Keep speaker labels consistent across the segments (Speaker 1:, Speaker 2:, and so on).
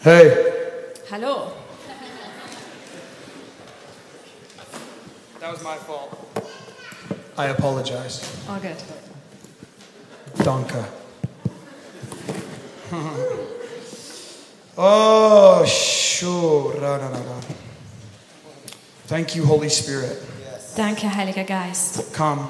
Speaker 1: Hey,
Speaker 2: Hallo.
Speaker 3: That was my fault.
Speaker 1: I apologize.
Speaker 2: Oh Gott.
Speaker 1: Danke. oh, sure. Ra, ra, ra, ra. Thank you, Holy Spirit.
Speaker 2: Danke, Heiliger Geist.
Speaker 1: Come,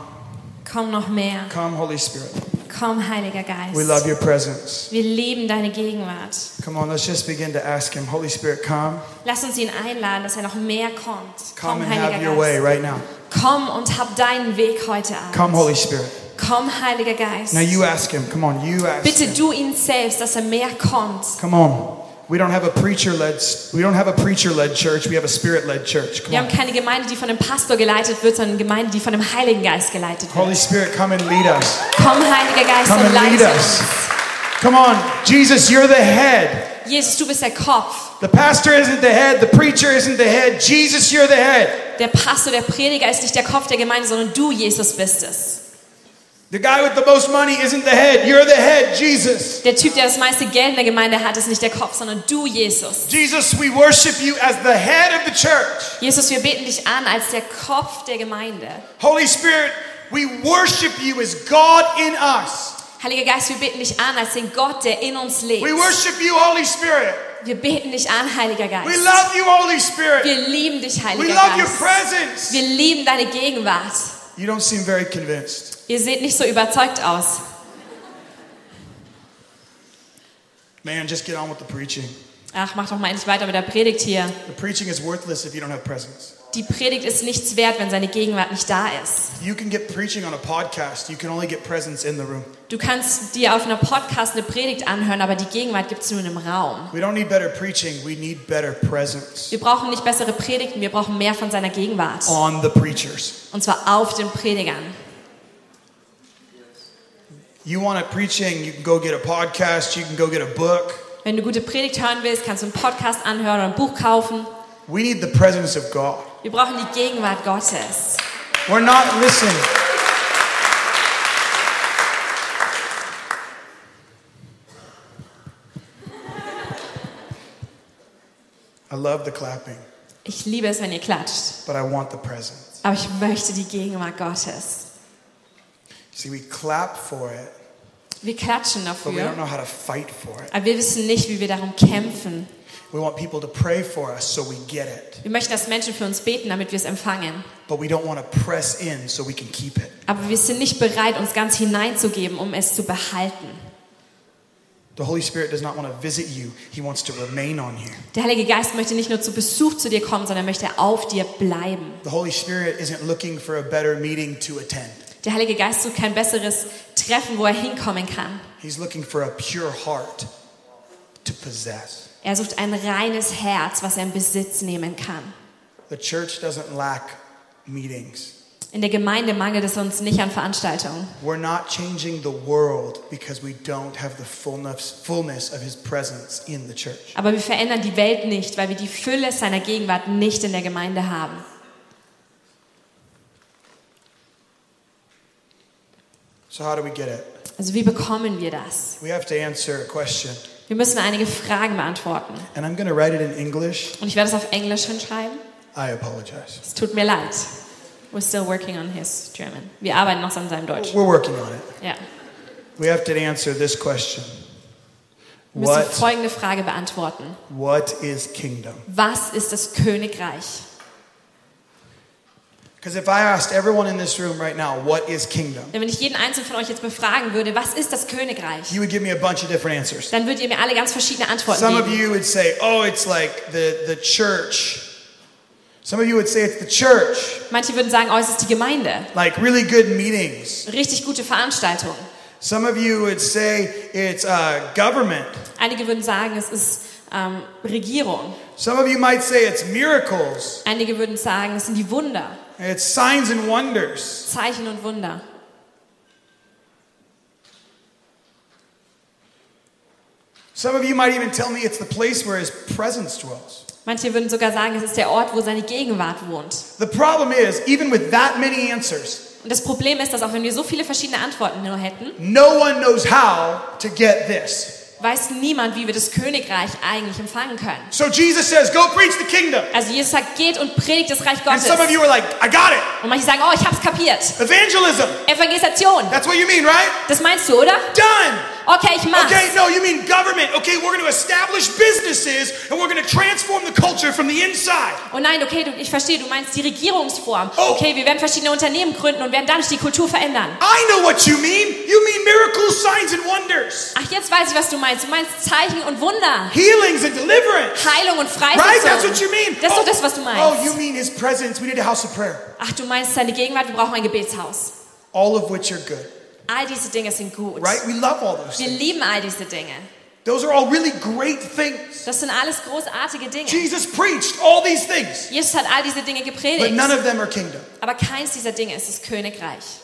Speaker 2: Komm noch mehr.
Speaker 1: come, Holy Spirit.
Speaker 2: Komm, Heiliger Geist.
Speaker 1: We love your presence.
Speaker 2: Wir lieben deine Gegenwart.
Speaker 1: Come on, let's just begin to ask Him, Holy Spirit, come,
Speaker 2: Lass uns ihn einladen, dass er noch mehr kommt.
Speaker 1: come
Speaker 2: Komm,
Speaker 1: and
Speaker 2: Heiliger
Speaker 1: have your
Speaker 2: Geist.
Speaker 1: way right now.
Speaker 2: Komm und hab deinen Weg heute Abend.
Speaker 1: Come, Holy Spirit.
Speaker 2: Komm, Heiliger Geist.
Speaker 1: Now you ask Him. Come on, you ask.
Speaker 2: Bitte
Speaker 1: Him.
Speaker 2: du ihn selbst, dass er mehr kommt.
Speaker 1: Come on. We don't have a preacher-led. We don't have a preacher-led church. We have a Spirit-led church. Come
Speaker 2: Wir
Speaker 1: on.
Speaker 2: haben keine Gemeinde, die von einem Pastor geleitet wird, sondern eine Gemeinde, die von dem Heiligen Geist geleitet wird.
Speaker 1: Holy Spirit, come and lead us.
Speaker 2: Komm, Heiliger Geist,
Speaker 1: Come
Speaker 2: und
Speaker 1: and lead
Speaker 2: leite
Speaker 1: us.
Speaker 2: uns.
Speaker 1: Come on, Jesus, you're the head.
Speaker 2: Jesus, du bist der Kopf.
Speaker 1: The pastor isn't the head, the preacher isn't the head. Jesus, you're the head.
Speaker 2: Der Pastor, der Prediger ist nicht der Kopf der Gemeinde, sondern du, Jesus, bist es.
Speaker 1: The guy with the most money isn't the head. You're the head, Jesus.
Speaker 2: Der Typ, der das meiste Geld in der Gemeinde hat, ist nicht der Kopf, sondern du, Jesus.
Speaker 1: Jesus, we worship you as the head of the church.
Speaker 2: Jesus, wir beten dich an als der Kopf der Gemeinde.
Speaker 1: Holy Spirit, we worship you as God in us.
Speaker 2: Heiliger Geist, wir beten dich an als den Gott, der in uns lebt.
Speaker 1: We worship you, Holy Spirit.
Speaker 2: Wir beten dich an, Heiliger Geist.
Speaker 1: We love you, Holy Spirit.
Speaker 2: wir lieben dich,
Speaker 1: We
Speaker 2: Heiliger
Speaker 1: love your
Speaker 2: Geist.
Speaker 1: presence.
Speaker 2: Wir lieben deine Gegenwart.
Speaker 1: You don't seem very convinced.
Speaker 2: Ihr seht nicht so überzeugt aus.
Speaker 1: Man, just get on with the preaching.
Speaker 2: Ach, mach doch mal endlich weiter mit der Predigt hier.
Speaker 1: The preaching is worthless if you don't have presence.
Speaker 2: Die Predigt ist nichts wert, wenn seine Gegenwart nicht da ist.
Speaker 1: You can get preaching on a podcast, you can only get presence in the room.
Speaker 2: Du kannst dir auf einer Podcast eine Predigt anhören, aber die Gegenwart gibt es nur in einem Raum.
Speaker 1: We don't need better preaching, we need better presence
Speaker 2: Wir brauchen nicht bessere Predigten, wir brauchen mehr von seiner Gegenwart.
Speaker 1: on the preachers.
Speaker 2: Und zwar auf den Predigern.
Speaker 1: You want a preaching, you can go get a podcast, you can go get a book.
Speaker 2: Wenn du gute Predigt hören willst, kannst du einen Podcast anhören oder ein Buch kaufen.
Speaker 1: We need the presence of God.
Speaker 2: Wir brauchen die Gegenwart Gottes.
Speaker 1: We're not listening. I love the clapping,
Speaker 2: Ich liebe es, wenn ihr klatscht.
Speaker 1: but I want the presence.
Speaker 2: Aber ich möchte die Gegenwart Gottes.
Speaker 1: See, we clap for it,
Speaker 2: Wir klatschen
Speaker 1: but we don't
Speaker 2: dafür.
Speaker 1: know how to fight for it.
Speaker 2: Aber wir wissen nicht, wie wir darum kämpfen.
Speaker 1: We want people to pray for us so we get it,
Speaker 2: Wir möchten, dass Menschen für uns beten, damit wir es empfangen.
Speaker 1: but we don't want to press in so we can keep it.
Speaker 2: Aber wir sind nicht bereit, uns ganz hineinzugeben, um es zu behalten.
Speaker 1: The Holy Spirit does not want to visit you, He wants to remain on you.
Speaker 2: Der Heilige Geist möchte nicht nur zu Besuch zu dir kommen, sondern möchte auf dir bleiben.
Speaker 1: The Holy Spirit isn't looking for a better meeting to attend,
Speaker 2: Der Heilige Geist sucht kein besseres Treffen, wo er hinkommen kann.
Speaker 1: He's looking for a pure heart to possess.
Speaker 2: Er sucht ein reines Herz, was er in Besitz nehmen kann.
Speaker 1: The church doesn't lack meetings.
Speaker 2: In der Gemeinde mangelt es uns nicht an Veranstaltungen.
Speaker 1: We're not changing the world because we don't have the fullness, fullness of His presence in the church.
Speaker 2: Aber wir verändern die Welt nicht, weil wir die Fülle seiner Gegenwart nicht in der Gemeinde haben.
Speaker 1: So, how do we get it?
Speaker 2: Also wie bekommen wir das?
Speaker 1: We have to answer a question.
Speaker 2: Wir müssen einige Fragen beantworten.
Speaker 1: And I'm going to write it in English.
Speaker 2: Und ich werde es auf Englisch hinschreiben.
Speaker 1: I apologize.
Speaker 2: Es tut mir leid. We're still working on his German. Wir arbeiten noch an seinem Deutsch.
Speaker 1: We're working on it.
Speaker 2: Ja.
Speaker 1: We have to answer this question.
Speaker 2: Wir müssen
Speaker 1: What,
Speaker 2: folgende Frage beantworten.
Speaker 1: what is kingdom?
Speaker 2: Was ist das Königreich?
Speaker 1: Because if I asked everyone in this room right now, what is kingdom?
Speaker 2: Denn wenn ich jeden einzelnen von euch jetzt befragen würde, was ist das Königreich?
Speaker 1: You would give me a bunch of different answers.
Speaker 2: Dann würdet ihr mir alle ganz verschiedene Antworten
Speaker 1: Some of
Speaker 2: geben.
Speaker 1: you would say, oh, it's like the, the church. Some of you would say it's the church,
Speaker 2: Manche würden sagen, oh, es ist die Gemeinde.
Speaker 1: like really good meetings.
Speaker 2: Richtig gute Veranstaltung.
Speaker 1: Some of you would say it's uh, government.
Speaker 2: Einige würden sagen, es ist ähm, Regierung.
Speaker 1: Some of you might say it's miracles,
Speaker 2: Einige würden sagen, es sind die Wunder,
Speaker 1: it's signs and wonders.
Speaker 2: Zeichen und Wunder.
Speaker 1: Some of you might even tell me it's the place where his presence dwells.
Speaker 2: Manche würden sogar sagen, es ist der Ort, wo seine Gegenwart wohnt.
Speaker 1: The problem is, even with that many answers,
Speaker 2: Und das Problem ist, dass auch wenn wir so viele verschiedene Antworten nur hätten,
Speaker 1: no one knows how to get this.
Speaker 2: weiß niemand, wie wir das Königreich eigentlich empfangen können.
Speaker 1: So Jesus says, Go preach the kingdom.
Speaker 2: Also Jesus sagt, geht und predigt das
Speaker 1: And
Speaker 2: Reich Gottes.
Speaker 1: some of you are like, I got it.
Speaker 2: Und manche sagen, oh, ich hab's kapiert.
Speaker 1: Evangelism.
Speaker 2: Evangelisation.
Speaker 1: That's what you mean, right?
Speaker 2: Das meinst du, oder?
Speaker 1: Done.
Speaker 2: Okay, ich mach's.
Speaker 1: Okay, no, you mean government. Okay, we're going to establish businesses and we're going to transform the culture from the inside.
Speaker 2: Oh nein, okay, du, ich verstehe, du meinst die Regierungsform.
Speaker 1: Oh.
Speaker 2: Okay, wir werden verschiedene Unternehmen gründen und werden dadurch die Kultur verändern.
Speaker 1: I know what you mean. You mean miracles, signs, and wonders,
Speaker 2: Ach, jetzt weiß ich, was du meinst. Du meinst Zeichen und Wunder.
Speaker 1: healings, and deliverance.
Speaker 2: Heilung und Freisetzung.
Speaker 1: Right? That's what you mean.
Speaker 2: Das ist doch das, was du meinst.
Speaker 1: oh, you mean his presence. We need a house of prayer.
Speaker 2: Ach, du meinst seine Gegenwart, wir brauchen ein Gebetshaus.
Speaker 1: All of which are good,
Speaker 2: All diese Dinge sind gut.
Speaker 1: right? We love all those
Speaker 2: Wir
Speaker 1: things.
Speaker 2: lieben all diese Dinge.
Speaker 1: Those are all really great things.
Speaker 2: Das sind alles großartige Dinge.
Speaker 1: Jesus preached all these things,
Speaker 2: Jesus hat all diese Dinge gepredigt,
Speaker 1: but none of them are kingdom.
Speaker 2: aber keins dieser Dinge ist das Königreich.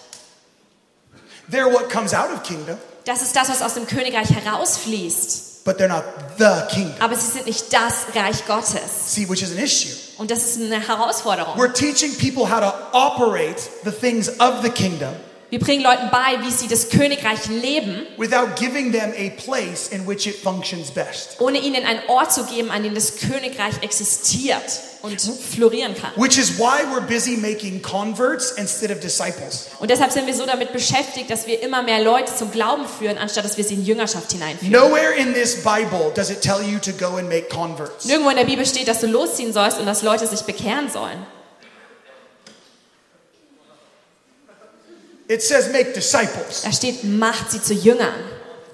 Speaker 1: They're what comes out of kingdom,
Speaker 2: Das ist das, was aus dem Königreich herausfließt.
Speaker 1: but they're not the kingdom.
Speaker 2: Aber sie sind nicht das Reich Gottes.
Speaker 1: See, which is an issue.
Speaker 2: Und das ist eine Herausforderung.
Speaker 1: We're teaching people how to operate the things of the kingdom
Speaker 2: Wir bringen Leuten bei, wie sie das Königreich leben,
Speaker 1: without giving them a place in which it functions best,
Speaker 2: ohne ihnen einen Ort zu geben, an dem das Königreich existiert und florieren kann.
Speaker 1: which is why we're busy making converts instead of disciples.
Speaker 2: Und deshalb sind wir so damit beschäftigt, dass wir immer mehr Leute zum Glauben führen, anstatt dass wir sie in Jüngerschaft hineinführen.
Speaker 1: Nowhere in this Bible does it tell you to go and make converts.
Speaker 2: Nirgendwo in der Bibel steht, dass du losziehen sollst und dass Leute sich bekehren sollen.
Speaker 1: It says make disciples.
Speaker 2: Da steht, macht sie zu Jüngern.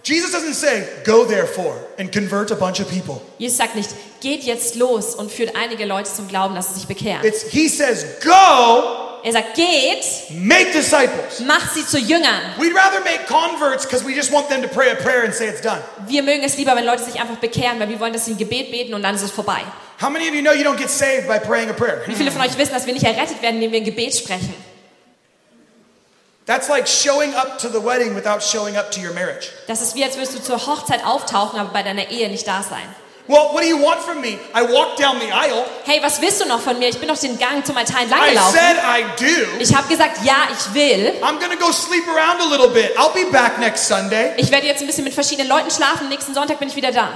Speaker 1: Jesus doesn't say go therefore and convert a bunch of people.
Speaker 2: Jesus sagt nicht, geht jetzt los und führt einige Leute zum Glauben, dass sie sich bekehren.
Speaker 1: It's he says go
Speaker 2: Er sagt, geht,
Speaker 1: make disciples.
Speaker 2: macht sie zu Jüngern.
Speaker 1: We'd rather make converts because we just want them to pray a prayer and say it's done.
Speaker 2: Wir mögen es lieber, wenn Leute sich einfach bekehren, weil wir wollen, dass sie ein Gebet beten und dann ist es vorbei.
Speaker 1: How many of you know you don't get saved by praying a prayer?
Speaker 2: Wie viele von euch wissen, dass wir nicht errettet werden, indem wir ein Gebet sprechen?
Speaker 1: That's like showing up to the wedding without showing up to your marriage.
Speaker 2: Das ist wie, als würdest du zur Hochzeit auftauchen, aber bei deiner Ehe nicht da sein.
Speaker 1: Well, what do you want from me? I walked down the aisle.
Speaker 2: Hey, was willst du noch von mir? Ich bin doch den Gang zum Altar
Speaker 1: I
Speaker 2: entlanggelaufen.
Speaker 1: said I do.
Speaker 2: Ich habe gesagt, ja, ich will.
Speaker 1: I'm going to go sleep around a little bit. I'll be back next Sunday.
Speaker 2: Ich werde jetzt ein bisschen mit verschiedenen Leuten schlafen. Nächsten Sonntag bin ich wieder da.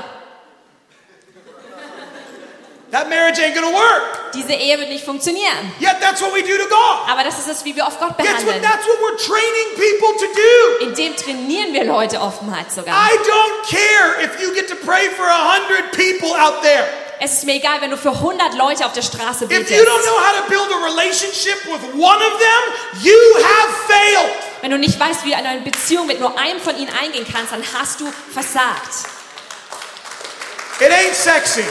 Speaker 1: That marriage ain't going to work.
Speaker 2: Diese Ehe wird nicht funktionieren.
Speaker 1: Yet that's what we do to God.
Speaker 2: Aber das ist es, wie wir oft Gott
Speaker 1: That's what,
Speaker 2: behandeln.
Speaker 1: that's what we're training people to do.
Speaker 2: In dem trainieren wir Leute Offenheit sogar.
Speaker 1: I don't care if you get to pray for a hundred people out there.
Speaker 2: Es ist mir egal, wenn du für 100 Leute auf der Straße
Speaker 1: If you
Speaker 2: betest.
Speaker 1: don't know how to build a relationship with one of them, you have failed.
Speaker 2: Wenn du nicht weißt, wie du eine Beziehung mit nur einem von ihnen eingehen kannst, dann hast du versagt.
Speaker 1: It ain't sexy.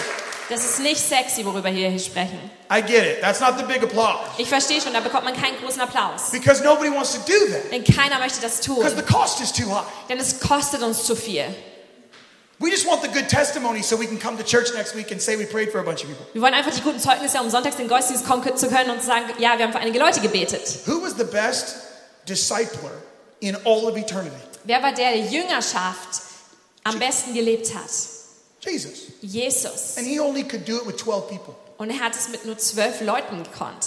Speaker 2: Das ist nicht sexy, worüber wir hier sprechen.
Speaker 1: I get it. That's not the big applause.
Speaker 2: Ich verstehe schon, da bekommt man keinen großen Applaus.
Speaker 1: Because nobody wants to do that.
Speaker 2: Denn keiner möchte das
Speaker 1: Because the
Speaker 2: tun.
Speaker 1: cost is too high.
Speaker 2: Denn es kostet uns zu viel.
Speaker 1: We just want the good testimony so we can come to church next week and say we prayed for a bunch of people.
Speaker 2: Wir wollen einfach die guten Zeugnisse, um sonntags in den Gottesdienst kommen zu können und zu sagen, ja, wir haben für einige Leute gebetet.
Speaker 1: Who was the best discipler in all of eternity?
Speaker 2: Wer war der, der Jüngerschaft am besten gelebt hat?
Speaker 1: Jesus.
Speaker 2: Jesus.
Speaker 1: And he only could do it with 12 people.
Speaker 2: Und er hat es mit nur zwölf Leuten gekonnt.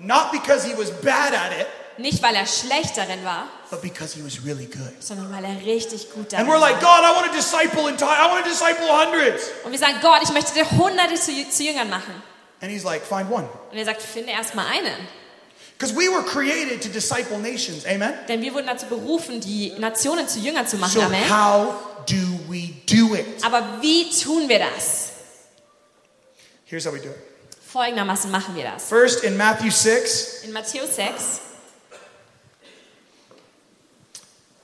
Speaker 1: Not because he was bad at it,
Speaker 2: Nicht, weil er schlecht darin war,
Speaker 1: but because he was really good.
Speaker 2: sondern weil er richtig gut
Speaker 1: And
Speaker 2: darin
Speaker 1: we're like,
Speaker 2: war.
Speaker 1: God, I want to disciple entire, I want to disciple hundreds.
Speaker 2: Und wir sagen, Gott, ich möchte dir Hunderte zu, zu Jüngern machen.
Speaker 1: And he's like, find one.
Speaker 2: Und er sagt, finde erst mal einen.
Speaker 1: Because we were created to disciple nations. Amen?
Speaker 2: Denn wir wurden dazu berufen, die Nationen zu Jüngern zu machen.
Speaker 1: So
Speaker 2: Amen.
Speaker 1: how do we do it?
Speaker 2: Aber wie tun wir das?
Speaker 1: Here's how we do it.
Speaker 2: Folgendermaßen machen wir das.
Speaker 1: First, in Matthew 6,
Speaker 2: In Matthäus 6,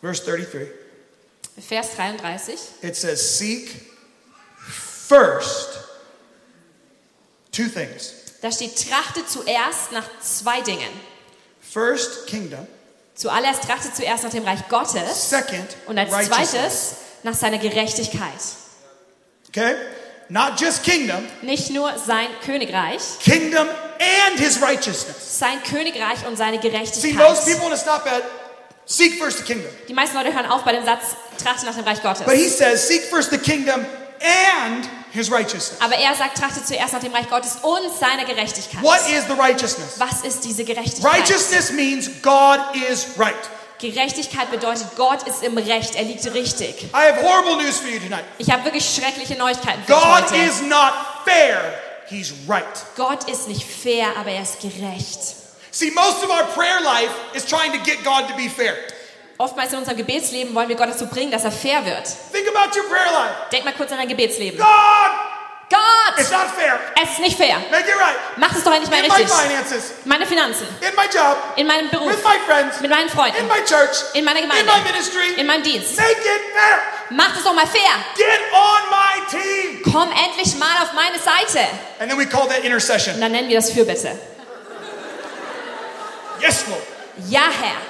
Speaker 1: Verse 33,
Speaker 2: Vers 33.
Speaker 1: it says, Seek first two things.
Speaker 2: Da steht, trachte zuerst nach zwei Dingen.
Speaker 1: First, kingdom.
Speaker 2: Zuallererst trachte zuerst nach dem Reich Gottes
Speaker 1: Second,
Speaker 2: und als
Speaker 1: righteousness.
Speaker 2: zweites nach seiner Gerechtigkeit.
Speaker 1: Okay? Not just kingdom,
Speaker 2: Nicht nur sein Königreich,
Speaker 1: kingdom and his righteousness.
Speaker 2: sein Königreich und seine
Speaker 1: See, most
Speaker 2: Gerechtigkeit.
Speaker 1: people want to stop at seek first the kingdom.
Speaker 2: Die meisten Leute hören auf bei dem Satz, trachte nach dem Reich Gottes.
Speaker 1: But he says, Seek first the kingdom and his righteousness.
Speaker 2: Aber er sagt, trachte zuerst nach dem Reich Gottes und seiner Gerechtigkeit.
Speaker 1: What is the righteousness?
Speaker 2: Was ist diese Gerechtigkeit?
Speaker 1: Righteousness means God is right.
Speaker 2: Gerechtigkeit bedeutet, Gott ist im Recht, er liegt richtig.
Speaker 1: I have horrible news for you tonight.
Speaker 2: Ich habe wirklich schreckliche Neuigkeiten für
Speaker 1: God
Speaker 2: dich heute.
Speaker 1: is not fair, He's right.
Speaker 2: Gott ist nicht fair, aber er ist gerecht.
Speaker 1: See, most of our prayer life is trying to get God to be fair.
Speaker 2: Oftmals in unserem Gebetsleben wollen wir Gott dazu bringen, dass er fair wird.
Speaker 1: Think about your prayer life.
Speaker 2: Denk mal kurz an dein Gebetsleben.
Speaker 1: God, it's
Speaker 2: Gott!
Speaker 1: not fair.
Speaker 2: Es ist nicht fair.
Speaker 1: Make it right.
Speaker 2: Mach es doch endlich mal
Speaker 1: In my
Speaker 2: richtig.
Speaker 1: finances,
Speaker 2: Meine Finanzen,
Speaker 1: in my job,
Speaker 2: in meinem Beruf,
Speaker 1: with my friends,
Speaker 2: mit meinen
Speaker 1: in
Speaker 2: Freunden,
Speaker 1: my church,
Speaker 2: in meiner
Speaker 1: in my
Speaker 2: Gemeinde,
Speaker 1: ministry.
Speaker 2: in meinem Dienst.
Speaker 1: Make it fair.
Speaker 2: Mach es doch mal fair.
Speaker 1: Get on my team.
Speaker 2: Komm endlich mal auf meine Seite.
Speaker 1: And then we call that
Speaker 2: Und
Speaker 1: intercession.
Speaker 2: dann nennen wir das Fürbitte.
Speaker 1: Yes, Lord.
Speaker 2: Ja, Herr.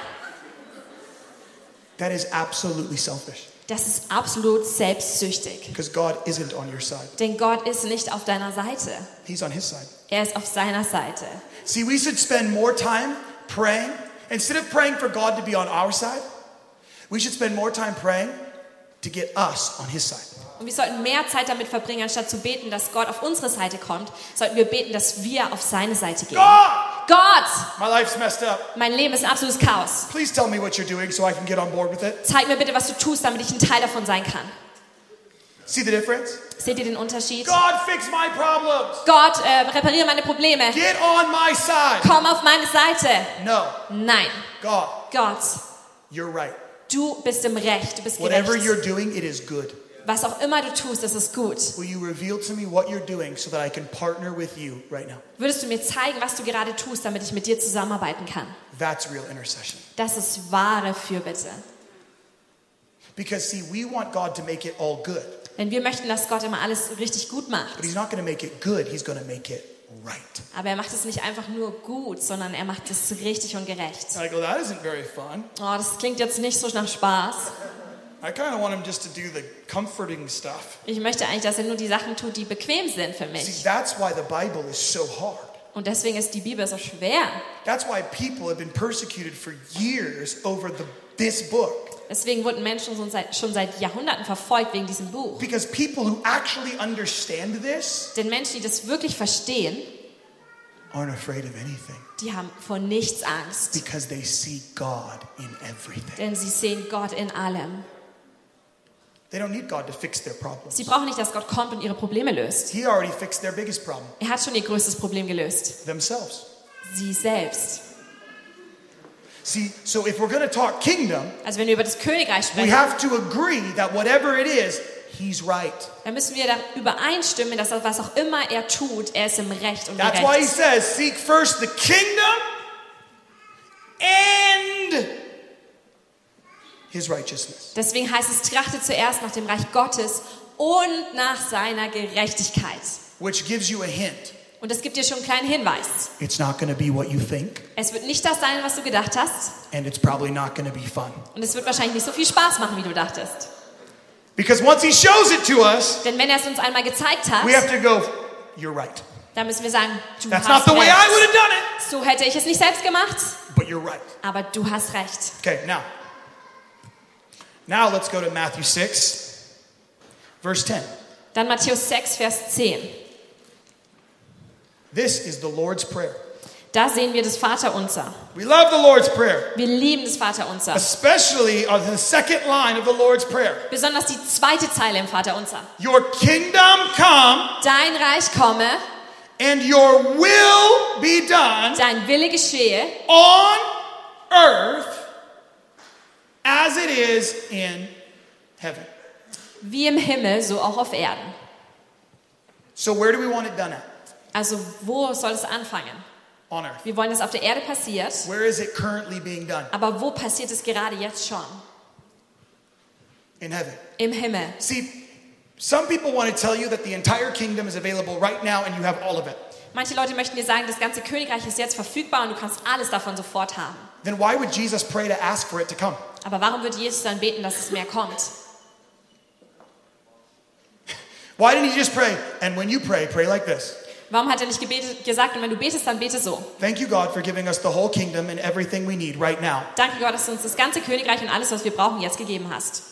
Speaker 1: That is absolutely selfish
Speaker 2: Das ist absolut selbstsüchtig.
Speaker 1: because God isn't on your side.
Speaker 2: Denn Gott ist nicht auf deiner Seite.
Speaker 1: He's on his side.
Speaker 2: Er ist auf seiner Seite.
Speaker 1: See, we should spend more time praying. Instead of praying for God to be on our side, we should spend more time praying to get us on his side.
Speaker 2: Und wir sollten mehr Zeit damit verbringen, anstatt zu beten, dass Gott auf unsere Seite kommt, sollten wir beten, dass wir auf seine Seite gehen.
Speaker 1: God,
Speaker 2: Gott,
Speaker 1: Ah! my life's messed up.
Speaker 2: mein Leben ist ein absolutes Chaos.
Speaker 1: Please tell me what you're doing so I can get on board with it.
Speaker 2: Zeig mir bitte, was du tust, damit ich ein Teil davon sein kann.
Speaker 1: See the difference?
Speaker 2: Seht ihr den Unterschied?
Speaker 1: God, fix my problems.
Speaker 2: Gott, äh, repariere meine Probleme.
Speaker 1: Get on my side.
Speaker 2: Komm auf meine Seite.
Speaker 1: No,
Speaker 2: Nein,
Speaker 1: God,
Speaker 2: Gott,
Speaker 1: you're right.
Speaker 2: du bist im Recht, du bist
Speaker 1: Whatever
Speaker 2: gerecht.
Speaker 1: you're doing, it is good.
Speaker 2: Was auch immer du tust, das ist gut.
Speaker 1: Will you reveal to me what you're doing so that I can partner with you right now?
Speaker 2: Würdest du mir zeigen, was du gerade tust, damit ich mit dir zusammenarbeiten kann?
Speaker 1: That's real intercession.
Speaker 2: Das ist wahre Fürbitte.
Speaker 1: Because, see, we want God to make it all good,
Speaker 2: Denn wir möchten, dass Gott immer alles richtig gut macht.
Speaker 1: but He's not going to make it good, He's going to make it right.
Speaker 2: Aber er macht es nicht einfach nur gut, sondern er macht es richtig und gerecht.
Speaker 1: I go, that isn't very fun.
Speaker 2: Oh, das klingt jetzt nicht so nach Spaß.
Speaker 1: I kind of want Him just to do the comforting stuff.
Speaker 2: Ich möchte eigentlich, dass er nur die Sachen tut, die bequem sind für
Speaker 1: See,
Speaker 2: mich.
Speaker 1: that's why the Bible is so hard.
Speaker 2: Und deswegen ist die Bibel so schwer.
Speaker 1: That's why people have been persecuted for years over the, this book.
Speaker 2: Deswegen wurden Menschen schon seit, schon seit Jahrhunderten verfolgt wegen diesem Buch.
Speaker 1: Because people who actually understand this
Speaker 2: Denn Menschen, die das wirklich verstehen,
Speaker 1: aren't afraid of anything
Speaker 2: die haben vor nichts Angst.
Speaker 1: because they see God in everything.
Speaker 2: Denn sie sehen Gott in allem.
Speaker 1: They don't need God to fix their problems.
Speaker 2: Sie brauchen nicht, dass Gott kommt und ihre Probleme löst.
Speaker 1: He already fixed their biggest problem
Speaker 2: Er hat schon ihr größtes Problem gelöst.
Speaker 1: themselves.
Speaker 2: Sie selbst.
Speaker 1: See, so if we're going to talk kingdom,
Speaker 2: Also wenn wir über das Königreich
Speaker 1: we
Speaker 2: sprechen,
Speaker 1: have to agree that whatever it is, he's right.
Speaker 2: dann müssen wir da übereinstimmen, dass er, was auch immer er tut, er ist im Recht und
Speaker 1: That's why he
Speaker 2: gerecht.
Speaker 1: says, seek first the kingdom and his righteousness.
Speaker 2: Deswegen heißt es, trachte zuerst nach dem Reich Gottes und nach seiner Gerechtigkeit.
Speaker 1: Which gives you a hint.
Speaker 2: Und das gibt dir schon einen kleinen Hinweis.
Speaker 1: It's not going to be what you think,
Speaker 2: Es wird nicht das sein, was du gedacht hast.
Speaker 1: and it's probably not going to be fun.
Speaker 2: Und es wird wahrscheinlich nicht so viel Spaß machen, wie du dachtest.
Speaker 1: Because once he shows it to us,
Speaker 2: Denn wenn er es uns einmal gezeigt hat,
Speaker 1: we have to go, you're right.
Speaker 2: dann müssen wir sagen, du
Speaker 1: That's not
Speaker 2: hast
Speaker 1: the way I would
Speaker 2: recht.
Speaker 1: have done
Speaker 2: So hätte ich es nicht selbst gemacht,
Speaker 1: it, but you're right.
Speaker 2: aber du hast recht.
Speaker 1: Okay, now. Now let's go to Matthew 6, verse 10.
Speaker 2: Dann Matthäus 6, Vers 10.
Speaker 1: This is the Lord's Prayer.
Speaker 2: Da sehen wir das Vaterunser.
Speaker 1: We love the Lord's Prayer,
Speaker 2: Wir lieben das Vaterunser.
Speaker 1: especially on the second line of the Lord's Prayer.
Speaker 2: Besonders die zweite Zeile im Vaterunser.
Speaker 1: Your kingdom come
Speaker 2: Dein Reich komme,
Speaker 1: and your will be done
Speaker 2: dein Wille geschehe
Speaker 1: on earth as it is in heaven.
Speaker 2: wie im Himmel, so auch auf Erden.
Speaker 1: So, where do we want it done at?
Speaker 2: Also wo soll es anfangen?
Speaker 1: On earth.
Speaker 2: Wir wollen, dass auf der Erde passiert,
Speaker 1: Where is it currently being done?
Speaker 2: aber wo passiert es gerade jetzt schon?
Speaker 1: In heaven.
Speaker 2: Im Himmel.
Speaker 1: See, some people want to tell you that the entire kingdom is available right now and you have all of it.
Speaker 2: Manche Leute möchten dir sagen, das ganze Königreich ist jetzt verfügbar und du kannst alles davon sofort haben.
Speaker 1: Then why would Jesus pray to ask for it to come?
Speaker 2: Aber warum würde Jesus dann beten, dass es mehr kommt?
Speaker 1: Why didn't he just pray? And when you pray, pray like this.
Speaker 2: Warum hat er nicht gebetet, gesagt, und wenn du betest, dann bete so?
Speaker 1: Thank you, God, for giving us the whole kingdom and everything we need right now.
Speaker 2: Danke Gott, dass du uns das ganze Königreich und alles, was wir brauchen, jetzt gegeben hast.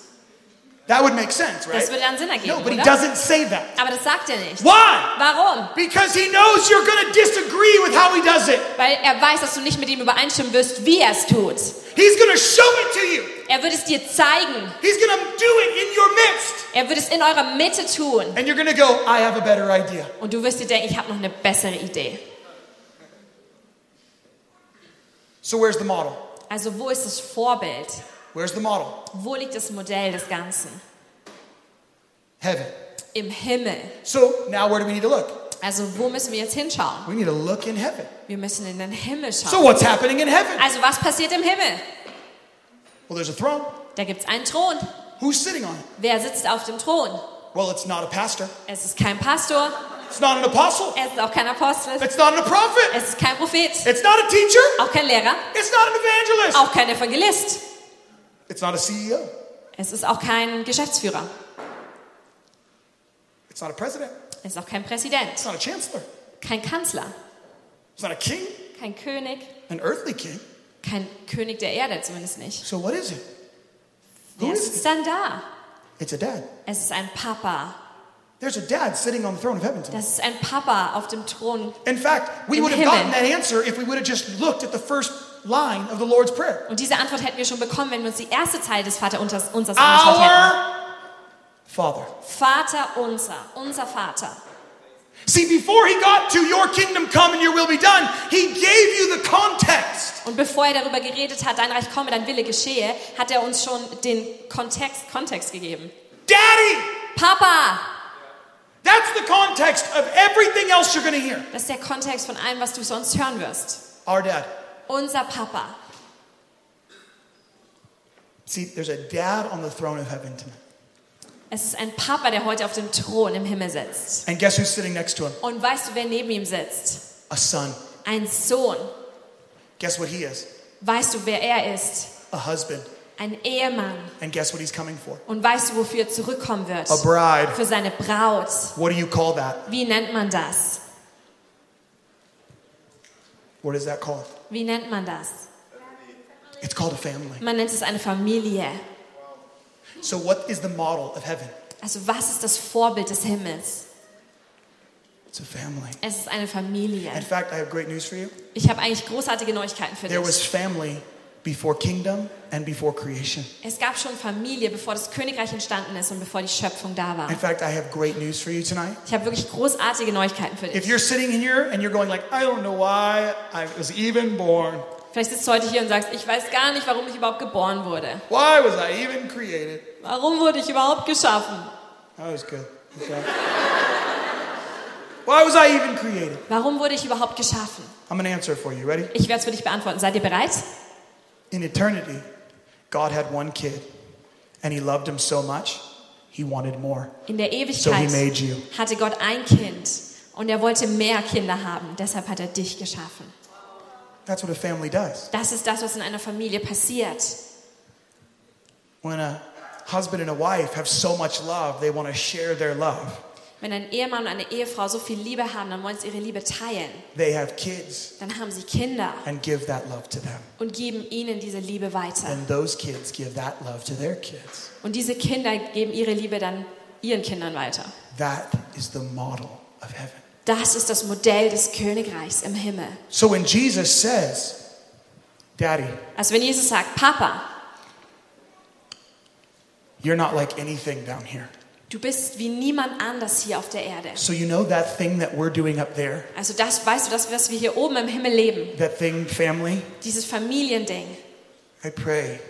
Speaker 1: That would make sense, right?
Speaker 2: Das würde dann Sinn ergeben,
Speaker 1: No, but he
Speaker 2: oder?
Speaker 1: doesn't say that.
Speaker 2: Aber das sagt er nicht.
Speaker 1: Why?
Speaker 2: Warum?
Speaker 1: Because he knows you're going to disagree with how he does it.
Speaker 2: Weil er weiß, dass du nicht mit ihm übereinstimmen wirst, wie er es tut.
Speaker 1: He's going to show it to you.
Speaker 2: Er wird es dir zeigen.
Speaker 1: He's going to do it in your midst.
Speaker 2: Er wird es in eurer Mitte tun.
Speaker 1: And you're going to go, I have a better idea.
Speaker 2: Und du wirst dir denken, ich habe noch eine bessere Idee.
Speaker 1: So where's the model?
Speaker 2: Also wo ist das Vorbild?
Speaker 1: Where's the model?
Speaker 2: Wo liegt das Modell des Ganzen?
Speaker 1: Heaven.
Speaker 2: Im Himmel.
Speaker 1: So now where do we need to look?
Speaker 2: Also wo müssen wir jetzt hinschauen?
Speaker 1: We need to look in heaven.
Speaker 2: Wir müssen in den Himmel
Speaker 1: So
Speaker 2: schauen.
Speaker 1: what's happening in heaven?
Speaker 2: Also was passiert im Himmel?
Speaker 1: Well, there's a throne.
Speaker 2: Da gibt es einen Thron.
Speaker 1: Who's sitting on it?
Speaker 2: Wer sitzt auf dem Thron?
Speaker 1: Well, it's not a pastor.
Speaker 2: Es ist kein Pastor.
Speaker 1: It's not an apostle.
Speaker 2: Es ist auch kein Apostel.
Speaker 1: It's not a prophet.
Speaker 2: Es ist kein Prophet.
Speaker 1: It's not a teacher.
Speaker 2: Auch kein Lehrer.
Speaker 1: It's not an evangelist.
Speaker 2: Auch kein Evangelist.
Speaker 1: It's not a E CEO.
Speaker 2: Es ist auch kein Geschäftsführer.
Speaker 1: It's not a president.
Speaker 2: Es ist auch kein
Speaker 1: It's
Speaker 2: Präsident.
Speaker 1: not a chancellor.
Speaker 2: Kein Kanzler.
Speaker 1: It's not a king,
Speaker 2: Kein König.
Speaker 1: an earthly king.
Speaker 2: Kein König der Erde zumindest nicht.
Speaker 1: So what is it? Who
Speaker 2: Wer
Speaker 1: is it?
Speaker 2: sitzt dann da?
Speaker 1: It's a dad.
Speaker 2: Es ist ein Papa.
Speaker 1: There's a dad sitting on the throne of heaven. tonight.
Speaker 2: Das ist ein Papa auf dem Thron.
Speaker 1: In fact, we
Speaker 2: In
Speaker 1: would have gotten
Speaker 2: heaven.
Speaker 1: that answer if we would have just looked at the first line of the Lord's Prayer.
Speaker 2: Und diese Antwort hätten wir schon bekommen, wenn wir uns die erste Teil des Vater unseres angeschaut hätten.
Speaker 1: Our Father.
Speaker 2: Vater unser, unser Vater.
Speaker 1: See, before he got to your kingdom come and your will be done, he gave you the context.
Speaker 2: Und bevor er darüber geredet hat, dein Reich komme, dein Wille geschehe, hat er uns schon den Kontext, Kontext gegeben.
Speaker 1: Daddy!
Speaker 2: Papa!
Speaker 1: That's the context of everything else you're going to hear.
Speaker 2: Das ist der Kontext von allem, was du sonst hören wirst.
Speaker 1: Our dad.
Speaker 2: Unser Papa.
Speaker 1: See, there's a dad on the throne of heaven tonight.
Speaker 2: Es ist ein Papa, der heute auf dem Thron im Himmel sitzt.
Speaker 1: And guess who's sitting next to him?
Speaker 2: Und weißt du, wer neben ihm sitzt?
Speaker 1: A son.
Speaker 2: Ein Sohn.
Speaker 1: Guess what he is?
Speaker 2: Weißt du, wer er ist?
Speaker 1: A husband.
Speaker 2: Ein Ehemann.
Speaker 1: And guess what he's coming for?
Speaker 2: Und weißt du, wofür er zurückkommen wird?
Speaker 1: A bride.
Speaker 2: Für seine Braut.
Speaker 1: What do you call that?
Speaker 2: Wie nennt man das?
Speaker 1: What is that called?
Speaker 2: Wie nennt man das?
Speaker 1: It's called a family.
Speaker 2: Man nennt es eine Familie.
Speaker 1: So, what is the model of heaven?
Speaker 2: Also was ist das Vorbild des Himmels?
Speaker 1: It's a family.
Speaker 2: Es ist eine Familie.
Speaker 1: In fact, I have great news for you.
Speaker 2: Ich habe eigentlich großartige Neuigkeiten für
Speaker 1: There was
Speaker 2: dich.
Speaker 1: family before kingdom and before creation.
Speaker 2: Es gab schon Familie, bevor das Königreich entstanden ist und bevor die Schöpfung da war.
Speaker 1: In fact, I have great news for you tonight.
Speaker 2: Ich habe wirklich großartige Neuigkeiten für dich.
Speaker 1: If you're sitting here and you're going like, I don't know why I was even born.
Speaker 2: Vielleicht sitzt du heute hier und sagst, ich weiß gar nicht, warum ich überhaupt geboren wurde.
Speaker 1: Why was I even created?
Speaker 2: Warum wurde ich überhaupt geschaffen?
Speaker 1: That was good. Okay. Why was I even created?
Speaker 2: Warum wurde ich überhaupt geschaffen?
Speaker 1: I'm going to answer it for you. Ready?
Speaker 2: Ich werde es für dich beantworten. Seid ihr bereit?
Speaker 1: In eternity, God had one kid, and he loved him so much, he wanted more.
Speaker 2: In der
Speaker 1: So he
Speaker 2: Ewigkeit
Speaker 1: made you.
Speaker 2: hatte Gott ein Kind und er wollte mehr Kinder haben. Deshalb hat er dich geschaffen.
Speaker 1: That's what a family does.
Speaker 2: Das ist das, was in einer Familie passiert.
Speaker 1: When a husband and a wife have so much love, they want to share their love.
Speaker 2: Wenn ein Ehemann und eine Ehefrau so viel Liebe haben, dann wollen sie ihre Liebe teilen.
Speaker 1: They have kids
Speaker 2: Dann haben sie Kinder
Speaker 1: and give that love to them.
Speaker 2: und geben ihnen diese Liebe weiter.
Speaker 1: And those kids give that love to their kids.
Speaker 2: Und diese Kinder geben ihre Liebe dann ihren Kindern weiter.
Speaker 1: That is the model of heaven.
Speaker 2: Das ist das Modell des Königreichs im Himmel.
Speaker 1: So when Jesus says, Daddy,
Speaker 2: Also wenn Jesus sagt, Papa,
Speaker 1: you're not like anything down here.
Speaker 2: du bist wie niemand anders hier auf der Erde.
Speaker 1: So you know that thing that we're doing up there,
Speaker 2: Also das weißt du, das, was wir hier oben im Himmel leben,
Speaker 1: that thing, family?
Speaker 2: dieses Familiending.
Speaker 1: I pray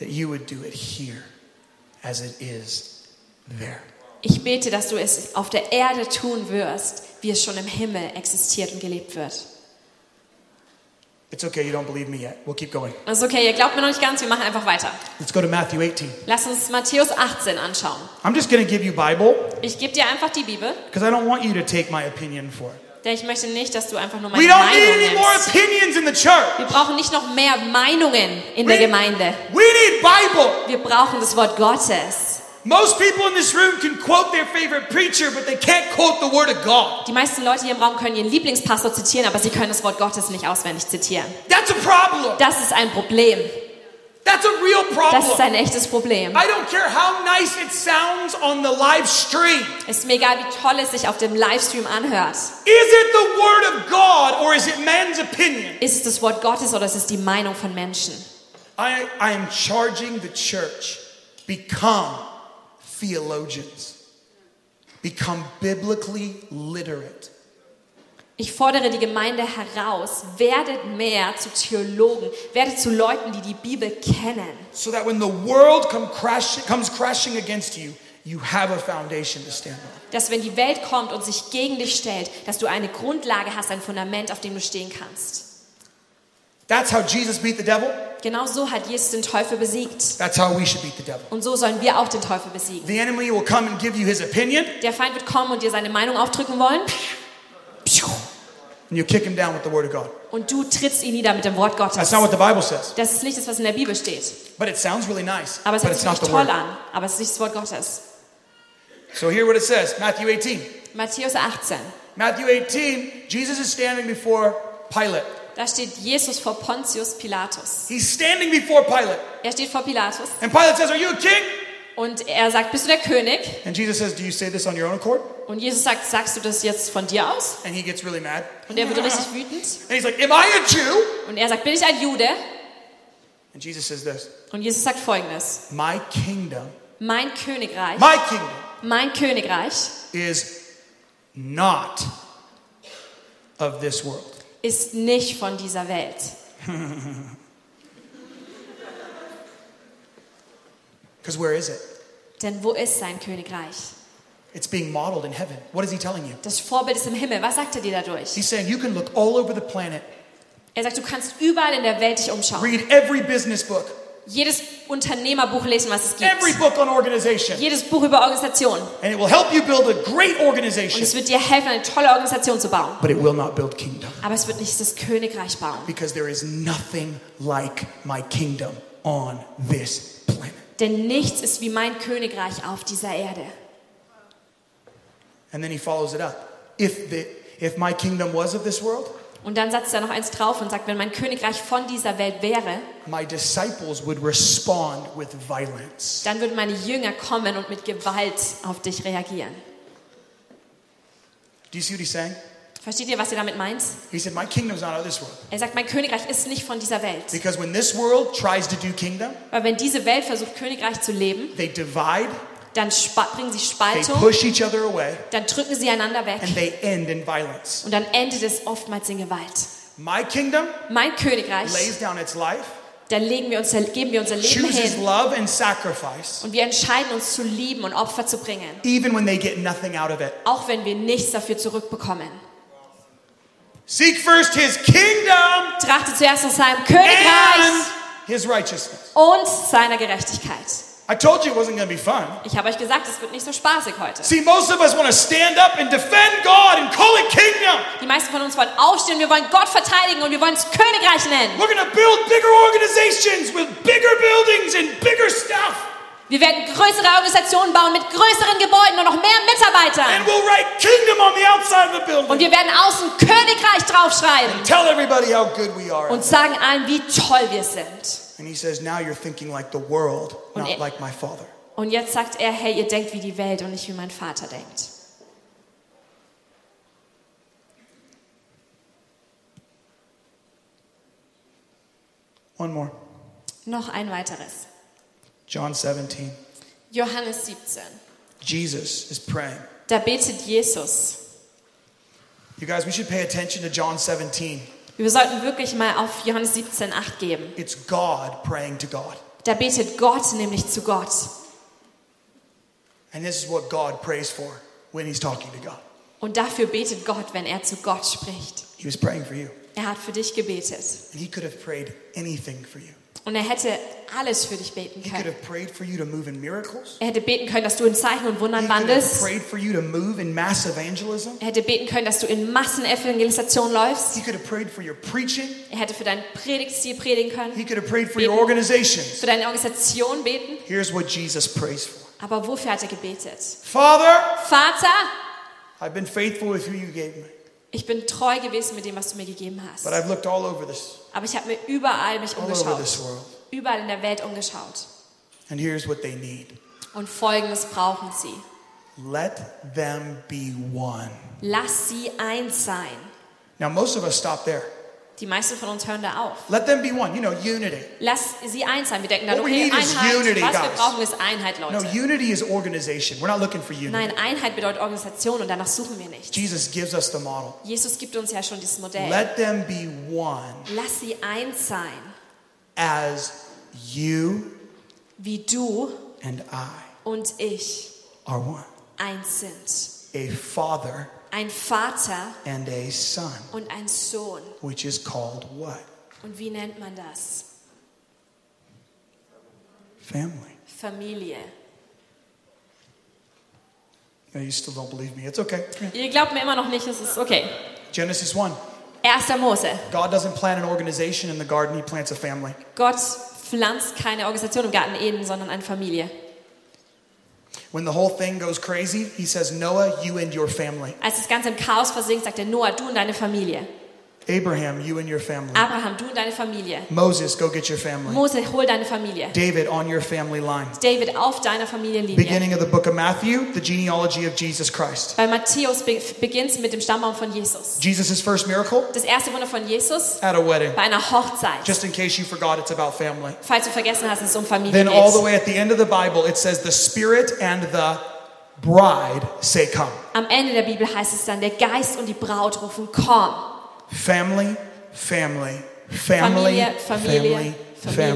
Speaker 1: that you would do it here as it is there.
Speaker 2: Ich bete, dass du es auf der Erde tun wirst, wie es schon im Himmel existiert und gelebt wird.
Speaker 1: It's okay, you don't believe me yet. We'll keep going.
Speaker 2: Das ist Also okay, ihr glaubt mir noch nicht ganz, wir machen einfach weiter.
Speaker 1: Let's go to Matthew 18.
Speaker 2: Lass uns Matthäus 18 anschauen.
Speaker 1: I'm just going to give you Bible
Speaker 2: Ich gebe dir einfach die Bibel,
Speaker 1: because I don't want you to take my opinion for it.
Speaker 2: denn ich möchte nicht, dass du einfach nur meine
Speaker 1: We don't need
Speaker 2: Meinung
Speaker 1: any more
Speaker 2: nimmst.
Speaker 1: opinions in the church.
Speaker 2: Wir brauchen nicht noch mehr Meinungen in der
Speaker 1: We-
Speaker 2: Gemeinde.
Speaker 1: We need Bible.
Speaker 2: Wir brauchen das Wort Gottes.
Speaker 1: Most people in this room can quote their favorite preacher, but they can't quote the Word of God.
Speaker 2: Die meisten Leute hier im Raum können ihren Lieblingspastor zitieren, aber sie können das Wort Gottes nicht auswendig zitieren.
Speaker 1: That's a problem.
Speaker 2: Das ist ein Problem.
Speaker 1: That's a real
Speaker 2: Das ist
Speaker 1: problem.
Speaker 2: ein echtes Problem.
Speaker 1: I don't care how nice it sounds on the live stream.
Speaker 2: Es ist mir egal, wie toll es sich auf dem Livestream anhört.
Speaker 1: Is it the word of God or is it man's opinion?
Speaker 2: Ist es das Wort Gottes oder ist es die Meinung von Menschen?
Speaker 1: I, I am charging the church become theologians, become biblically literate.
Speaker 2: Ich fordere die Gemeinde heraus, werdet mehr zu Theologen, werdet zu Leuten, die die Bibel kennen,
Speaker 1: so that when the world come crash, comes crashing against you, you have a foundation to stand on.
Speaker 2: dass wenn die Welt kommt und sich gegen dich stellt, dass du eine Grundlage hast, ein Fundament, auf dem du stehen kannst.
Speaker 1: That's how Jesus beat the devil.
Speaker 2: Genau so hat Jesus den Teufel besiegt.
Speaker 1: That's how we should beat the devil.
Speaker 2: Und so sollen wir auch den Teufel besiegen.
Speaker 1: The enemy will come and give you his opinion,
Speaker 2: Der Feind wird kommen und dir seine Meinung aufdrücken wollen
Speaker 1: and you kick him down with the word of God.
Speaker 2: und du trittst ihn nieder mit dem Wort Gottes.
Speaker 1: That's not what the Bible says,
Speaker 2: Das ist nicht das, was in der Bibel steht.
Speaker 1: but it sounds really nice.
Speaker 2: Aber es
Speaker 1: but
Speaker 2: hört
Speaker 1: it's
Speaker 2: sich
Speaker 1: not
Speaker 2: nicht
Speaker 1: the
Speaker 2: toll
Speaker 1: word.
Speaker 2: an. Aber es ist nicht das Wort Gottes.
Speaker 1: So hear what it says, Matthew 18.
Speaker 2: Matthäus 18.
Speaker 1: Matthew 18, Jesus is standing before Pilate.
Speaker 2: Da steht Jesus vor Pontius Pilatus.
Speaker 1: He's standing before Pilate,
Speaker 2: Er steht vor Pilatus
Speaker 1: and Pilate says, "Are you a king?"
Speaker 2: und er sagt, bist du der König?
Speaker 1: And Jesus says, "Do you say this on your own accord?"
Speaker 2: Und Jesus sagt, sagst du das jetzt von dir aus?
Speaker 1: And he gets really mad.
Speaker 2: Und er wird
Speaker 1: and
Speaker 2: richtig wütend.
Speaker 1: he's like, "Am I a Jew?"
Speaker 2: Und er sagt, bin ich ein Jude?
Speaker 1: And Jesus says this.
Speaker 2: Und Jesus sagt folgendes.
Speaker 1: My kingdom,
Speaker 2: Mein Königreich,
Speaker 1: my kingdom
Speaker 2: mein Königreich
Speaker 1: is not of this world.
Speaker 2: ist nicht von dieser Welt.
Speaker 1: Because where is it?
Speaker 2: Denn wo ist sein Königreich?
Speaker 1: It's being modeled in heaven. What is he telling you?
Speaker 2: Das Vorbild ist im Himmel. Was sagt er dir dadurch?
Speaker 1: He's saying you can look all over the planet,
Speaker 2: Er sagt, du kannst überall in der Welt dich umschauen.
Speaker 1: read every business book,
Speaker 2: Jedes Unternehmerbuch lesen, was es gibt.
Speaker 1: every book on organization,
Speaker 2: Jedes Buch über Organisation.
Speaker 1: and it will help you build a great
Speaker 2: Und es
Speaker 1: organization,
Speaker 2: wird dir helfen, eine tolle Organisation zu bauen.
Speaker 1: but it will not build kingdom
Speaker 2: Aber es wird nicht das Königreich bauen.
Speaker 1: because there is nothing like my kingdom on this planet.
Speaker 2: Denn nichts ist wie mein Königreich auf dieser Erde.
Speaker 1: And then he follows it up. If the if my kingdom was of this world,
Speaker 2: Und dann setzt er noch eins drauf und sagt, wenn mein Königreich von dieser Welt wäre,
Speaker 1: my disciples would respond with violence.
Speaker 2: dann würden meine Jünger kommen und mit Gewalt auf dich reagieren.
Speaker 1: Do you see what he's saying?
Speaker 2: Versteht ihr, was er damit meint?
Speaker 1: He said, My kingdom's not of this world.
Speaker 2: Er sagt, mein Königreich ist nicht von dieser Welt.
Speaker 1: Because when this world tries to do kingdom,
Speaker 2: Weil wenn diese Welt versucht, Königreich zu leben,
Speaker 1: they divide,
Speaker 2: dann spa- bringen sie
Speaker 1: they
Speaker 2: Spaltung,
Speaker 1: push each other away,
Speaker 2: dann drücken sie einander weg.
Speaker 1: and they end in violence.
Speaker 2: Und dann endet es oftmals in Gewalt.
Speaker 1: My kingdom
Speaker 2: Mein Königreich,
Speaker 1: lays down its life,
Speaker 2: dann legen wir unser, geben wir unser Leben
Speaker 1: chooses
Speaker 2: hin
Speaker 1: love and sacrifice,
Speaker 2: und wir entscheiden uns zu lieben und Opfer zu bringen,
Speaker 1: even when they get nothing out of it.
Speaker 2: auch wenn wir nichts dafür zurückbekommen.
Speaker 1: Seek first his kingdom
Speaker 2: Trachte zuerst nach seinem Königreich
Speaker 1: and his righteousness.
Speaker 2: und seiner Gerechtigkeit.
Speaker 1: I told you it wasn't going to be fun.
Speaker 2: Ich habe euch gesagt, es wird nicht so spaßig heute.
Speaker 1: See, most of us want to stand up and defend God and call it kingdom.
Speaker 2: Die meisten von uns wollen aufstehen, wir wollen Gott verteidigen und wir wollen es Königreich nennen.
Speaker 1: We're going to build bigger organizations with bigger buildings and bigger stuff.
Speaker 2: Wir werden größere Organisationen bauen mit größeren Gebäuden und noch mehr
Speaker 1: And
Speaker 2: Mitarbeitern.
Speaker 1: we'll write kingdom on the outside of the
Speaker 2: Und
Speaker 1: building.
Speaker 2: wir werden außen Königreich draufschreiben
Speaker 1: Tell everybody how good we are.
Speaker 2: und sagen allen, wie toll wir sind.
Speaker 1: And he says, Now you're thinking like the world,
Speaker 2: Und
Speaker 1: not
Speaker 2: er-
Speaker 1: like my father.
Speaker 2: Und jetzt sagt er, hey, ihr denkt wie die Welt und nicht wie mein Vater denkt.
Speaker 1: One more.
Speaker 2: Noch ein weiteres.
Speaker 1: John 17.
Speaker 2: Johannes 17.
Speaker 1: Jesus is praying.
Speaker 2: Da betet Jesus.
Speaker 1: You guys, we should pay attention to John 17.
Speaker 2: Wir sollten wirklich mal auf Johannes 17, 8 geben.
Speaker 1: It's God praying to God.
Speaker 2: Da betet Gott nämlich zu Gott.
Speaker 1: And this is what God prays for when he's talking to God.
Speaker 2: Und dafür betet Gott, wenn er zu Gott spricht.
Speaker 1: He was praying for you.
Speaker 2: Er hat für dich gebetet.
Speaker 1: And he could have prayed anything for you.
Speaker 2: Und er hätte alles für dich beten
Speaker 1: He could
Speaker 2: können.
Speaker 1: have prayed for you to move in miracles.
Speaker 2: Er hätte beten können, dass du in Zeichen und
Speaker 1: He
Speaker 2: Wundern
Speaker 1: could have
Speaker 2: wandelst.
Speaker 1: prayed for you to move in mass evangelism.
Speaker 2: Er hätte beten können, dass du in Massenevangelisation läufst.
Speaker 1: He could have prayed for your preaching.
Speaker 2: Er hätte für deinen Predigtstil predigen können.
Speaker 1: He could have prayed for your organizations.
Speaker 2: Für deine Organisation beten.
Speaker 1: Here's what Jesus prays for
Speaker 2: Aber wofür hat er gebetet?
Speaker 1: Father,
Speaker 2: Vater,
Speaker 1: I've been faithful with who you gave me,
Speaker 2: ich bin treu gewesen mit dem, was du mir gegeben hast.
Speaker 1: but I've looked all over this,
Speaker 2: Aber ich habe mir überall mich
Speaker 1: all over
Speaker 2: umgeschaut.
Speaker 1: this world.
Speaker 2: überall in der Welt umgeschaut.
Speaker 1: And here's what they need
Speaker 2: Und Folgendes brauchen sie.
Speaker 1: let them be one.
Speaker 2: Lass sie eins sein.
Speaker 1: Now, most of us stop there.
Speaker 2: Die meisten von uns hören da auf.
Speaker 1: Let them be one, you know, unity.
Speaker 2: Lass sie eins sein. Wir denken dann,
Speaker 1: What we
Speaker 2: okay,
Speaker 1: need is
Speaker 2: Einheit.
Speaker 1: unity,
Speaker 2: Was wir
Speaker 1: guys.
Speaker 2: brauchen, ist Einheit,
Speaker 1: No,
Speaker 2: Leute.
Speaker 1: unity is organization. We're not looking for unity.
Speaker 2: Nein, Einheit bedeutet Organisation und danach suchen wir nicht.
Speaker 1: Jesus gives us the model.
Speaker 2: Jesus gibt uns ja schon dieses Modell.
Speaker 1: Let them be one
Speaker 2: Lass sie eins sein,
Speaker 1: as you
Speaker 2: wie du
Speaker 1: and I
Speaker 2: und ich
Speaker 1: are one.
Speaker 2: eins sind.
Speaker 1: A father
Speaker 2: Ein Vater
Speaker 1: and a son,
Speaker 2: und ein Sohn.
Speaker 1: which is called what?
Speaker 2: Und wie nennt man das?
Speaker 1: Family.
Speaker 2: Familie.
Speaker 1: No, you still don't believe me. It's okay. Come here.
Speaker 2: Ihr glaubt mir immer noch nicht, es ist okay.
Speaker 1: Genesis 1.
Speaker 2: 1. Mose.
Speaker 1: God doesn't plant an organization in the garden, He plants a family.
Speaker 2: Gott pflanzt keine Organisation im Garten Eden, sondern eine Familie.
Speaker 1: When the whole thing goes crazy, He says, Noah, you and your family.
Speaker 2: Als das Ganze im Chaos versinkt, sagt er, Noah, du und deine Familie.
Speaker 1: Abraham, you and your family.
Speaker 2: Abraham, du und deine Familie.
Speaker 1: Moses, go get your family.
Speaker 2: Mose, hol deine Familie.
Speaker 1: David, on your family line.
Speaker 2: David, auf deiner Familienlinie.
Speaker 1: Beginning of the book of Matthew, the genealogy of Jesus Christ.
Speaker 2: Bei Matthäus be beginnt mit dem Stammbaum von Jesus.
Speaker 1: Jesus' first miracle
Speaker 2: Das erste Wunder von Jesus
Speaker 1: at a wedding.
Speaker 2: bei einer Hochzeit.
Speaker 1: Just in case you forgot, it's about family.
Speaker 2: Falls du vergessen hast, dass es um Familie
Speaker 1: Then, all the
Speaker 2: geht.
Speaker 1: way at the end of the Bible, it says, The Spirit and the bride say, Come.
Speaker 2: Am Ende der Bibel heißt es dann, der Geist und die Braut rufen, komm.
Speaker 1: Family, family, family,
Speaker 2: Familie, Familie,
Speaker 1: family,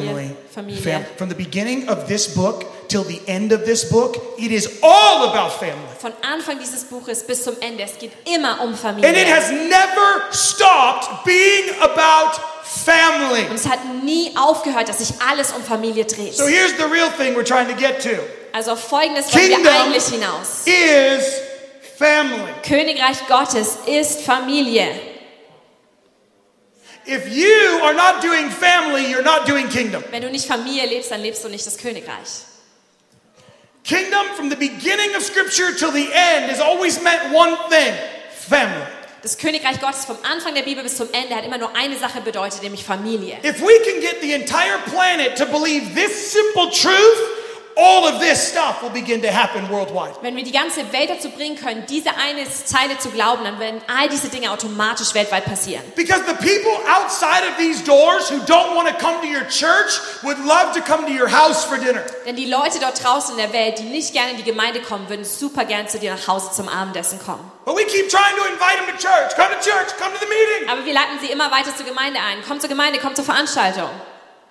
Speaker 2: Familie, Familie.
Speaker 1: From the beginning of this book till the end of this book, it is all about family.
Speaker 2: Von Anfang dieses Buches bis zum Ende, es geht immer um
Speaker 1: And it
Speaker 2: Familie.
Speaker 1: has never stopped being about
Speaker 2: Und
Speaker 1: family.
Speaker 2: es hat nie aufgehört, dass sich alles um Familie dreht.
Speaker 1: So here's the real thing we're trying to get to
Speaker 2: Also auf Folgendes wollen wir
Speaker 1: Kingdom.
Speaker 2: eigentlich hinaus.
Speaker 1: is family.
Speaker 2: Königreich Gottes ist Familie.
Speaker 1: If you are not doing family, you're not doing kingdom.
Speaker 2: Wenn du nicht Familie lebst, dann lebst du nicht das Königreich.
Speaker 1: Kingdom from the beginning of scripture till the end has always meant one thing, family.
Speaker 2: Das Königreich Gottes vom Anfang der Bibel bis zum Ende hat immer nur eine Sache bedeutet, nämlich Familie.
Speaker 1: If we can get the entire planet to believe this simple truth, all of this stuff will begin to happen worldwide.
Speaker 2: Wenn wir die ganze Welt dazu bringen können, diese eine Zeile zu glauben, dann werden all diese Dinge automatisch weltweit passieren.
Speaker 1: Because the people outside of these doors who don't want to come to your church would love to come to your house for dinner.
Speaker 2: Denn die Leute dort draußen in der Welt, die nicht gerne in die Gemeinde kommen, würden super gern zu dir nach Hause zum Abendessen kommen.
Speaker 1: But we keep trying to invite them to church. Come to church, come to the meeting.
Speaker 2: Aber wir leiten sie immer weiter zur Gemeinde ein. Komm zur Gemeinde, komm zur Veranstaltung.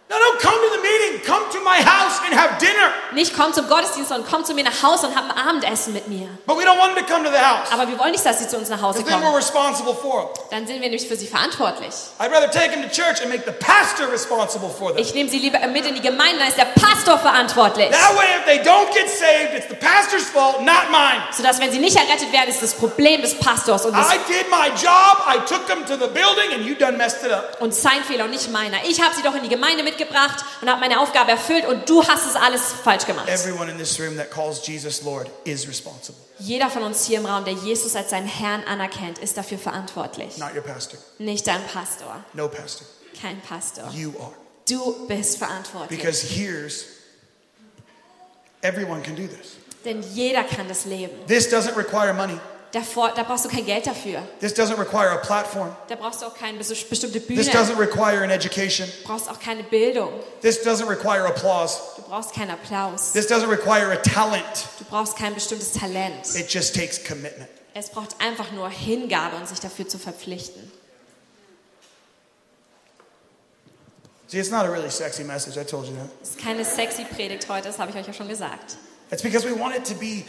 Speaker 1: No, don't come to the meeting. Come to my house and have dinner.
Speaker 2: Nicht komm zum Gottesdienst, sondern komm zu mir nach Hause und hab ein Abendessen mit mir.
Speaker 1: But we don't want them to come to the house.
Speaker 2: Aber wir wollen nicht, dass sie zu uns nach Hause
Speaker 1: Because then we're
Speaker 2: kommen.
Speaker 1: responsible for them.
Speaker 2: Dann sind wir nämlich für sie verantwortlich.
Speaker 1: I'd rather take them to church and make the pastor responsible for them.
Speaker 2: Ich nehme sie lieber mit in die Gemeinde, dann ist der Pastor verantwortlich.
Speaker 1: That way, if they don't get saved, it's the pastor's fault, not mine.
Speaker 2: Sodass, wenn sie nicht errettet werden, ist das Problem des Pastors und, des,
Speaker 1: I did my job. I took them to the building, and you done messed it up.
Speaker 2: und sein Fehler und nicht meiner. Ich habe sie doch in die Gemeinde mitgebracht und habe meine Aufgabe erfüllt und du hast es alles falsch gemacht.
Speaker 1: Everyone in this room that calls Jesus Lord is responsible,
Speaker 2: Jeder von uns hier im Raum, der Jesus als seinen Herrn anerkennt, ist dafür verantwortlich.
Speaker 1: not your pastor.
Speaker 2: Nicht dein Pastor,
Speaker 1: No pastor.
Speaker 2: kein Pastor.
Speaker 1: You are.
Speaker 2: Du bist verantwortlich.
Speaker 1: Because here's everyone can do this.
Speaker 2: Denn jeder kann das leben.
Speaker 1: This doesn't require money.
Speaker 2: Davor, da brauchst du kein Geld dafür.
Speaker 1: This doesn't require a platform.
Speaker 2: Da brauchst du auch keine bes- bestimmte
Speaker 1: This
Speaker 2: Bühne.
Speaker 1: doesn't require an education.
Speaker 2: Du brauchst auch keine Bildung.
Speaker 1: This doesn't require applause.
Speaker 2: Du brauchst keinen Applaus.
Speaker 1: This doesn't require a talent.
Speaker 2: Du brauchst kein bestimmtes Talent.
Speaker 1: It just takes commitment.
Speaker 2: Es braucht einfach nur Hingabe und sich dafür zu verpflichten.
Speaker 1: See, it's not a really sexy message. I told you that.
Speaker 2: Das ist keine sexy Predigt heute, das habe ich euch ja schon gesagt.
Speaker 1: It's because we want it to be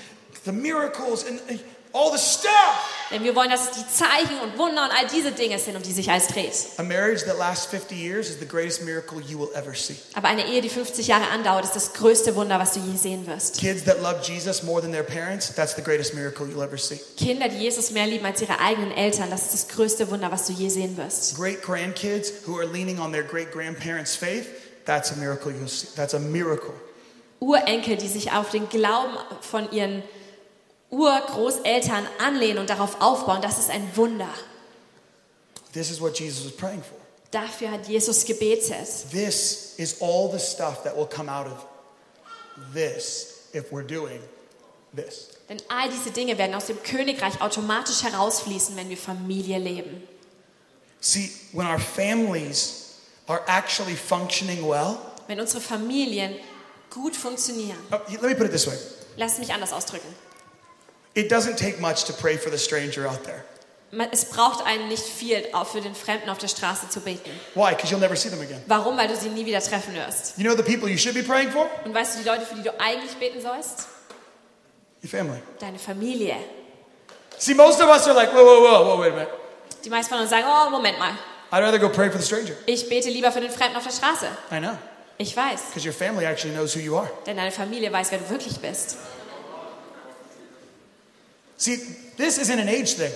Speaker 1: the miracles and uh, all the stuff.
Speaker 2: Denn wir wollen, dass es die Zeichen und Wunder und all diese Dinge sind, um die sich alles dreht.
Speaker 1: A marriage that lasts 50 years is the greatest miracle you will ever see.
Speaker 2: Aber eine Ehe, die 50 Jahre andauert, ist das größte Wunder, was du je sehen wirst.
Speaker 1: Kids that love Jesus more than their parents, that's the greatest miracle you'll ever see.
Speaker 2: Kinder, die Jesus mehr lieben als ihre eigenen Eltern, das ist das größte Wunder, was du je sehen wirst.
Speaker 1: Great grandkids who are leaning on their great grandparents' faith, that's a miracle you'll see. That's a miracle.
Speaker 2: Urenkel, die sich auf den Glauben von ihren Urgroßeltern anlehnen und darauf aufbauen, das ist ein Wunder.
Speaker 1: This is what Jesus was praying for.
Speaker 2: Dafür hat Jesus gebetet.
Speaker 1: This is all the stuff that will come out of this if we're doing this.
Speaker 2: Denn all diese Dinge werden aus dem Königreich automatisch herausfließen, wenn wir Familie leben.
Speaker 1: See, when our families are actually functioning well,
Speaker 2: Wenn unsere Familien gut funktionieren.
Speaker 1: oh, let me put it this way
Speaker 2: Lass mich anders ausdrücken.
Speaker 1: it doesn't take much to pray for the stranger out there.
Speaker 2: Man- Es braucht einen nicht viel, auch für den Fremden auf der Straße zu beten.
Speaker 1: Why? Because you'll never see them again.
Speaker 2: Warum? Weil du sie nie wieder treffen wirst.
Speaker 1: You know the people you should be praying for?
Speaker 2: Und weißt du, die Leute, für die du eigentlich beten sollst?
Speaker 1: Your family.
Speaker 2: Deine Familie.
Speaker 1: See, most of us are like, whoa, whoa, whoa, whoa, wait a minute.
Speaker 2: Die meisten von uns sagen, oh, Moment mal,
Speaker 1: I'd rather go pray for the stranger.
Speaker 2: ich bete lieber für den Fremden auf der Straße.
Speaker 1: I know.
Speaker 2: Ich weiß,
Speaker 1: Because your family actually knows who you are.
Speaker 2: denn deine Familie weiß, wer du wirklich bist.
Speaker 1: See, this isn't an age thing.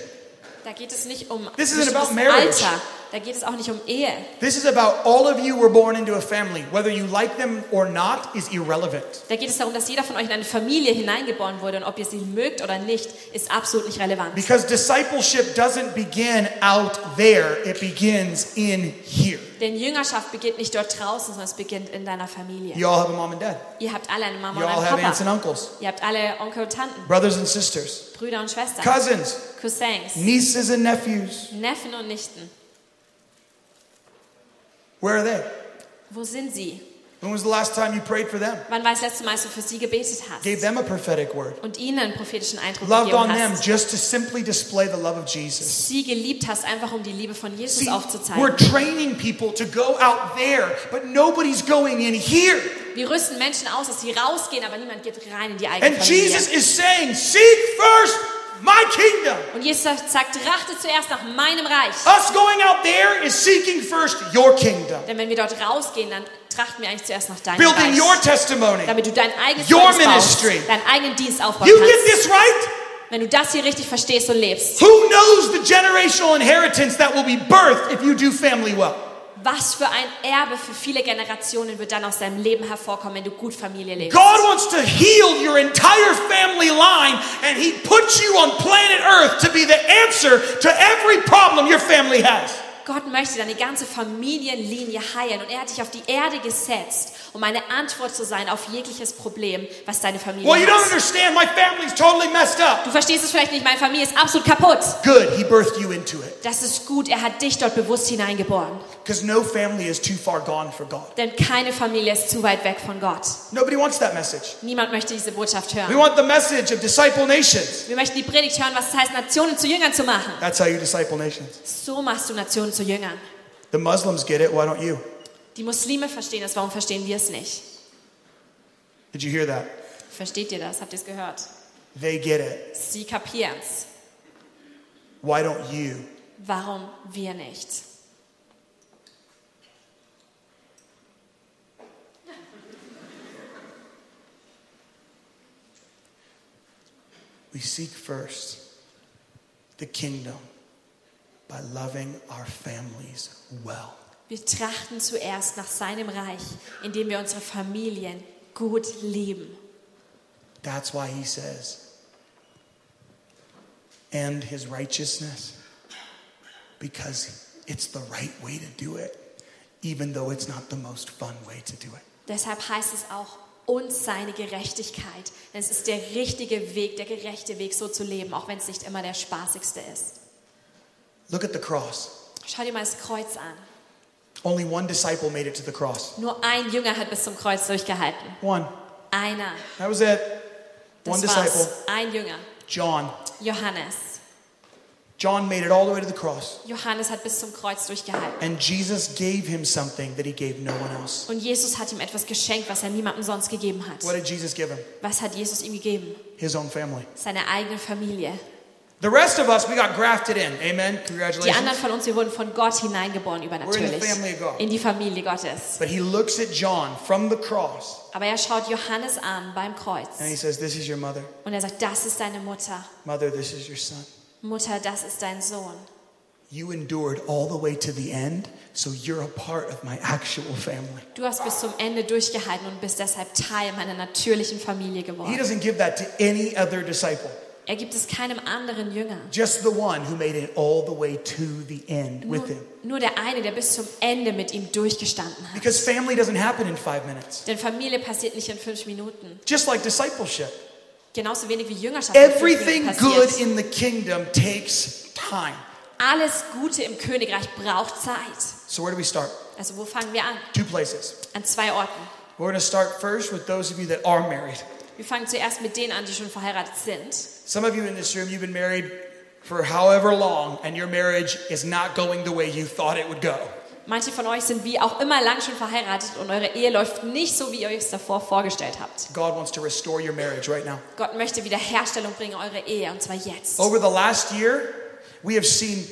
Speaker 2: Da geht es nicht um
Speaker 1: This isn't
Speaker 2: nicht um
Speaker 1: about
Speaker 2: das
Speaker 1: marriage.
Speaker 2: Alter, da geht es auch nicht um Ehe.
Speaker 1: This is about all of you were born into a family. Whether you like them or not is irrelevant.
Speaker 2: Da geht es darum, dass jeder von euch in eine Familie hineingeboren wurde und ob ihr sie mögt oder nicht, ist absolut nicht relevant.
Speaker 1: Because discipleship doesn't begin out there, it begins in here.
Speaker 2: Denn Jüngerschaft beginnt nicht dort draußen, sondern es beginnt in deiner Familie.
Speaker 1: You all have a mom and dad.
Speaker 2: Ihr habt alle eine Mama
Speaker 1: You
Speaker 2: und
Speaker 1: all have
Speaker 2: einen
Speaker 1: aunts and
Speaker 2: Papa.
Speaker 1: uncles,
Speaker 2: Ihr habt alle Onkel und Tanten,
Speaker 1: brothers and sisters,
Speaker 2: Brüder und Schwestern,
Speaker 1: cousins,
Speaker 2: Cousins,
Speaker 1: nieces and nephews.
Speaker 2: Neffen und Nichten.
Speaker 1: Where are they?
Speaker 2: Wo sind sie?
Speaker 1: When was the last time you prayed for them?
Speaker 2: Wann war das letzte Mal, dass du für sie gebetet hast?
Speaker 1: Gave them a prophetic word.
Speaker 2: und ihnen einen prophetischen Eindruck
Speaker 1: Loved on
Speaker 2: gegeben
Speaker 1: them
Speaker 2: hast,
Speaker 1: just to simply display the love of Jesus.
Speaker 2: sie geliebt hast, einfach um die Liebe von Jesus
Speaker 1: See, we're
Speaker 2: aufzuzeigen.
Speaker 1: training people to go out there, but nobody's going in here.
Speaker 2: Wir rüsten Menschen aus, dass sie rausgehen, aber niemand geht rein in die eigene
Speaker 1: And
Speaker 2: Familie.
Speaker 1: Jesus is saying, Seek first my kingdom.
Speaker 2: Und Jesus sagt, trachte zuerst nach meinem Reich.
Speaker 1: Us going out there is seeking first your kingdom,
Speaker 2: Denn wenn wir dort rausgehen, dann trachten wir eigentlich zuerst nach deinem
Speaker 1: building
Speaker 2: Reich.
Speaker 1: your testimony.
Speaker 2: damit du dein eigenes
Speaker 1: your
Speaker 2: Zeugnis baust,
Speaker 1: ministry.
Speaker 2: deinen eigenen Dienst aufbauen
Speaker 1: You get
Speaker 2: kannst.
Speaker 1: this right?
Speaker 2: Wenn du das hier richtig verstehst und lebst.
Speaker 1: Who knows the generational inheritance that will be birthed if you do family well?
Speaker 2: Was für ein Erbe für viele Generationen wird dann aus deinem Leben hervorkommen, wenn du gut Familie lebst.
Speaker 1: God wants to heal your entire family line, and He puts you on planet Earth to be the answer to every problem your family has.
Speaker 2: Gott möchte deine ganze Familienlinie heilen und er hat dich auf die Erde gesetzt, um eine Antwort zu sein auf jegliches Problem, was deine Familie
Speaker 1: Well, you don't
Speaker 2: hat.
Speaker 1: understand. My family's totally messed up.
Speaker 2: Du verstehst es vielleicht nicht, meine Familie ist absolut kaputt.
Speaker 1: Good, he birthed you into it.
Speaker 2: Das ist gut, er hat dich dort bewusst hineingeboren.
Speaker 1: Because no family is too far gone for God.
Speaker 2: Denn keine Familie ist zu weit weg von Gott.
Speaker 1: Nobody wants that message.
Speaker 2: Niemand möchte diese Botschaft
Speaker 1: We
Speaker 2: hören.
Speaker 1: want the message of disciple nations.
Speaker 2: Wir möchten die Predigt hören, was es heißt, Nationen zu Jüngern zu machen.
Speaker 1: That's how you disciple nations.
Speaker 2: So machst du Nationen zu Jüngern.
Speaker 1: The Muslims get it, why don't you?
Speaker 2: Die Muslime verstehen das, warum verstehen wir es nicht?
Speaker 1: Did you hear that?
Speaker 2: Versteht ihr das? Habt ihr es gehört?
Speaker 1: They get it.
Speaker 2: Sie kapieren es.
Speaker 1: Why don't you?
Speaker 2: Warum wir nicht?
Speaker 1: We seek first the kingdom by loving our families well.
Speaker 2: Wir trachten zuerst nach seinem Reich, indem wir unsere Familien gut lieben.
Speaker 1: That's why he says, and his righteousness, because it's the right way to do it, even though it's not the most fun way to do it.
Speaker 2: Deshalb heißt es auch und seine Gerechtigkeit. Denn es ist der richtige Weg, der gerechte Weg, so zu leben, auch wenn es nicht immer der spaßigste ist.
Speaker 1: Look at the cross.
Speaker 2: Schau dir mal das Kreuz an.
Speaker 1: Only one disciple made it to the cross.
Speaker 2: Nur ein Jünger hat bis zum Kreuz durchgehalten.
Speaker 1: One.
Speaker 2: Einer.
Speaker 1: That was it. One
Speaker 2: Das
Speaker 1: disciple.
Speaker 2: war's. Ein Jünger.
Speaker 1: John.
Speaker 2: Johannes.
Speaker 1: John made it all the way to the cross.
Speaker 2: Johannes hat bis zum Kreuz durchgehalten.
Speaker 1: And Jesus gave him something that he gave no one else.
Speaker 2: Und Jesus hat ihm etwas geschenkt, was er niemandem sonst gegeben hat.
Speaker 1: What did Jesus give him?
Speaker 2: Was hat Jesus ihm gegeben?
Speaker 1: His own family.
Speaker 2: Seine eigene Familie.
Speaker 1: The rest of us, we got grafted in. Amen.
Speaker 2: Die
Speaker 1: Congratulations.
Speaker 2: anderen von uns, wir wurden von Gott hineingeboren,
Speaker 1: We're in
Speaker 2: übernatürlich.
Speaker 1: the family of God.
Speaker 2: In die Familie Gottes.
Speaker 1: But he looks at John from the cross
Speaker 2: Aber er schaut Johannes an beim
Speaker 1: And he
Speaker 2: Kreuz.
Speaker 1: says, This is your mother.
Speaker 2: Und er sagt, das ist deine Mutter.
Speaker 1: Mother, this is your son.
Speaker 2: Mutter, das ist dein Sohn.
Speaker 1: You endured all the way to the end, so you're a part of my actual family.
Speaker 2: Du hast bis zum Ende durchgehalten und bist deshalb Teil meiner natürlichen Familie
Speaker 1: He
Speaker 2: geworden.
Speaker 1: doesn't give that to any other disciple.
Speaker 2: Er gibt es keinem anderen Jünger.
Speaker 1: just the one who made it all the way to the end
Speaker 2: Nur,
Speaker 1: with him.
Speaker 2: nur der eine, der bis zum Ende mit ihm durchgestanden hat.
Speaker 1: Because family doesn't happen in five minutes,
Speaker 2: Denn Familie passiert nicht in fünf Minuten.
Speaker 1: just like discipleship.
Speaker 2: Genauso wenig wie Jüngerschaft. in fünf Minuten
Speaker 1: Everything
Speaker 2: passiert.
Speaker 1: good in the kingdom takes time.
Speaker 2: Alles Gute im Königreich braucht Zeit.
Speaker 1: So, where do we start?
Speaker 2: Also wo fangen wir an?
Speaker 1: Two places.
Speaker 2: An zwei Orten.
Speaker 1: We're going to start first with those of you that are married.
Speaker 2: Wir fangen zuerst mit denen an, die schon verheiratet sind.
Speaker 1: Some of you in this room, you've been married for however long, and your marriage is not going the way you thought it would go.
Speaker 2: Manche von euch sind wie auch immer lang schon verheiratet und eure Ehe läuft nicht so, wie ihr euch es davor vorgestellt habt.
Speaker 1: God wants to restore your marriage right now.
Speaker 2: Gott möchte wieder Herstellung bringen in eure Ehe und zwar jetzt.
Speaker 1: Over the last year, we have seen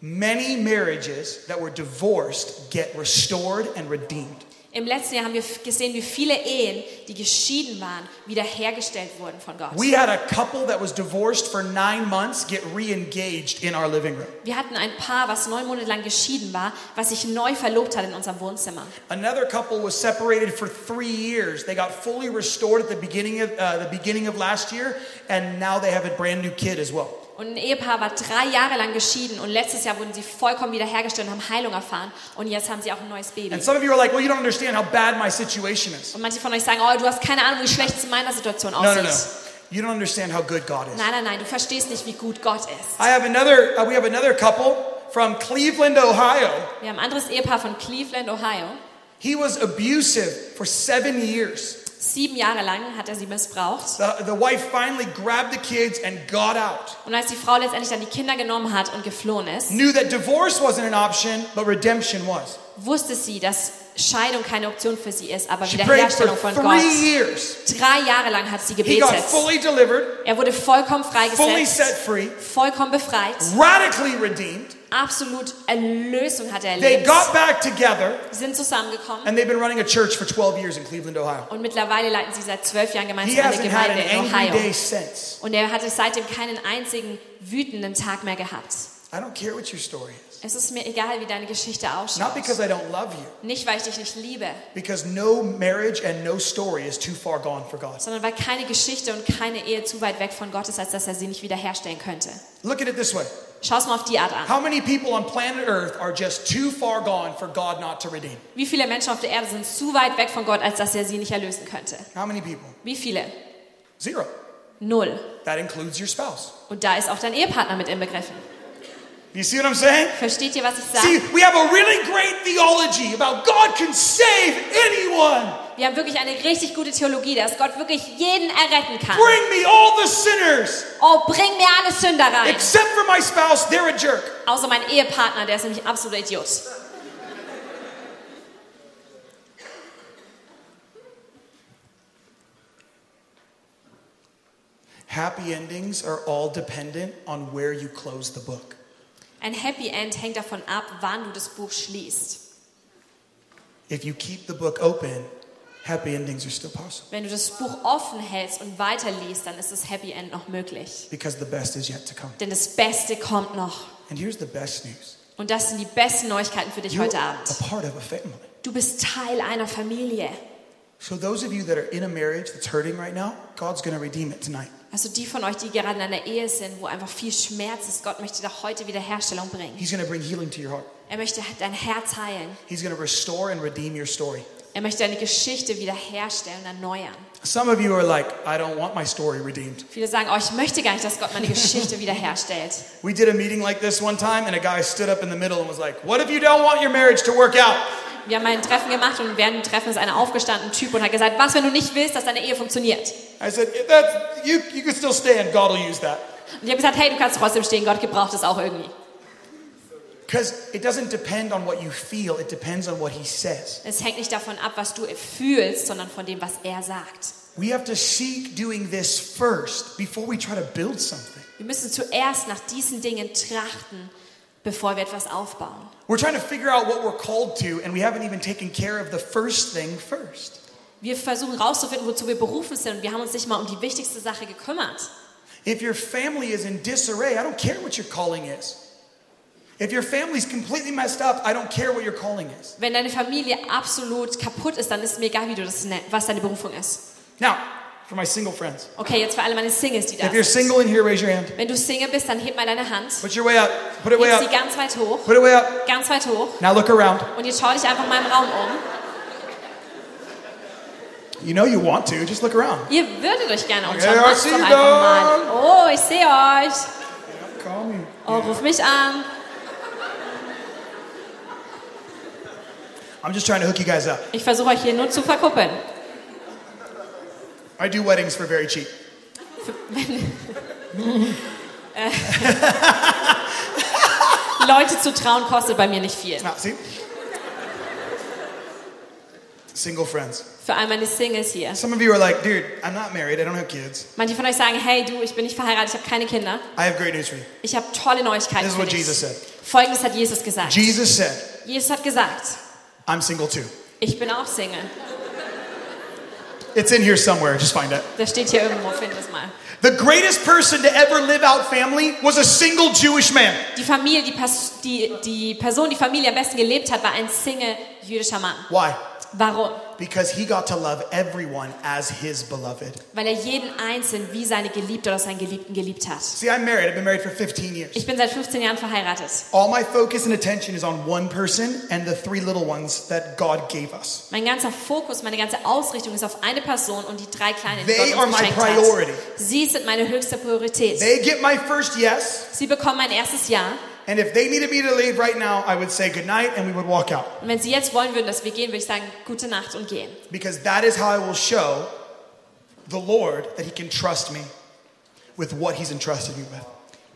Speaker 1: many marriages that were divorced get restored and redeemed.
Speaker 2: Im letzten Jahr haben wir f- gesehen, wie viele Ehen, die geschieden waren, wiederhergestellt wurden von Gott.
Speaker 1: We had a couple that was divorced for nine months get re engaged in our living room.
Speaker 2: Wir hatten ein Paar, was neun Monate lang geschieden war, was sich neu verlobt hat in unserem Wohnzimmer.
Speaker 1: Another couple was separated for three years. They got fully restored at the beginning of uh, the beginning of last year, and now they have a brand new kid as well.
Speaker 2: Und ein Ehepaar war drei Jahre lang geschieden und letztes Jahr wurden sie vollkommen wiederhergestellt und haben Heilung erfahren und jetzt haben sie auch ein neues Baby.
Speaker 1: And some of you are like, "Well, you don't understand how bad my situation is."
Speaker 2: Und manche von euch sagen, oh, du hast keine Ahnung, wie schlecht es in meiner Situation
Speaker 1: No,
Speaker 2: aussieht.
Speaker 1: no, no. You don't understand how good God is.
Speaker 2: Nein, nein, nein, du verstehst nicht, wie gut Gott ist.
Speaker 1: I have another. Uh, we have another couple from Cleveland, Ohio.
Speaker 2: Wir haben ein anderes Ehepaar von Cleveland, Ohio.
Speaker 1: He was abusive for seven years.
Speaker 2: Sieben Jahre lang hat er sie missbraucht.
Speaker 1: The, the wife finally grabbed the kids and got out.
Speaker 2: Und als die Frau letztendlich dann die Kinder genommen hat und geflohen ist,
Speaker 1: Knew that divorce wasn't an option, but redemption was.
Speaker 2: wusste sie, dass Scheidung keine Option für sie ist, aber
Speaker 1: She prayed for
Speaker 2: Wiederherstellung von
Speaker 1: three
Speaker 2: Gott.
Speaker 1: years.
Speaker 2: Drei Jahre lang hat sie
Speaker 1: He got
Speaker 2: gebetet.
Speaker 1: fully delivered,
Speaker 2: Er wurde vollkommen
Speaker 1: fully
Speaker 2: freigesetzt,
Speaker 1: set free,
Speaker 2: vollkommen befreit.
Speaker 1: radically redeemed.
Speaker 2: absolut Erlösung hat er
Speaker 1: They
Speaker 2: erlebt.
Speaker 1: got back together,
Speaker 2: Sie sind zusammengekommen
Speaker 1: and they've been running a church for 12 years in Cleveland, Ohio.
Speaker 2: und mittlerweile leiten sie seit zwölf Jahren
Speaker 1: He
Speaker 2: gemeinsam eine
Speaker 1: hasn't had an
Speaker 2: Gemeinde in
Speaker 1: angry day
Speaker 2: Ohio.
Speaker 1: since.
Speaker 2: Und er hatte seitdem keinen einzigen wütenden Tag mehr gehabt.
Speaker 1: I don't care what your story is.
Speaker 2: Es ist mir egal, wie deine Geschichte
Speaker 1: Not
Speaker 2: ausschaut.
Speaker 1: because I don't love you,
Speaker 2: Nicht, weil ich dich nicht liebe,
Speaker 1: because no marriage and no story is too far gone for God.
Speaker 2: sondern weil keine Geschichte und keine Ehe zu weit weg von Gott ist, als dass er sie nicht wiederherstellen könnte.
Speaker 1: Look at it this way
Speaker 2: Schau es mal auf die Art an.
Speaker 1: How many people on planet Earth are just too far gone for God not to redeem?
Speaker 2: Wie viele Menschen auf der Erde sind zu weit weg von Gott, als dass er sie nicht erlösen könnte?
Speaker 1: How many people?
Speaker 2: Wie viele?
Speaker 1: Zero.
Speaker 2: Null.
Speaker 1: That includes your spouse.
Speaker 2: Und da ist auch dein Ehepartner mit inbegriffen.
Speaker 1: You see what I'm saying?
Speaker 2: Versteht ihr, was ich sage?
Speaker 1: See, we have a really great theology about God can save anyone.
Speaker 2: Wir haben wirklich eine richtig gute Theologie, dass Gott wirklich jeden erretten kann.
Speaker 1: Bring me all the sinners.
Speaker 2: Oh, bring mir alle Sünder rein.
Speaker 1: Except for my spouse, they're a jerk.
Speaker 2: Außer mein Ehepartner, der ist nämlich ein absoluter Idiot.
Speaker 1: Happy endings are all dependent on where you close the book.
Speaker 2: Ein Happy End hängt davon ab, wann du das Buch schließt.
Speaker 1: If you keep the book open, happy endings are still possible
Speaker 2: Wenn du das Buch offen hältst und weiterliest, dann ist das Happy End noch möglich.
Speaker 1: because the best is yet to come.
Speaker 2: Denn das Beste kommt noch.
Speaker 1: And here's the best news
Speaker 2: Und das sind die besten Neuigkeiten für dich
Speaker 1: you're
Speaker 2: heute
Speaker 1: a
Speaker 2: Abend.
Speaker 1: part of a family.
Speaker 2: Du bist Teil einer Familie.
Speaker 1: So, those of you that are in a marriage that's hurting right now, God's going to redeem it tonight.
Speaker 2: Also die von euch, die gerade in einer Ehe sind, wo einfach viel Schmerz ist, Gott möchte da heute wieder Herstellung bringen.
Speaker 1: He's going to bring healing to your heart,
Speaker 2: Er möchte dein Herz heilen.
Speaker 1: He's going to restore and redeem your story.
Speaker 2: Er möchte deine Geschichte wiederherstellen, erneuern.
Speaker 1: Some of you are like, I don't want my story redeemed.
Speaker 2: Viele sagen, oh, ich möchte gar nicht, dass Gott meine Geschichte wiederherstellt.
Speaker 1: We did a meeting like this one time, and a guy stood up in the middle and was like, What if you don't want your marriage to work out?
Speaker 2: Wir haben ein Treffen gemacht und während dem Treffen ist einer aufgestanden, ein Typ, und hat gesagt, was, wenn du nicht willst, dass deine Ehe funktioniert?
Speaker 1: I said, That's, you, you can still stand. God will use that.
Speaker 2: Und ich habe gesagt, hey, du kannst trotzdem stehen, Gott gebraucht es auch irgendwie.
Speaker 1: Because it doesn't depend on what you feel, it depends on what He says.
Speaker 2: Es hängt nicht davon ab, was du fühlst, sondern von dem, was er sagt.
Speaker 1: We have to seek doing this first before we try to build something.
Speaker 2: Wir müssen zuerst nach diesen Dingen trachten, bevor wir etwas aufbauen.
Speaker 1: We're trying to figure out what we're called to, and we haven't even taken care of the first thing first.
Speaker 2: Wir versuchen herauszufinden, wozu wir berufen sind und wir haben uns nicht mal um die wichtigste Sache gekümmert.
Speaker 1: If your family is in disarray, I don't care what your calling is. If your family's completely messed up, I don't care what your calling is.
Speaker 2: ne-, Wenn deine Familie absolut kaputt ist, dann ist mir egal, wie du das nenn- was deine Berufung ist.
Speaker 1: Now, for my single friends.
Speaker 2: Okay, jetzt für alle meine Singles, die da
Speaker 1: If you're
Speaker 2: sind.
Speaker 1: single in here, raise your hand.
Speaker 2: Wenn du Single bist, dann heb mal deine Hand.
Speaker 1: Put your way up. Put it way
Speaker 2: Heb sie
Speaker 1: up.
Speaker 2: ganz weit hoch.
Speaker 1: Put it way up.
Speaker 2: Ganz weit hoch.
Speaker 1: Now look around.
Speaker 2: Und jetzt schau dich einfach mal im Raum um.
Speaker 1: You know you want to. Just look around.
Speaker 2: Ihr würdet euch gerne
Speaker 1: Okay,
Speaker 2: umschauen.
Speaker 1: I
Speaker 2: Macht's
Speaker 1: see
Speaker 2: doch
Speaker 1: you
Speaker 2: einfach
Speaker 1: down.
Speaker 2: mal. Oh, ich sehe euch.
Speaker 1: Call me.
Speaker 2: Oh, ruf mich an.
Speaker 1: I'm just trying to hook you guys up.
Speaker 2: Ich versuche euch hier nur zu verkuppeln.
Speaker 1: I do weddings for very cheap.
Speaker 2: Leute zu trauen kostet bei mir nicht viel.
Speaker 1: Now, see? Single friends.
Speaker 2: Für all meine Singles hier.
Speaker 1: Some of you are like, dude, I'm not married. I don't have kids.
Speaker 2: Manche von euch sagen, hey du, ich bin nicht verheiratet, ich habe keine Kinder.
Speaker 1: I have great news for you.
Speaker 2: Ich habe tolle Neuigkeiten
Speaker 1: This is
Speaker 2: für
Speaker 1: what
Speaker 2: dich.
Speaker 1: Jesus said.
Speaker 2: Folgendes hat Jesus gesagt.
Speaker 1: Jesus said,
Speaker 2: Jesus hat gesagt,
Speaker 1: I'm single too.
Speaker 2: ich bin auch Single.
Speaker 1: It's in here somewhere. Just find it.
Speaker 2: Das steht hier irgendwo, find es mal.
Speaker 1: The greatest person to ever live out family was a single Jewish man.
Speaker 2: Die Familie, die, Pas die, die Person, die Familie am besten gelebt hat, war ein Single jüdischer Mann.
Speaker 1: Why?
Speaker 2: Warum?
Speaker 1: Because he got to love everyone as his beloved.
Speaker 2: Weil er jeden Einzelnen wie seine Geliebte oder seinen Geliebten geliebt hat.
Speaker 1: See, I'm married. I've been married for 15 years.
Speaker 2: Ich bin seit 15 Jahren verheiratet.
Speaker 1: All my focus and attention is on one person and the three little ones that God gave us.
Speaker 2: Mein ganzer Fokus, meine ganze Ausrichtung ist auf eine Person und die drei Kleinen, die
Speaker 1: They
Speaker 2: Gott
Speaker 1: are
Speaker 2: uns
Speaker 1: my
Speaker 2: geschenkt
Speaker 1: priority.
Speaker 2: hat. Sie sind meine höchste Priorität.
Speaker 1: They get my first yes,
Speaker 2: Sie bekommen mein erstes Ja.
Speaker 1: and if they needed me to leave right now, I would say goodnight and we would walk out.
Speaker 2: Und wenn Sie jetzt wollen würden, dass wir gehen, würde ich sagen, gute Nacht und gehen.
Speaker 1: Because that is how I will show the Lord that he can trust me with what he's entrusted me with.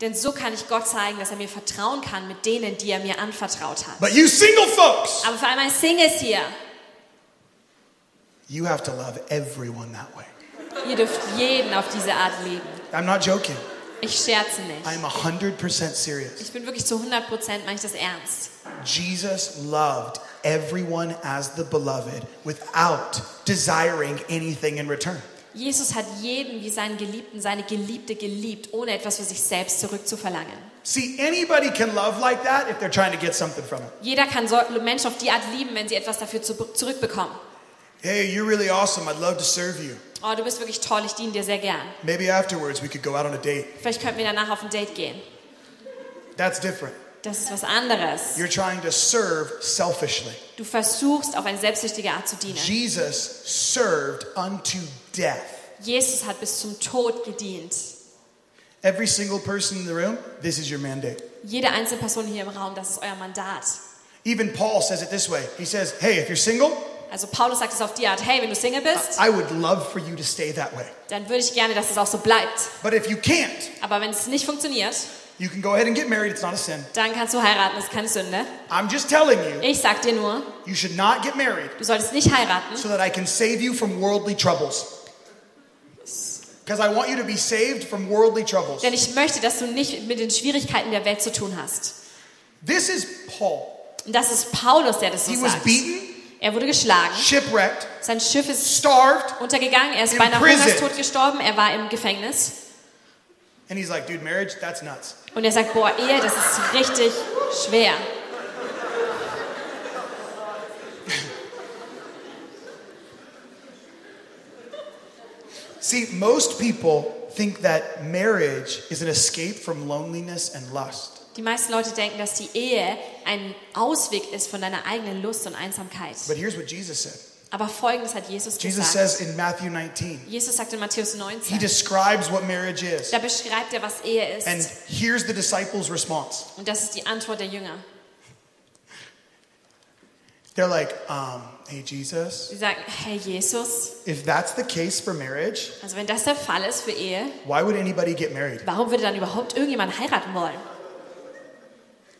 Speaker 2: Denn so kann ich Gott zeigen, dass er mir vertrauen kann mit denen, die er mir anvertraut hat.
Speaker 1: But you single folks,
Speaker 2: Aber vor allem meine Singles hier,
Speaker 1: you have to love everyone that way.
Speaker 2: ihr dürft jeden auf diese Art lieben.
Speaker 1: I'm not joking.
Speaker 2: Ich scherze nicht.
Speaker 1: I'm 100% serious.
Speaker 2: Ich bin wirklich zu 100 Prozent, meine ich das ernst.
Speaker 1: Jesus loved everyone as the beloved without desiring anything in return.
Speaker 2: Jesus hat jeden wie seinen Geliebten, seine Geliebte geliebt, ohne etwas für sich selbst zurückzuverlangen.
Speaker 1: See, anybody can love like that if they're trying to get something from it.
Speaker 2: Jeder kann so Menschen auf die Art lieben, wenn sie etwas dafür zu- zurückbekommen.
Speaker 1: Hey, you're really awesome. I'd love to serve you.
Speaker 2: Oh, du bist wirklich toll, ich diene dir sehr gern.
Speaker 1: Maybe afterwards we could go out on a date.
Speaker 2: Vielleicht könnten wir danach auf ein Date gehen.
Speaker 1: That's different.
Speaker 2: Das ist was anderes.
Speaker 1: You're trying to serve selfishly.
Speaker 2: Du versuchst, auf eine selbstsüchtige Art zu dienen.
Speaker 1: Jesus served unto death.
Speaker 2: Jesus hat bis zum Tod gedient.
Speaker 1: Every single person in the room, this is your mandate.
Speaker 2: Jede einzelne Person hier im Raum, das ist euer Mandat.
Speaker 1: Even Paul says it this way. He says, Hey, if you're single,
Speaker 2: Also Paulus sagt es auf die Art, hey, wenn du Single bist,
Speaker 1: I would love for you to stay that way.
Speaker 2: dann würde ich gerne, dass es auch so bleibt.
Speaker 1: But if you can't,
Speaker 2: Aber wenn es nicht funktioniert,
Speaker 1: you can go ahead and get married. It's not a sin.
Speaker 2: dann kannst du heiraten, das ist keine Sünde.
Speaker 1: I'm just telling you,
Speaker 2: Ich sag dir nur,
Speaker 1: you should not get married
Speaker 2: du solltest nicht heiraten,
Speaker 1: so that I can save you from worldly troubles. Because I want you to be saved from worldly troubles.
Speaker 2: denn ich möchte, dass du nicht mit den Schwierigkeiten der Welt zu tun hast.
Speaker 1: This is Paul.
Speaker 2: Und das ist Paulus, der das so
Speaker 1: He was
Speaker 2: sagt.
Speaker 1: beaten,
Speaker 2: Er wurde geschlagen,
Speaker 1: shipwrecked,
Speaker 2: sein Schiff ist
Speaker 1: starved,
Speaker 2: untergegangen, er ist
Speaker 1: In
Speaker 2: beinahe
Speaker 1: prison.
Speaker 2: Hungerstod gestorben, er war im Gefängnis.
Speaker 1: and he's like, dude, marriage, that's nuts.
Speaker 2: Und er sagt, boah, Ehe, das ist richtig schwer.
Speaker 1: See, most people think that marriage is an escape from loneliness and lust.
Speaker 2: Die meisten Leute denken, dass die Ehe ein Ausweg ist von deiner eigenen Lust und Einsamkeit.
Speaker 1: But here's what Jesus said
Speaker 2: Aber folgendes hat Jesus
Speaker 1: Jesus
Speaker 2: gesagt.
Speaker 1: says in Matthew 19,
Speaker 2: Jesus sagt in Matthäus
Speaker 1: he
Speaker 2: 19,
Speaker 1: describes what marriage is.
Speaker 2: da beschreibt er, was Ehe ist.
Speaker 1: And here's the disciples' response
Speaker 2: und das ist die Antwort der Jünger.
Speaker 1: They're like, um, hey, Jesus,
Speaker 2: Sie sagen, hey Jesus,
Speaker 1: if that's the case for marriage,
Speaker 2: also wenn das der Fall ist für Ehe,
Speaker 1: why would anybody get married?
Speaker 2: warum würde dann überhaupt irgendjemand heiraten wollen?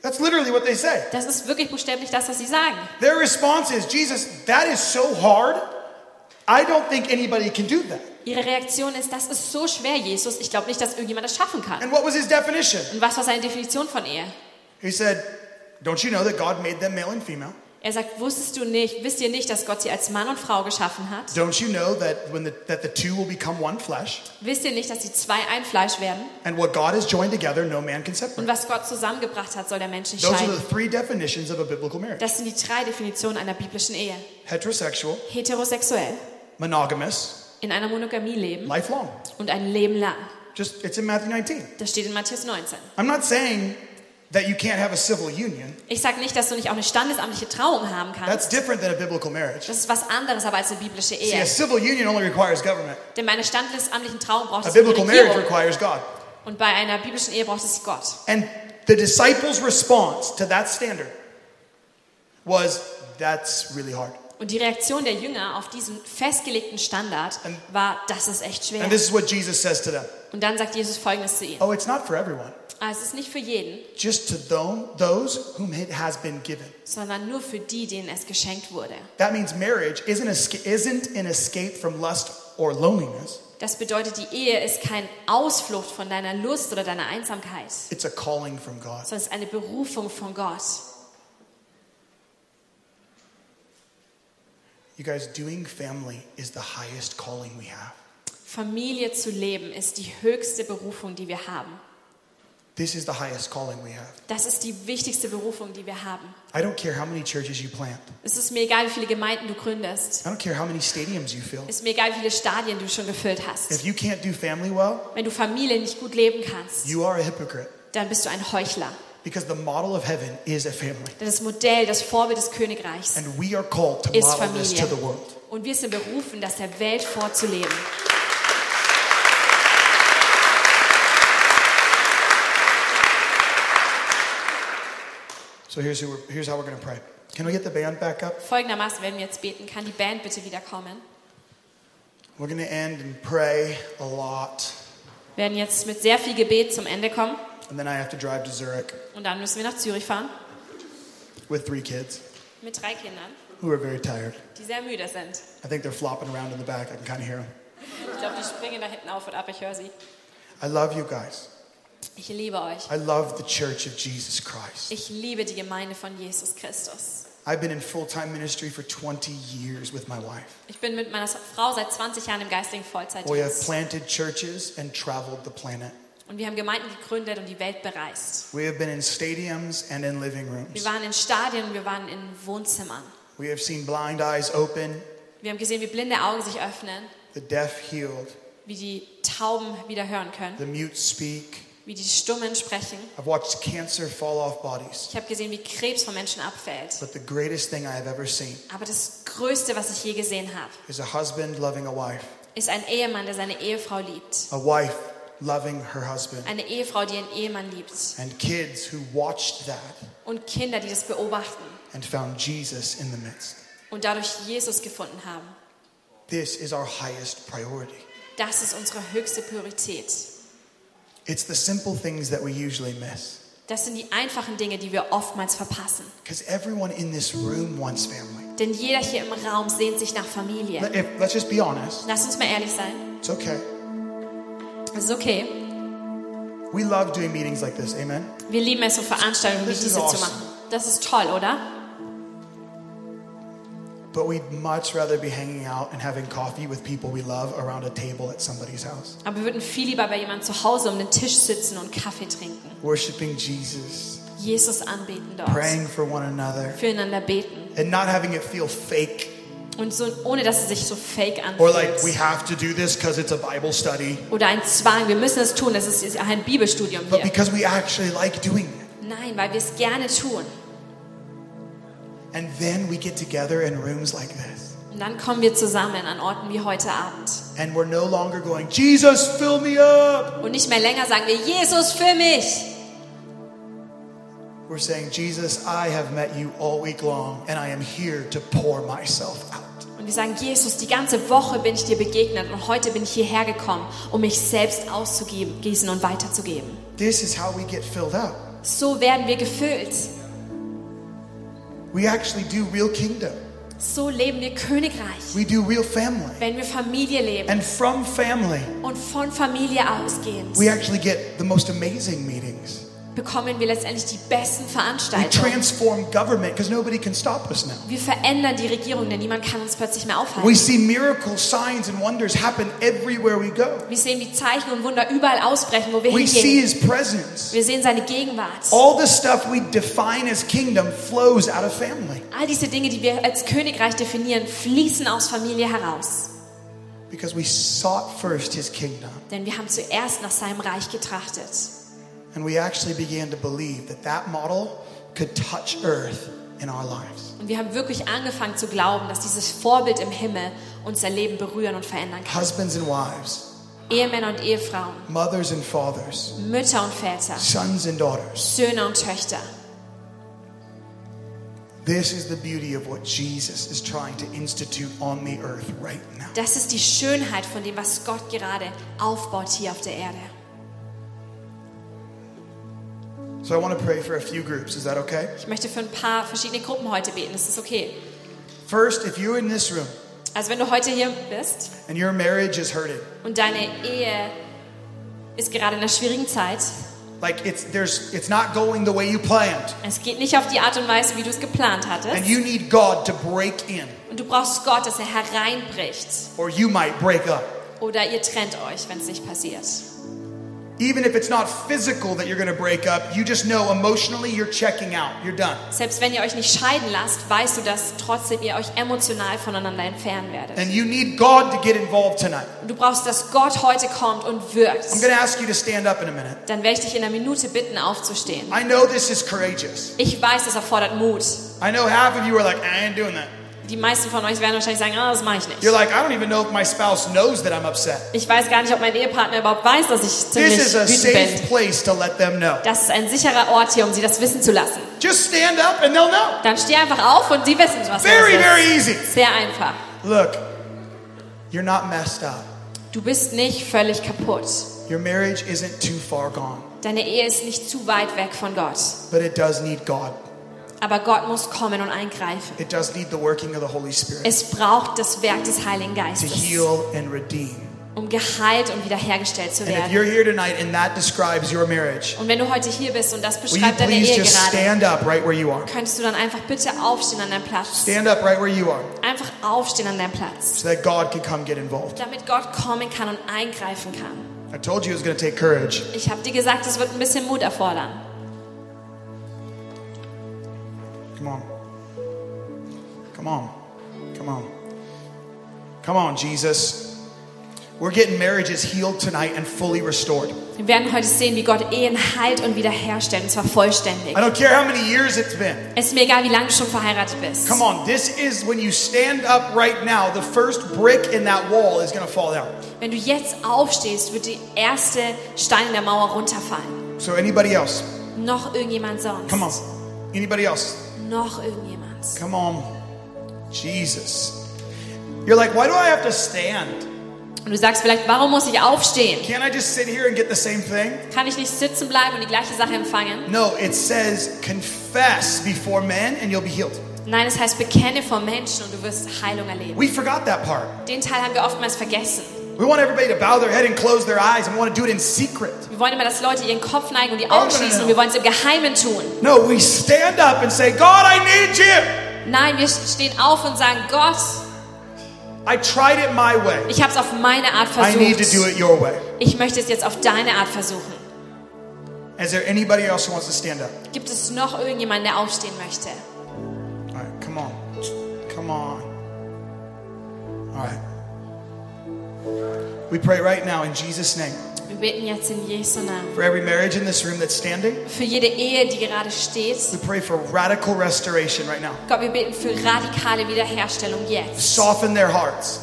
Speaker 1: That's literally what they say.
Speaker 2: Das ist wirklich buchstäblich das, was sie sagen.
Speaker 1: Their response is, Jesus, that is so hard. I don't think anybody can do that.
Speaker 2: Ihre Reaktion ist, das ist so schwer, Jesus, ich glaube nicht, dass irgendjemand das schaffen kann.
Speaker 1: And what was his definition?
Speaker 2: Und was war seine Definition von Ehe?
Speaker 1: He said, Don't you know that God made them male and female?
Speaker 2: Er sagt, wusstest du nicht, wisst ihr nicht, dass Gott sie als Mann und Frau geschaffen hat?
Speaker 1: Don't you know that when the, that the two will become one flesh?
Speaker 2: Wisst ihr nicht, dass die zwei ein Fleisch werden?
Speaker 1: And what God has joined together, no man can
Speaker 2: Und
Speaker 1: separate.
Speaker 2: was Gott zusammengebracht hat, soll der Mensch nicht
Speaker 1: Those are the
Speaker 2: scheiden.
Speaker 1: three definitions of a biblical marriage:
Speaker 2: Das sind die drei Definitionen einer biblischen Ehe.
Speaker 1: heterosexual,
Speaker 2: Heterosexuell,
Speaker 1: monogamous,
Speaker 2: in einer Monogamie leben
Speaker 1: lifelong.
Speaker 2: und ein Leben lang.
Speaker 1: Just it's in Matthew 19.
Speaker 2: Das steht in Matthäus 19.
Speaker 1: I'm not saying that you can't have a civil union.
Speaker 2: Ich sage nicht, dass du nicht auch eine standesamtliche Trauung haben kannst.
Speaker 1: That's different than a biblical marriage.
Speaker 2: Das ist was anderes aber als eine biblische
Speaker 1: See, a
Speaker 2: Ehe.
Speaker 1: civil union only requires government.
Speaker 2: Denn bei einer standesamtlichen Trauung braucht
Speaker 1: A
Speaker 2: es eine
Speaker 1: biblical marriage
Speaker 2: Regierung.
Speaker 1: requires God.
Speaker 2: Und bei einer biblischen Ehe braucht es Gott.
Speaker 1: And the disciples' response to that standard was that's really hard.
Speaker 2: Und die Reaktion der Jünger auf diesen festgelegten Standard war, das ist echt schwer.
Speaker 1: And this is what Jesus says to them.
Speaker 2: Und dann sagt Jesus folgendes zu ihnen.
Speaker 1: Oh, it's not for everyone.
Speaker 2: Ah, Es ist nicht für jeden,
Speaker 1: Just to tho- those whom it has been given.
Speaker 2: sondern nur für die, denen es geschenkt wurde.
Speaker 1: That means marriage isn't, esca- isn't an escape from lust or loneliness.
Speaker 2: Das bedeutet, die Ehe ist kein Ausflucht von deiner Lust oder deiner Einsamkeit,
Speaker 1: It's a calling from God.
Speaker 2: sondern es ist eine Berufung von Gott.
Speaker 1: You guys, doing family is the highest calling we have.
Speaker 2: Familie zu leben ist die höchste Berufung, die wir haben.
Speaker 1: This is the highest calling we have.
Speaker 2: Das ist die wichtigste Berufung, die wir haben.
Speaker 1: I don't care how many churches you plant.
Speaker 2: Es ist mir egal, wie viele Gemeinden du gründest.
Speaker 1: I don't care how many stadiums you fill.
Speaker 2: Es ist mir egal, wie viele Stadien du schon gefüllt hast.
Speaker 1: If you can't do family well,
Speaker 2: Wenn du Familie nicht gut leben kannst,
Speaker 1: you are a hypocrite
Speaker 2: dann bist du ein Heuchler.
Speaker 1: because the model of heaven is a family.
Speaker 2: Denn das Modell, das Vorbild des Königreichs.
Speaker 1: And we are called to
Speaker 2: Ist
Speaker 1: model this to
Speaker 2: Familie.
Speaker 1: the world.
Speaker 2: Und wir sind berufen, das der Welt vorzuleben.
Speaker 1: So here's, who we're, here's how we're going to pray. Can we get the band back up?
Speaker 2: Folgendermaßen werden wir jetzt beten. Kann die Band bitte wiederkommen?
Speaker 1: We're going to end and pray a lot.
Speaker 2: Wir werden jetzt mit sehr viel Gebet zum Ende kommen.
Speaker 1: And then I have to drive to Zurich
Speaker 2: Und dann müssen wir nach Zürich fahren.
Speaker 1: with three kids
Speaker 2: Mit drei Kindern,
Speaker 1: who are very tired.
Speaker 2: die sehr müde sind.
Speaker 1: I think they're flopping around in the back. I can kind of hear them.
Speaker 2: Ich glaube, die springen da hinten auf und ab. Ich höre sie.
Speaker 1: I love you guys.
Speaker 2: Ich liebe euch.
Speaker 1: I love the church of Jesus Christ.
Speaker 2: Ich liebe die Gemeinde von Jesus Christus.
Speaker 1: I've been in full time ministry for 20 years with my wife.
Speaker 2: Ich bin mit meiner Frau seit 20 Jahren im geistigen
Speaker 1: We have
Speaker 2: Vollzeitdienst.
Speaker 1: planted churches and traveled the planet.
Speaker 2: Und wir haben Gemeinden gegründet und die Welt bereist.
Speaker 1: We have been in stadiums and in living
Speaker 2: Wir
Speaker 1: rooms.
Speaker 2: waren in Stadien, wir waren in Wohnzimmern.
Speaker 1: We have seen blind eyes open,
Speaker 2: Wir haben gesehen, wie blinde Augen sich öffnen,
Speaker 1: the deaf healed,
Speaker 2: wie die Tauben wieder hören können,
Speaker 1: the mute speak.
Speaker 2: wie die Stummen sprechen.
Speaker 1: I've watched cancer fall off bodies.
Speaker 2: Ich habe gesehen, wie Krebs von Menschen abfällt.
Speaker 1: But the greatest thing I have ever seen
Speaker 2: Aber das Größte, was ich je gesehen habe,
Speaker 1: is a husband loving a wife,
Speaker 2: ist ein Ehemann, der seine Ehefrau liebt.
Speaker 1: a wife loving her husband,
Speaker 2: Eine Ehefrau, die ihren Ehemann liebt.
Speaker 1: and kids who watched that
Speaker 2: Und Kinder, die das beobachten
Speaker 1: and found Jesus in the midst.
Speaker 2: und dadurch Jesus gefunden haben.
Speaker 1: This is our highest priority.
Speaker 2: Das ist unsere höchste Priorität.
Speaker 1: It's the simple things that we usually miss.
Speaker 2: Das sind die einfachen Dinge, die wir oftmals verpassen.
Speaker 1: Because everyone in this room wants family.
Speaker 2: Denn jeder hier im Raum sehnt sich nach Familie.
Speaker 1: Let, if, let's just be honest.
Speaker 2: Lass uns mal ehrlich sein.
Speaker 1: It's okay.
Speaker 2: Es ist okay.
Speaker 1: We love doing meetings like this, amen?
Speaker 2: Wir lieben es, so Veranstaltungen wie
Speaker 1: This is
Speaker 2: diese zu
Speaker 1: awesome.
Speaker 2: machen. Das ist toll, oder?
Speaker 1: But we'd much rather be hanging out and having coffee with people we love around a table at somebody's house,
Speaker 2: Aber wir würden viel lieber bei jemandem zu Hause um den Tisch sitzen und Kaffee trinken.
Speaker 1: worshiping Jesus,
Speaker 2: Jesus anbeten dort.
Speaker 1: praying for one another,
Speaker 2: Füreinander beten.
Speaker 1: and not having it feel fake
Speaker 2: Und so, ohne dass es sich so fake
Speaker 1: or like we
Speaker 2: anfühlt.
Speaker 1: have to do this because it's a Bible study,
Speaker 2: Oder ein Zwang, wir müssen es tun, das ist ist ein Bibelstudium
Speaker 1: but
Speaker 2: hier.
Speaker 1: because we actually like doing it.
Speaker 2: Nein, weil wir es gerne tun.
Speaker 1: And then we get together in rooms like this.
Speaker 2: Und dann kommen wir zusammen an Orten wie heute Abend.
Speaker 1: And we're no longer going, Jesus, fill me up.
Speaker 2: Und nicht mehr länger sagen wir, Jesus für mich.
Speaker 1: We're saying, Jesus, I have met you all week long, and I am here to pour myself out.
Speaker 2: Und wir sagen, Jesus, die ganze Woche bin ich dir begegnet und heute bin ich hierher gekommen, um mich selbst auszugeben, gießen und weiterzugeben.
Speaker 1: This is how we get filled up.
Speaker 2: So werden wir gefüllt.
Speaker 1: We actually do real kingdom,
Speaker 2: So leben wir Königreich.
Speaker 1: we do real family.
Speaker 2: Wenn wir Familie leben
Speaker 1: And from family,
Speaker 2: und von Familie ausgehend,
Speaker 1: we actually get the most amazing meetings.
Speaker 2: bekommen wir letztendlich die besten
Speaker 1: We
Speaker 2: Veranstaltungen.
Speaker 1: transform government because nobody can stop us now.
Speaker 2: Wir verändern die Regierung, denn niemand kann uns plötzlich mehr
Speaker 1: We
Speaker 2: aufhalten.
Speaker 1: see miracles, signs, and wonders happen everywhere we go.
Speaker 2: Wir sehen die Zeichen und Wunder überall ausbrechen, wo wir
Speaker 1: We see
Speaker 2: hingehen.
Speaker 1: his presence.
Speaker 2: Wir sehen seine Gegenwart.
Speaker 1: All the stuff we define as kingdom flows out of family.
Speaker 2: All diese Dinge, die wir als Königreich definieren, fließen aus Familie heraus.
Speaker 1: Because we sought first his kingdom
Speaker 2: Denn wir haben zuerst nach seinem Reich getrachtet.
Speaker 1: and we actually began to believe that that model could touch earth in our lives.
Speaker 2: Und wir haben wirklich angefangen zu glauben, dass dieses Vorbild im Himmel unser Leben berühren und verändern kann.
Speaker 1: Husbands and wives,
Speaker 2: Ehemänner und Ehefrauen,
Speaker 1: mothers and fathers,
Speaker 2: Mütter und Väter,
Speaker 1: sons and daughters.
Speaker 2: Söhne und Töchter.
Speaker 1: This is the beauty of what Jesus is trying to institute on the earth right now.
Speaker 2: Das ist die Schönheit von dem, was Gott gerade aufbaut hier auf der Erde.
Speaker 1: So I want to pray for a few groups. Is that okay?
Speaker 2: Ich möchte für ein paar verschiedene Gruppen heute beten. Das ist okay.
Speaker 1: First, if you're in this room
Speaker 2: Also wenn du heute hier bist
Speaker 1: and your marriage is hurting,
Speaker 2: und deine Ehe ist gerade in einer schwierigen Zeit,
Speaker 1: like it's there's it's not going the way you planned,
Speaker 2: es geht nicht auf die Art und Weise, wie du es geplant
Speaker 1: and
Speaker 2: hattest,
Speaker 1: you need God to break in,
Speaker 2: und du brauchst Gott, dass er hereinbricht,
Speaker 1: or you might break up.
Speaker 2: oder ihr trennt euch, wenn es nicht passiert.
Speaker 1: Even if it's not physical that you're going to break up, you just know emotionally you're checking out. You're done.
Speaker 2: Selbst wenn ihr euch nicht scheiden lasst, weißt du, dass trotzdem ihr euch emotional voneinander entfernen werdet.
Speaker 1: And you need God to get involved tonight.
Speaker 2: Und du brauchst, dass Gott heute kommt und wirkt.
Speaker 1: I'm going to ask you to stand up in a minute.
Speaker 2: Dann werde ich dich in einer Minute bitten, aufzustehen.
Speaker 1: I know this is courageous.
Speaker 2: Ich weiß, das erfordert Mut.
Speaker 1: I know half of you are like, I ain't doing that.
Speaker 2: Die meisten von euch werden wahrscheinlich sagen, ah, das mache ich nicht.
Speaker 1: You're like, I don't even know if my spouse knows that I'm upset.
Speaker 2: Ich weiß gar nicht, ob mein Ehepartner überhaupt weiß, dass ich ziemlich
Speaker 1: This is a
Speaker 2: wütend
Speaker 1: safe
Speaker 2: bin.
Speaker 1: place to let them know.
Speaker 2: Das ist ein sicherer Ort hier, um sie das wissen zu lassen.
Speaker 1: Just stand up and they'll know.
Speaker 2: Dann steh einfach auf und sie wissen, was los
Speaker 1: Very,
Speaker 2: ist.
Speaker 1: very easy.
Speaker 2: Sehr einfach.
Speaker 1: Look, you're not messed up.
Speaker 2: Du bist nicht völlig kaputt.
Speaker 1: Your marriage isn't too far gone,
Speaker 2: Deine Ehe ist nicht zu weit weg von Gott.
Speaker 1: but it does need God.
Speaker 2: Aber Gott muss kommen und eingreifen.
Speaker 1: It does need the working of the Holy Spirit
Speaker 2: Es braucht das Werk des Heiligen
Speaker 1: to
Speaker 2: Geistes,
Speaker 1: heal and redeem.
Speaker 2: um geheilt und wiederhergestellt zu
Speaker 1: And if
Speaker 2: werden.
Speaker 1: you're here tonight and that describes your marriage,
Speaker 2: Und wenn du heute hier bist und das
Speaker 1: will you
Speaker 2: beschreibt deine
Speaker 1: please
Speaker 2: Ehe
Speaker 1: just
Speaker 2: gerade,
Speaker 1: stand up right where you are?
Speaker 2: könntest du dann einfach bitte aufstehen an deinem Platz.
Speaker 1: Stand up right where you are
Speaker 2: Einfach aufstehen an deinem Platz,
Speaker 1: so that God can come get involved.
Speaker 2: damit Gott kommen kann und eingreifen kann.
Speaker 1: I told you it was going to take courage.
Speaker 2: Ich habe dir gesagt, es wird ein bisschen Mut erfordern.
Speaker 1: Come on. Come on. Come on. Come on, Jesus. We're getting marriages healed tonight and fully restored.
Speaker 2: Wir werden heute sehen, wie Gott Ehen heilt und wiederherstellt, und zwar vollständig.
Speaker 1: I don't care how many years it's been.
Speaker 2: Es ist mir egal, wie lange du schon verheiratet bist.
Speaker 1: Come on, this is when you stand up right now, the first brick in that wall is going to fall down.
Speaker 2: Wenn du jetzt aufstehst, wird die erste Stein in der Mauer runterfallen.
Speaker 1: So, anybody else?
Speaker 2: Noch irgendjemand sonst.
Speaker 1: Come on. Anybody else?
Speaker 2: Noch irgendjemand.
Speaker 1: Come on. Jesus. You're like, why do I have to stand?
Speaker 2: Und du sagst vielleicht, warum muss ich aufstehen?
Speaker 1: Can't I just sit here and get the same thing?
Speaker 2: Kann ich nicht sitzen bleiben und die gleiche Sache empfangen?
Speaker 1: No, it says confess before men and you'll be healed.
Speaker 2: Nein, es heißt, bekenne vor Menschen und du wirst Heilung erleben.
Speaker 1: We forgot that part.
Speaker 2: Den Teil haben wir oftmals vergessen.
Speaker 1: We want everybody to bow their head and close their eyes and we want to do it in secret.
Speaker 2: Wir wollen immer, dass Leute ihren Kopf neigen und die Augen schließen und wir wollen es im Geheimen tun.
Speaker 1: No, we stand up and say, God, I need you.
Speaker 2: Nein, wir stehen auf und sagen, Gott,
Speaker 1: I tried it my way.
Speaker 2: ich habe es auf meine Art
Speaker 1: I need to do
Speaker 2: versucht.
Speaker 1: it your way.
Speaker 2: Ich möchte es jetzt auf deine Art versuchen.
Speaker 1: Is there anybody else who wants to stand up?
Speaker 2: Gibt es noch irgendjemanden, der aufstehen möchte?
Speaker 1: All right, come on. Come on. All right. We pray right now in Jesus' name
Speaker 2: Wir beten jetzt in Jesu Namen.
Speaker 1: for every marriage in this room that's standing.
Speaker 2: Für jede Ehe, die gerade steht.
Speaker 1: We pray for radical restoration right now.
Speaker 2: Gott, wir beten für radikale Wiederherstellung jetzt.
Speaker 1: Soften their hearts.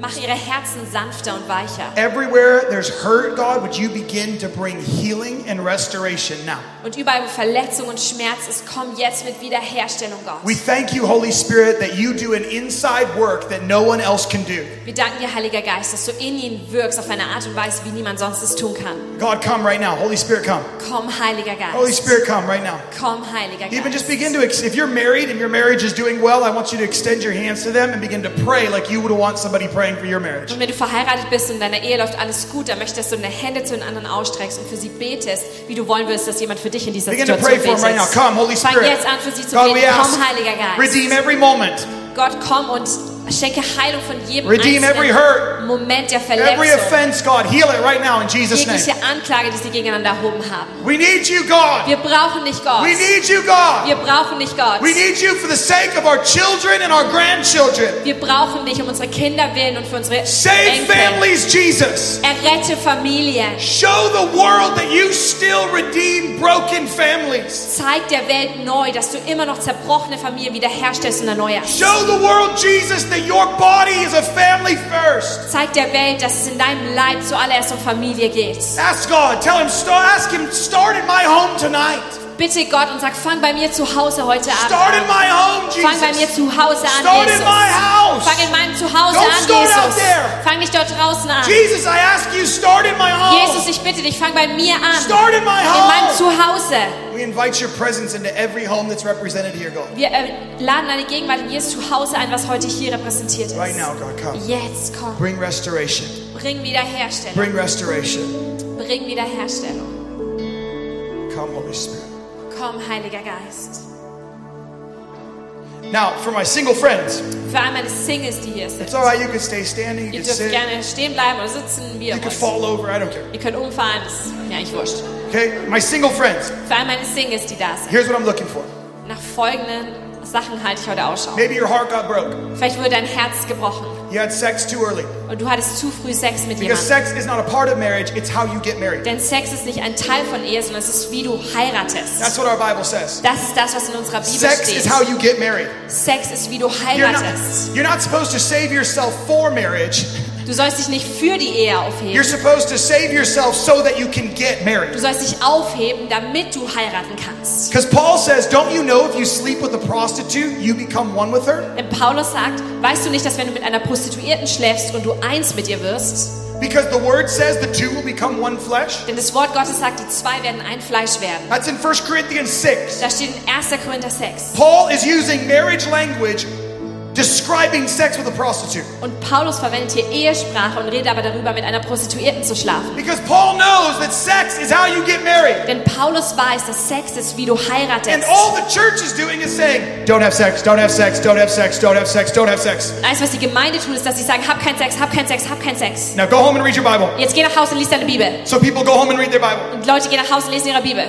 Speaker 2: Mach ihre Herzen sanfter und weicher.
Speaker 1: Everywhere there's hurt, God, would you begin to bring healing and restoration now?
Speaker 2: Und überall, wo Verletzung und Schmerz ist, komm jetzt mit Wiederherstellung, Gott.
Speaker 1: We thank you, Holy Spirit, that you do an inside work that no one else can do.
Speaker 2: Wir danken dir, Heiliger Geist, dass du in ihnen wirkst auf eine Art und Weise, wie niemand sonst es tun kann.
Speaker 1: God, come right now. Holy Spirit, come.
Speaker 2: Komm, Heiliger Geist.
Speaker 1: Holy Spirit, come right now.
Speaker 2: Komm, Heiliger
Speaker 1: Even
Speaker 2: Geist.
Speaker 1: just begin to, ex- if you're married and your marriage is doing well, I want you to extend your hands to them and begin to pray like you would want somebody praying for your marriage.
Speaker 2: Und wenn du verheiratet bist und in deiner Ehe läuft alles gut, dann möchtest du deine Hände zu den anderen ausstreckst und für sie betest, wie du wollen würdest, dass jemand für dich in dieser
Speaker 1: Begin to pray
Speaker 2: Situation
Speaker 1: for
Speaker 2: betet.
Speaker 1: them right now. Come, Holy
Speaker 2: Fang
Speaker 1: Spirit.
Speaker 2: jetzt an, für sie zu
Speaker 1: God, we
Speaker 2: beten. Komm,
Speaker 1: ask,
Speaker 2: Heiliger Geist.
Speaker 1: redeem every moment.
Speaker 2: Gott, komm und Schenke Heilung von jedem
Speaker 1: Redeem every hurt.
Speaker 2: einzelnen Moment der
Speaker 1: Every
Speaker 2: Verletzung.
Speaker 1: offense, God, heal it right now in Jesus' name.
Speaker 2: Jegliche Anklage, die sie gegeneinander erhoben haben.
Speaker 1: We need you, God.
Speaker 2: Wir brauchen nicht Gott.
Speaker 1: We need you, God.
Speaker 2: Wir brauchen nicht Gott.
Speaker 1: We need you for the sake of our children and our grandchildren.
Speaker 2: Wir brauchen dich um unsere Kinder willen und für unsere
Speaker 1: Save
Speaker 2: Enkel.
Speaker 1: families, Jesus.
Speaker 2: Errette Familien.
Speaker 1: Show the world that you still redeem broken families.
Speaker 2: Zeig der Welt neu, dass du immer noch zerbrochene Familien wiederherstellst und erneuerst.
Speaker 1: Show the world, Jesus, that your body is a family first.
Speaker 2: Zeig der Welt, dass es in deinem Leib zuallererst um Familie geht.
Speaker 1: Ask God. Tell him. Start. Ask him. Start in my home tonight.
Speaker 2: Bitte Gott und sag, fang bei mir zu Hause heute
Speaker 1: Start
Speaker 2: Abend
Speaker 1: in
Speaker 2: an.
Speaker 1: my home,
Speaker 2: Fang bei mir
Speaker 1: Jesus.
Speaker 2: zu Hause an,
Speaker 1: Start in
Speaker 2: Jesus.
Speaker 1: my
Speaker 2: Fang
Speaker 1: house.
Speaker 2: in meinem Zuhause
Speaker 1: Don't
Speaker 2: an,
Speaker 1: start out
Speaker 2: Jesus.
Speaker 1: there.
Speaker 2: Fang nicht dort draußen an.
Speaker 1: Jesus, I ask you, start in my
Speaker 2: Jesus,
Speaker 1: home.
Speaker 2: ich bitte dich, fang bei mir an.
Speaker 1: Start in my
Speaker 2: In meinem
Speaker 1: home.
Speaker 2: Zuhause.
Speaker 1: We invite your presence into every home that's represented here, God.
Speaker 2: Wir äh, laden deine Gegenwart in Jesu Zuhause ein, was heute hier repräsentiert ist.
Speaker 1: Right now, God, come.
Speaker 2: Jetzt komm.
Speaker 1: Bring restoration.
Speaker 2: Bring Wiederherstellung.
Speaker 1: Bring restoration.
Speaker 2: Bring Wiederherstellung.
Speaker 1: Come, Holy Spirit.
Speaker 2: Komm, Heiliger Geist.
Speaker 1: Now, for my single friends,
Speaker 2: Für all meine Singles, die hier sind.
Speaker 1: it's all right. You can stay standing. You
Speaker 2: Ihr
Speaker 1: can
Speaker 2: dürft
Speaker 1: sit.
Speaker 2: gerne stehen bleiben oder sitzen, wie
Speaker 1: You
Speaker 2: ihr
Speaker 1: can
Speaker 2: wollt.
Speaker 1: fall over. I don't care.
Speaker 2: Ihr könnt umfahren, das ist mir eigentlich wurscht.
Speaker 1: Okay, my single friends.
Speaker 2: Für all meine Singles, die da sind.
Speaker 1: Here's what I'm looking for.
Speaker 2: Nach folgenden Sachen halte ich heute Ausschau.
Speaker 1: Maybe your heart got broke.
Speaker 2: Vielleicht wurde dein Herz gebrochen
Speaker 1: You had sex too early.
Speaker 2: und du hattest zu früh Sex mit
Speaker 1: Because
Speaker 2: jemandem.
Speaker 1: sex is not a part of marriage, it's how you get married.
Speaker 2: Denn Sex ist nicht ein Teil von Ehe, sondern es ist, wie du
Speaker 1: That's
Speaker 2: heiratest.
Speaker 1: what our Bible says.
Speaker 2: Das ist das, was in unserer Bibel
Speaker 1: Also- Sex is
Speaker 2: steht.
Speaker 1: how you get married.
Speaker 2: Sex ist, wie du
Speaker 1: You're not,
Speaker 2: heiratest.
Speaker 1: you're not supposed to save yourself for marriage.
Speaker 2: Du sollst dich nicht für die Ehe
Speaker 1: You're
Speaker 2: aufheben.
Speaker 1: supposed to save yourself so that you can get
Speaker 2: Du
Speaker 1: married.
Speaker 2: sollst dich aufheben, damit du heiraten kannst.
Speaker 1: Because Paul says, Don't you know if you sleep with a prostitute, you become one with her?
Speaker 2: Denn Paulus sagt, weißt du nicht, dass wenn du mit einer Prostituierten schläfst und du eins mit ihr wirst,
Speaker 1: Because the word says the two will become one flesh.
Speaker 2: denn das Wort Gottes sagt, die zwei werden ein Fleisch werden.
Speaker 1: That's in 1 Corinthians 6.
Speaker 2: Da steht in 1. Korinther 6.
Speaker 1: Paul is using marriage language describing sex with a prostitute.
Speaker 2: Und Paulus verwendet hier Ehesprache und redet aber darüber, mit einer Prostituierten zu schlafen.
Speaker 1: Because Paul knows that sex is how you get married.
Speaker 2: Denn Paulus weiß, dass Sex ist, wie du
Speaker 1: And
Speaker 2: heiratest.
Speaker 1: all the church is doing is saying, don't have sex, don't have sex, don't have sex, don't have sex, don't have sex.
Speaker 2: Und alles, was die Gemeinde tut, ist, dass sie sagen, hab keinen Sex, hab keinen Sex, hab keinen Sex.
Speaker 1: Now go home and read your Bible.
Speaker 2: Jetzt geh nach Hause und lies deine Bibel.
Speaker 1: So people go home and read their Bible.
Speaker 2: Und Leute gehen nach Hause und lesen ihre Bibel.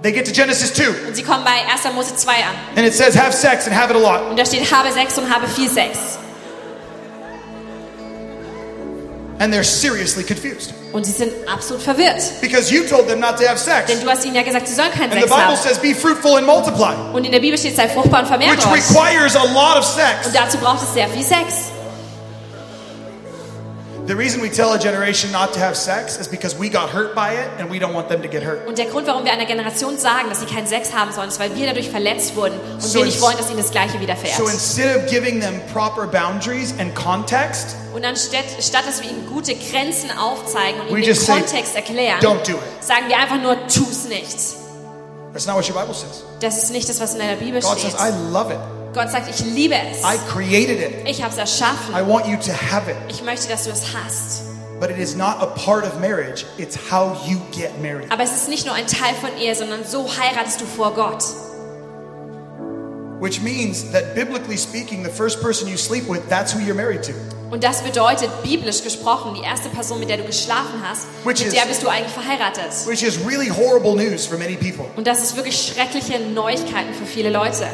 Speaker 1: They get to Genesis 2,
Speaker 2: Und sie kommen bei 1. Mose 2 an.
Speaker 1: and it says, have sex and have it a lot.
Speaker 2: Und da steht, habe Sex und habe viel Sex.
Speaker 1: And they're seriously confused.
Speaker 2: Und sie sind absolut verwirrt.
Speaker 1: Because you told them not to have sex.
Speaker 2: Denn du hast ihnen ja gesagt, sie sollen keinen
Speaker 1: And the
Speaker 2: Sex
Speaker 1: Bible
Speaker 2: haben.
Speaker 1: says, be fruitful and multiply,
Speaker 2: Und in der Bibel steht, sei fruchtbar und vermehrt
Speaker 1: which
Speaker 2: euch.
Speaker 1: requires a lot of
Speaker 2: Und
Speaker 1: sex.
Speaker 2: dazu braucht es sehr viel Sex.
Speaker 1: The reason we tell a generation not to have sex is because we got hurt by it and we don't want them to get hurt.
Speaker 2: Und der Grund, warum wir einer Generation sagen, dass sie keinen Sex haben sollen, ist, weil wir dadurch verletzt wurden und
Speaker 1: So
Speaker 2: wir nicht
Speaker 1: ins-
Speaker 2: wollen, dass ihnen das Gleiche widerfährt.
Speaker 1: So instead of giving them proper boundaries and context,
Speaker 2: und anstatt, statt, dass wir ihnen gute Grenzen aufzeigen und
Speaker 1: We
Speaker 2: ihnen den
Speaker 1: just say,
Speaker 2: Kontext erklären,
Speaker 1: don't do it.
Speaker 2: sagen wir einfach nur, tu's nicht.
Speaker 1: That's not what your Bible says.
Speaker 2: Das ist nicht das, was in deiner Bibel
Speaker 1: God
Speaker 2: steht.
Speaker 1: says, I love it.
Speaker 2: Gott sagt, ich liebe es.
Speaker 1: I created it.
Speaker 2: ich habe es erschaffen.
Speaker 1: I want you to have it.
Speaker 2: ich möchte, dass du es hast.
Speaker 1: But it is not a part of marriage, it's how you get married.
Speaker 2: Aber es ist nicht nur ein Teil von Ehe, sondern so heiratest du vor Gott.
Speaker 1: Which means that biblically speaking, the first person you sleep with, that's who you're married to.
Speaker 2: Und das bedeutet, biblisch gesprochen, die erste Person, mit der du geschlafen hast,
Speaker 1: Which is-
Speaker 2: mit der bist du eigentlich verheiratet.
Speaker 1: Which is really horrible news for many people
Speaker 2: Und das ist wirklich schreckliche Neuigkeiten für viele Leute.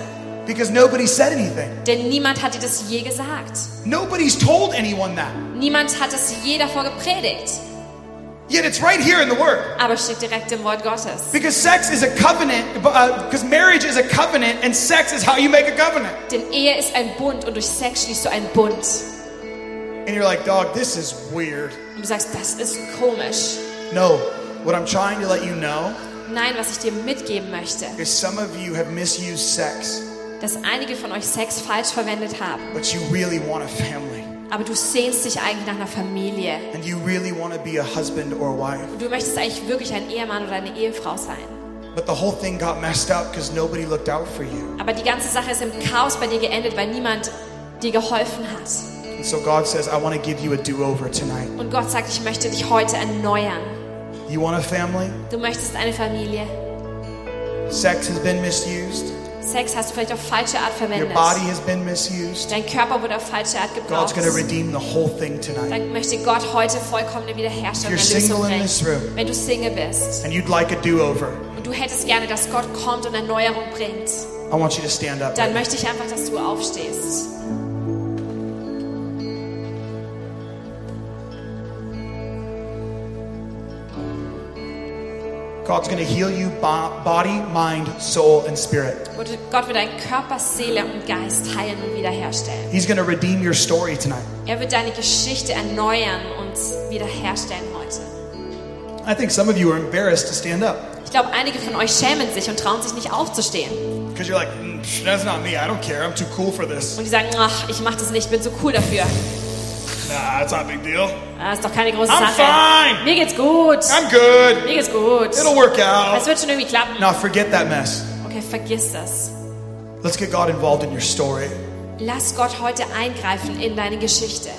Speaker 1: because nobody said anything.
Speaker 2: Denn niemand hat dir das je gesagt.
Speaker 1: Nobody's told anyone that.
Speaker 2: Niemand hat es je davor gepredigt.
Speaker 1: Yet it's right here in the Word.
Speaker 2: Aber es steht direkt im Wort Gottes.
Speaker 1: Because sex is a covenant, uh, because marriage is a covenant, and sex is how you make a covenant.
Speaker 2: Denn Ehe ist ein Bund und durch Sex schließt du einen Bund.
Speaker 1: And you're like, dog, this is weird.
Speaker 2: Und du sagst, das ist komisch.
Speaker 1: No, what I'm trying to let you know
Speaker 2: Nein, was ich dir mitgeben möchte,
Speaker 1: is some of you have misused sex,
Speaker 2: dass einige von euch Sex falsch verwendet haben.
Speaker 1: but you really want a family.
Speaker 2: Aber du sehnst dich eigentlich nach einer Familie.
Speaker 1: And you really want to be a husband or wife.
Speaker 2: Und du möchtest eigentlich wirklich ein Ehemann oder eine Ehefrau sein.
Speaker 1: But the whole thing got messed up because nobody looked out for you.
Speaker 2: Aber die ganze Sache ist im Chaos bei dir geendet, weil niemand dir geholfen hat.
Speaker 1: And so God says, I want to give you a do over tonight.
Speaker 2: Und Gott sagt, ich möchte dich heute erneuern.
Speaker 1: You want a family?
Speaker 2: Du möchtest eine Familie.
Speaker 1: Sex has been misused.
Speaker 2: Sex hast du vielleicht auf falsche Art
Speaker 1: Your
Speaker 2: verwendet.
Speaker 1: body has been misused.
Speaker 2: Dein Körper wurde auf falsche Art
Speaker 1: God's
Speaker 2: gebraucht.
Speaker 1: going to redeem the whole thing tonight.
Speaker 2: Dann möchte Gott heute vollkommene Wiederherstellung
Speaker 1: If
Speaker 2: und
Speaker 1: you're
Speaker 2: Erlösung
Speaker 1: single in
Speaker 2: bringen.
Speaker 1: this room-
Speaker 2: Wenn du Single bist
Speaker 1: And you'd like a do over.
Speaker 2: und du hättest gerne, dass Gott kommt und Erneuerung bringt,
Speaker 1: I want you to stand up.
Speaker 2: dann möchte ich einfach, dass du aufstehst.
Speaker 1: God's going to heal you bo- body, mind, soul, and spirit.
Speaker 2: Und Gott wird deinen Körper, Seele und Geist heilen und wiederherstellen.
Speaker 1: He's going to redeem your story tonight.
Speaker 2: Er wird deine Geschichte erneuern und wiederherstellen heute.
Speaker 1: I think some of you are embarrassed to stand up
Speaker 2: Ich glaube, einige von euch schämen sich und trauen sich nicht aufzustehen.
Speaker 1: because you're like, "Mm, psh, that's not me. I don't care. I'm too cool for this.
Speaker 2: Und die sagen, ach, ich mache das nicht, bin so cool dafür.
Speaker 1: Nah, it's not a big deal.
Speaker 2: Das ist doch keine große
Speaker 1: I'm
Speaker 2: Sache.
Speaker 1: fine.
Speaker 2: Mir geht's gut.
Speaker 1: I'm good.
Speaker 2: Mir geht's gut.
Speaker 1: It'll work
Speaker 2: Es
Speaker 1: out.
Speaker 2: wird schon irgendwie klappen.
Speaker 1: Now forget that mess.
Speaker 2: Okay, vergiss das.
Speaker 1: Let's get God involved in your story.
Speaker 2: Lass Gott heute eingreifen in deine Geschichte.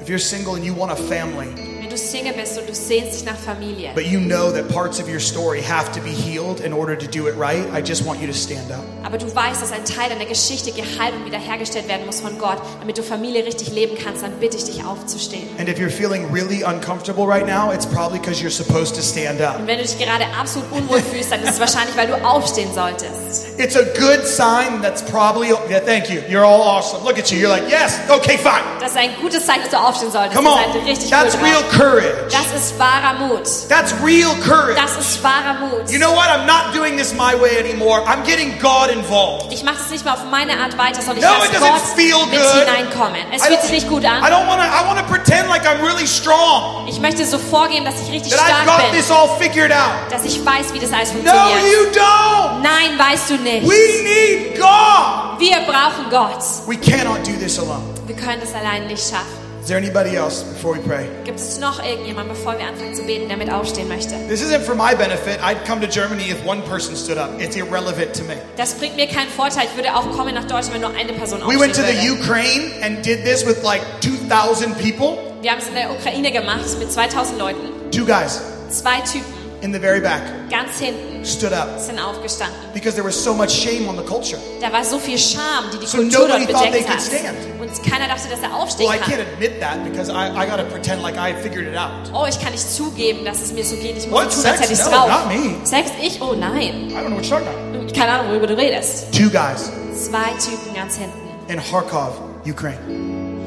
Speaker 1: If you're single and you want a family,
Speaker 2: Wenn du Single bist und du sehnst dich nach Familie,
Speaker 1: but you know that parts of your story have to be healed in order to do it right, I just want you to stand up.
Speaker 2: aber du weißt, dass ein Teil deiner Geschichte geheilt und wiederhergestellt werden muss von Gott, damit du Familie richtig leben kannst, dann bitte ich dich aufzustehen.
Speaker 1: And if you're feeling really uncomfortable right now, it's probably because you're supposed to stand
Speaker 2: Und
Speaker 1: up.
Speaker 2: wenn du dich gerade absolut unwohl fühlst, dann ist es wahrscheinlich, weil du aufstehen solltest.
Speaker 1: It's a good sign that's probably, yeah, thank you. You're all awesome. Look at you. You're like, yes, okay, fine.
Speaker 2: Das ist ein gutes Zeichen, dass du aufstehen solltest.
Speaker 1: Come
Speaker 2: Ihr
Speaker 1: on.
Speaker 2: seid richtig
Speaker 1: That's
Speaker 2: cool
Speaker 1: real
Speaker 2: drauf.
Speaker 1: courage.
Speaker 2: Das ist wahrer Mut.
Speaker 1: That's real courage.
Speaker 2: Das ist wahrer Mut.
Speaker 1: You know what? I'm not doing this my way anymore. I'm getting God involved.
Speaker 2: ich mache das nicht mal auf meine Art weiter, sondern ich
Speaker 1: No, it
Speaker 2: lasse
Speaker 1: doesn't
Speaker 2: Gott
Speaker 1: feel
Speaker 2: mit
Speaker 1: good.
Speaker 2: hineinkommen. Es
Speaker 1: I
Speaker 2: fühlt
Speaker 1: don't-
Speaker 2: sich nicht gut
Speaker 1: I
Speaker 2: an.
Speaker 1: don't want to I want to pretend like I'm really strong.
Speaker 2: Ich möchte so vorgehen, dass ich richtig
Speaker 1: That I've
Speaker 2: stark
Speaker 1: got
Speaker 2: bin.
Speaker 1: this all figured out.
Speaker 2: Dass ich weiß, wie das alles
Speaker 1: No,
Speaker 2: funktioniert.
Speaker 1: you don't.
Speaker 2: Nein, weißt du nicht.
Speaker 1: We need God.
Speaker 2: Wir brauchen Gott.
Speaker 1: We cannot do this alone.
Speaker 2: Wir können das allein nicht schaffen.
Speaker 1: Is there anybody else before we pray?
Speaker 2: Gibt es noch irgendjemanden, bevor wir anfangen zu beten, der mit aufstehen möchte?
Speaker 1: This isn't for my benefit. I'd come to Germany if one person stood up. It's irrelevant to me.
Speaker 2: Das bringt mir keinen Vorteil. Ich würde auch kommen nach Deutschland, wenn nur eine Person
Speaker 1: We
Speaker 2: aufstehen
Speaker 1: went to the
Speaker 2: würde.
Speaker 1: Ukraine and did this with like 2,000 people.
Speaker 2: Wir haben es in der Ukraine gemacht mit 2000 Leuten.
Speaker 1: Two guys
Speaker 2: Zwei Typen
Speaker 1: in the very back
Speaker 2: ganz hinten
Speaker 1: stood up
Speaker 2: sind aufgestanden.
Speaker 1: because there was so much shame on the culture.
Speaker 2: Da war so viel Scham, die die
Speaker 1: So
Speaker 2: Kultur dort
Speaker 1: nobody thought they
Speaker 2: bedeckt hat.
Speaker 1: could stand.
Speaker 2: Und keiner dachte, dass er aufstehen
Speaker 1: Well, I
Speaker 2: kann.
Speaker 1: can't admit that because I, I got to pretend like I figured it out.
Speaker 2: Oh, ich kann nicht zugeben, dass es mir so geht. Ich muss
Speaker 1: What?
Speaker 2: so tun, als
Speaker 1: Sex?
Speaker 2: hätte ich es
Speaker 1: No,
Speaker 2: drauf.
Speaker 1: not me.
Speaker 2: Sex? Ich? Oh nein.
Speaker 1: I don't know what you're talking about.
Speaker 2: Keine Ahnung, worüber du redest.
Speaker 1: Two guys
Speaker 2: Zwei Typen ganz hinten
Speaker 1: in Kharkov, Ukraine,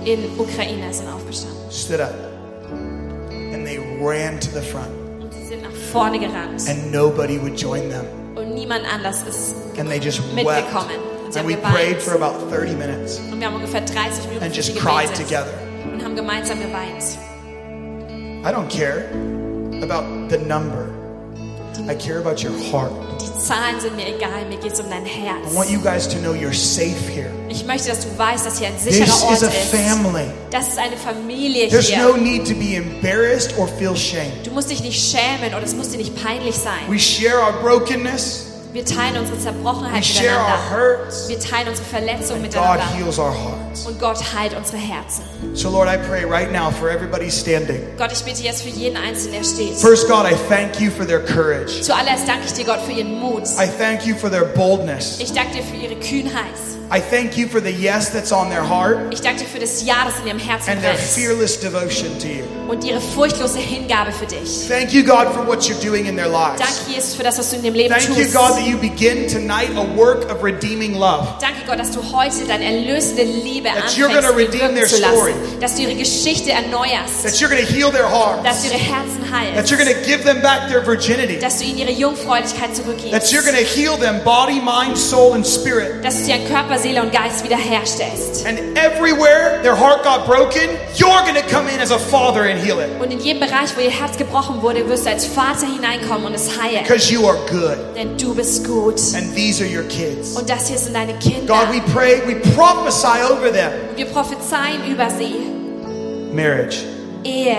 Speaker 2: in Ukraine sind aufgestanden.
Speaker 1: stood up and they ran to the front
Speaker 2: Und sie sind nach vorne gerannt.
Speaker 1: and nobody would join them.
Speaker 2: Und niemand anders ist
Speaker 1: And they just wept.
Speaker 2: mitgekommen. Und sie
Speaker 1: And
Speaker 2: haben
Speaker 1: we prayed for
Speaker 2: geweint.
Speaker 1: about 30 minutes
Speaker 2: Und wir haben ungefähr 30 Minuten
Speaker 1: and
Speaker 2: für sie
Speaker 1: just cried
Speaker 2: gebetet.
Speaker 1: together.
Speaker 2: Und haben gemeinsam geweint.
Speaker 1: I don't care about the number. I care about your heart.
Speaker 2: Die Zahlen sind mir egal, mir geht es um dein
Speaker 1: I
Speaker 2: Herz.
Speaker 1: want you guys to know you're safe here.
Speaker 2: Ich möchte, dass du weißt, dass hier ein sicherer
Speaker 1: This
Speaker 2: Ort
Speaker 1: is a
Speaker 2: ist.
Speaker 1: family.
Speaker 2: Das ist eine Familie
Speaker 1: There's
Speaker 2: hier.
Speaker 1: no need to be embarrassed or feel shame.
Speaker 2: du musst dich nicht schämen oder es muss dir nicht peinlich sein.
Speaker 1: We share our brokenness,
Speaker 2: wir teilen unsere
Speaker 1: we
Speaker 2: Zerbrochenheit
Speaker 1: share our
Speaker 2: miteinander.
Speaker 1: hurts.
Speaker 2: Wir teilen unsere Verletzung
Speaker 1: God
Speaker 2: miteinander.
Speaker 1: heals our hearts.
Speaker 2: Und Gott heilt unsere Herzen.
Speaker 1: So, Lord, I pray right now for everybody standing.
Speaker 2: Gott, ich bete jetzt für jeden Einzelnen, der steht.
Speaker 1: First, God, I thank you for their courage.
Speaker 2: Zuallererst danke ich dir, Gott, für ihren Mut.
Speaker 1: I thank you for their boldness.
Speaker 2: Ich danke dir für ihre Kühnheit.
Speaker 1: I thank you for the yes that's on their heart
Speaker 2: Ich danke dir für das Ja, das in ihrem Herzen
Speaker 1: and their
Speaker 2: brennt.
Speaker 1: fearless devotion to you.
Speaker 2: Und ihre furchtlose Hingabe für dich.
Speaker 1: Thank you, God, for what you're doing in their lives.
Speaker 2: Danke, Jesus, für das, was du in dem Leben
Speaker 1: Thank you,
Speaker 2: tust.
Speaker 1: God, that you begin tonight a work of redeeming love.
Speaker 2: Danke, Gott, dass du heute deine erlösende Liebe
Speaker 1: That you're
Speaker 2: anfängst,
Speaker 1: gonna redeem
Speaker 2: wirken
Speaker 1: their
Speaker 2: zu
Speaker 1: story.
Speaker 2: lassen. Dass du ihre Geschichte erneuerst.
Speaker 1: That you're going to heal their hearts.
Speaker 2: Dass du ihre Herzen
Speaker 1: That
Speaker 2: heilst.
Speaker 1: you're going to give them back their virginity.
Speaker 2: Dass du ihnen ihre
Speaker 1: That
Speaker 2: Jungfräulichkeit zurückgibst.
Speaker 1: you're going to heal them body, mind, soul, and spirit.
Speaker 2: Dass du sie an Körper, Seele und Geist wiederherstellst.
Speaker 1: And everywhere their heart got broken, you're going to come in as a father and heal it.
Speaker 2: Und in jedem Bereich, wo ihr Herz gebrochen wurde, wirst du als Vater hineinkommen und es heilen.
Speaker 1: Because you are good.
Speaker 2: Denn du bist gut.
Speaker 1: And these are your kids.
Speaker 2: Und das hier sind deine Kinder.
Speaker 1: God, we pray, we prophesy over them
Speaker 2: Und wir prophezeien über sie.
Speaker 1: marriage,
Speaker 2: Ehe,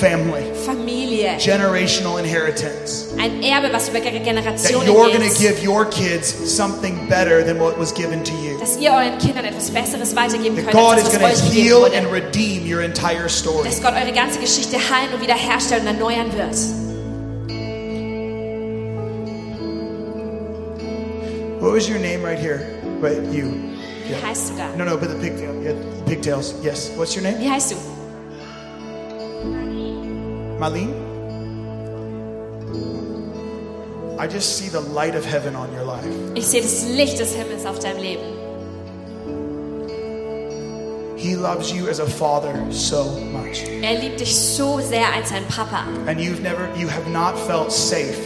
Speaker 1: family,
Speaker 2: Familie,
Speaker 1: generational inheritance.
Speaker 2: ein Erbe, was über
Speaker 1: That
Speaker 2: Generationen
Speaker 1: you're going to
Speaker 2: geht.
Speaker 1: give your kids something better than what was given to you.
Speaker 2: Dass ihr euren Kindern etwas Besseres weitergeben
Speaker 1: That
Speaker 2: könnt,
Speaker 1: God
Speaker 2: als
Speaker 1: is
Speaker 2: das,
Speaker 1: going
Speaker 2: was
Speaker 1: to
Speaker 2: euch gegeben
Speaker 1: heal and
Speaker 2: wurde.
Speaker 1: redeem your entire story.
Speaker 2: Dass Gott eure ganze Geschichte heilen und wiederherstellen und erneuern wird.
Speaker 1: Well, What was your name right here? But you.
Speaker 2: Wie heißt du da?
Speaker 1: No, no, but the pigtail. Yeah, pigtails. Yes. What's your name?
Speaker 2: Wie heißt du?
Speaker 1: Malene? I just see the light of heaven on your life.
Speaker 2: Ich sehe das Licht des Himmels auf deinem Leben.
Speaker 1: He loves you as a father so much.
Speaker 2: Er liebt dich so sehr als sein Papa.
Speaker 1: And you've never you have not felt safe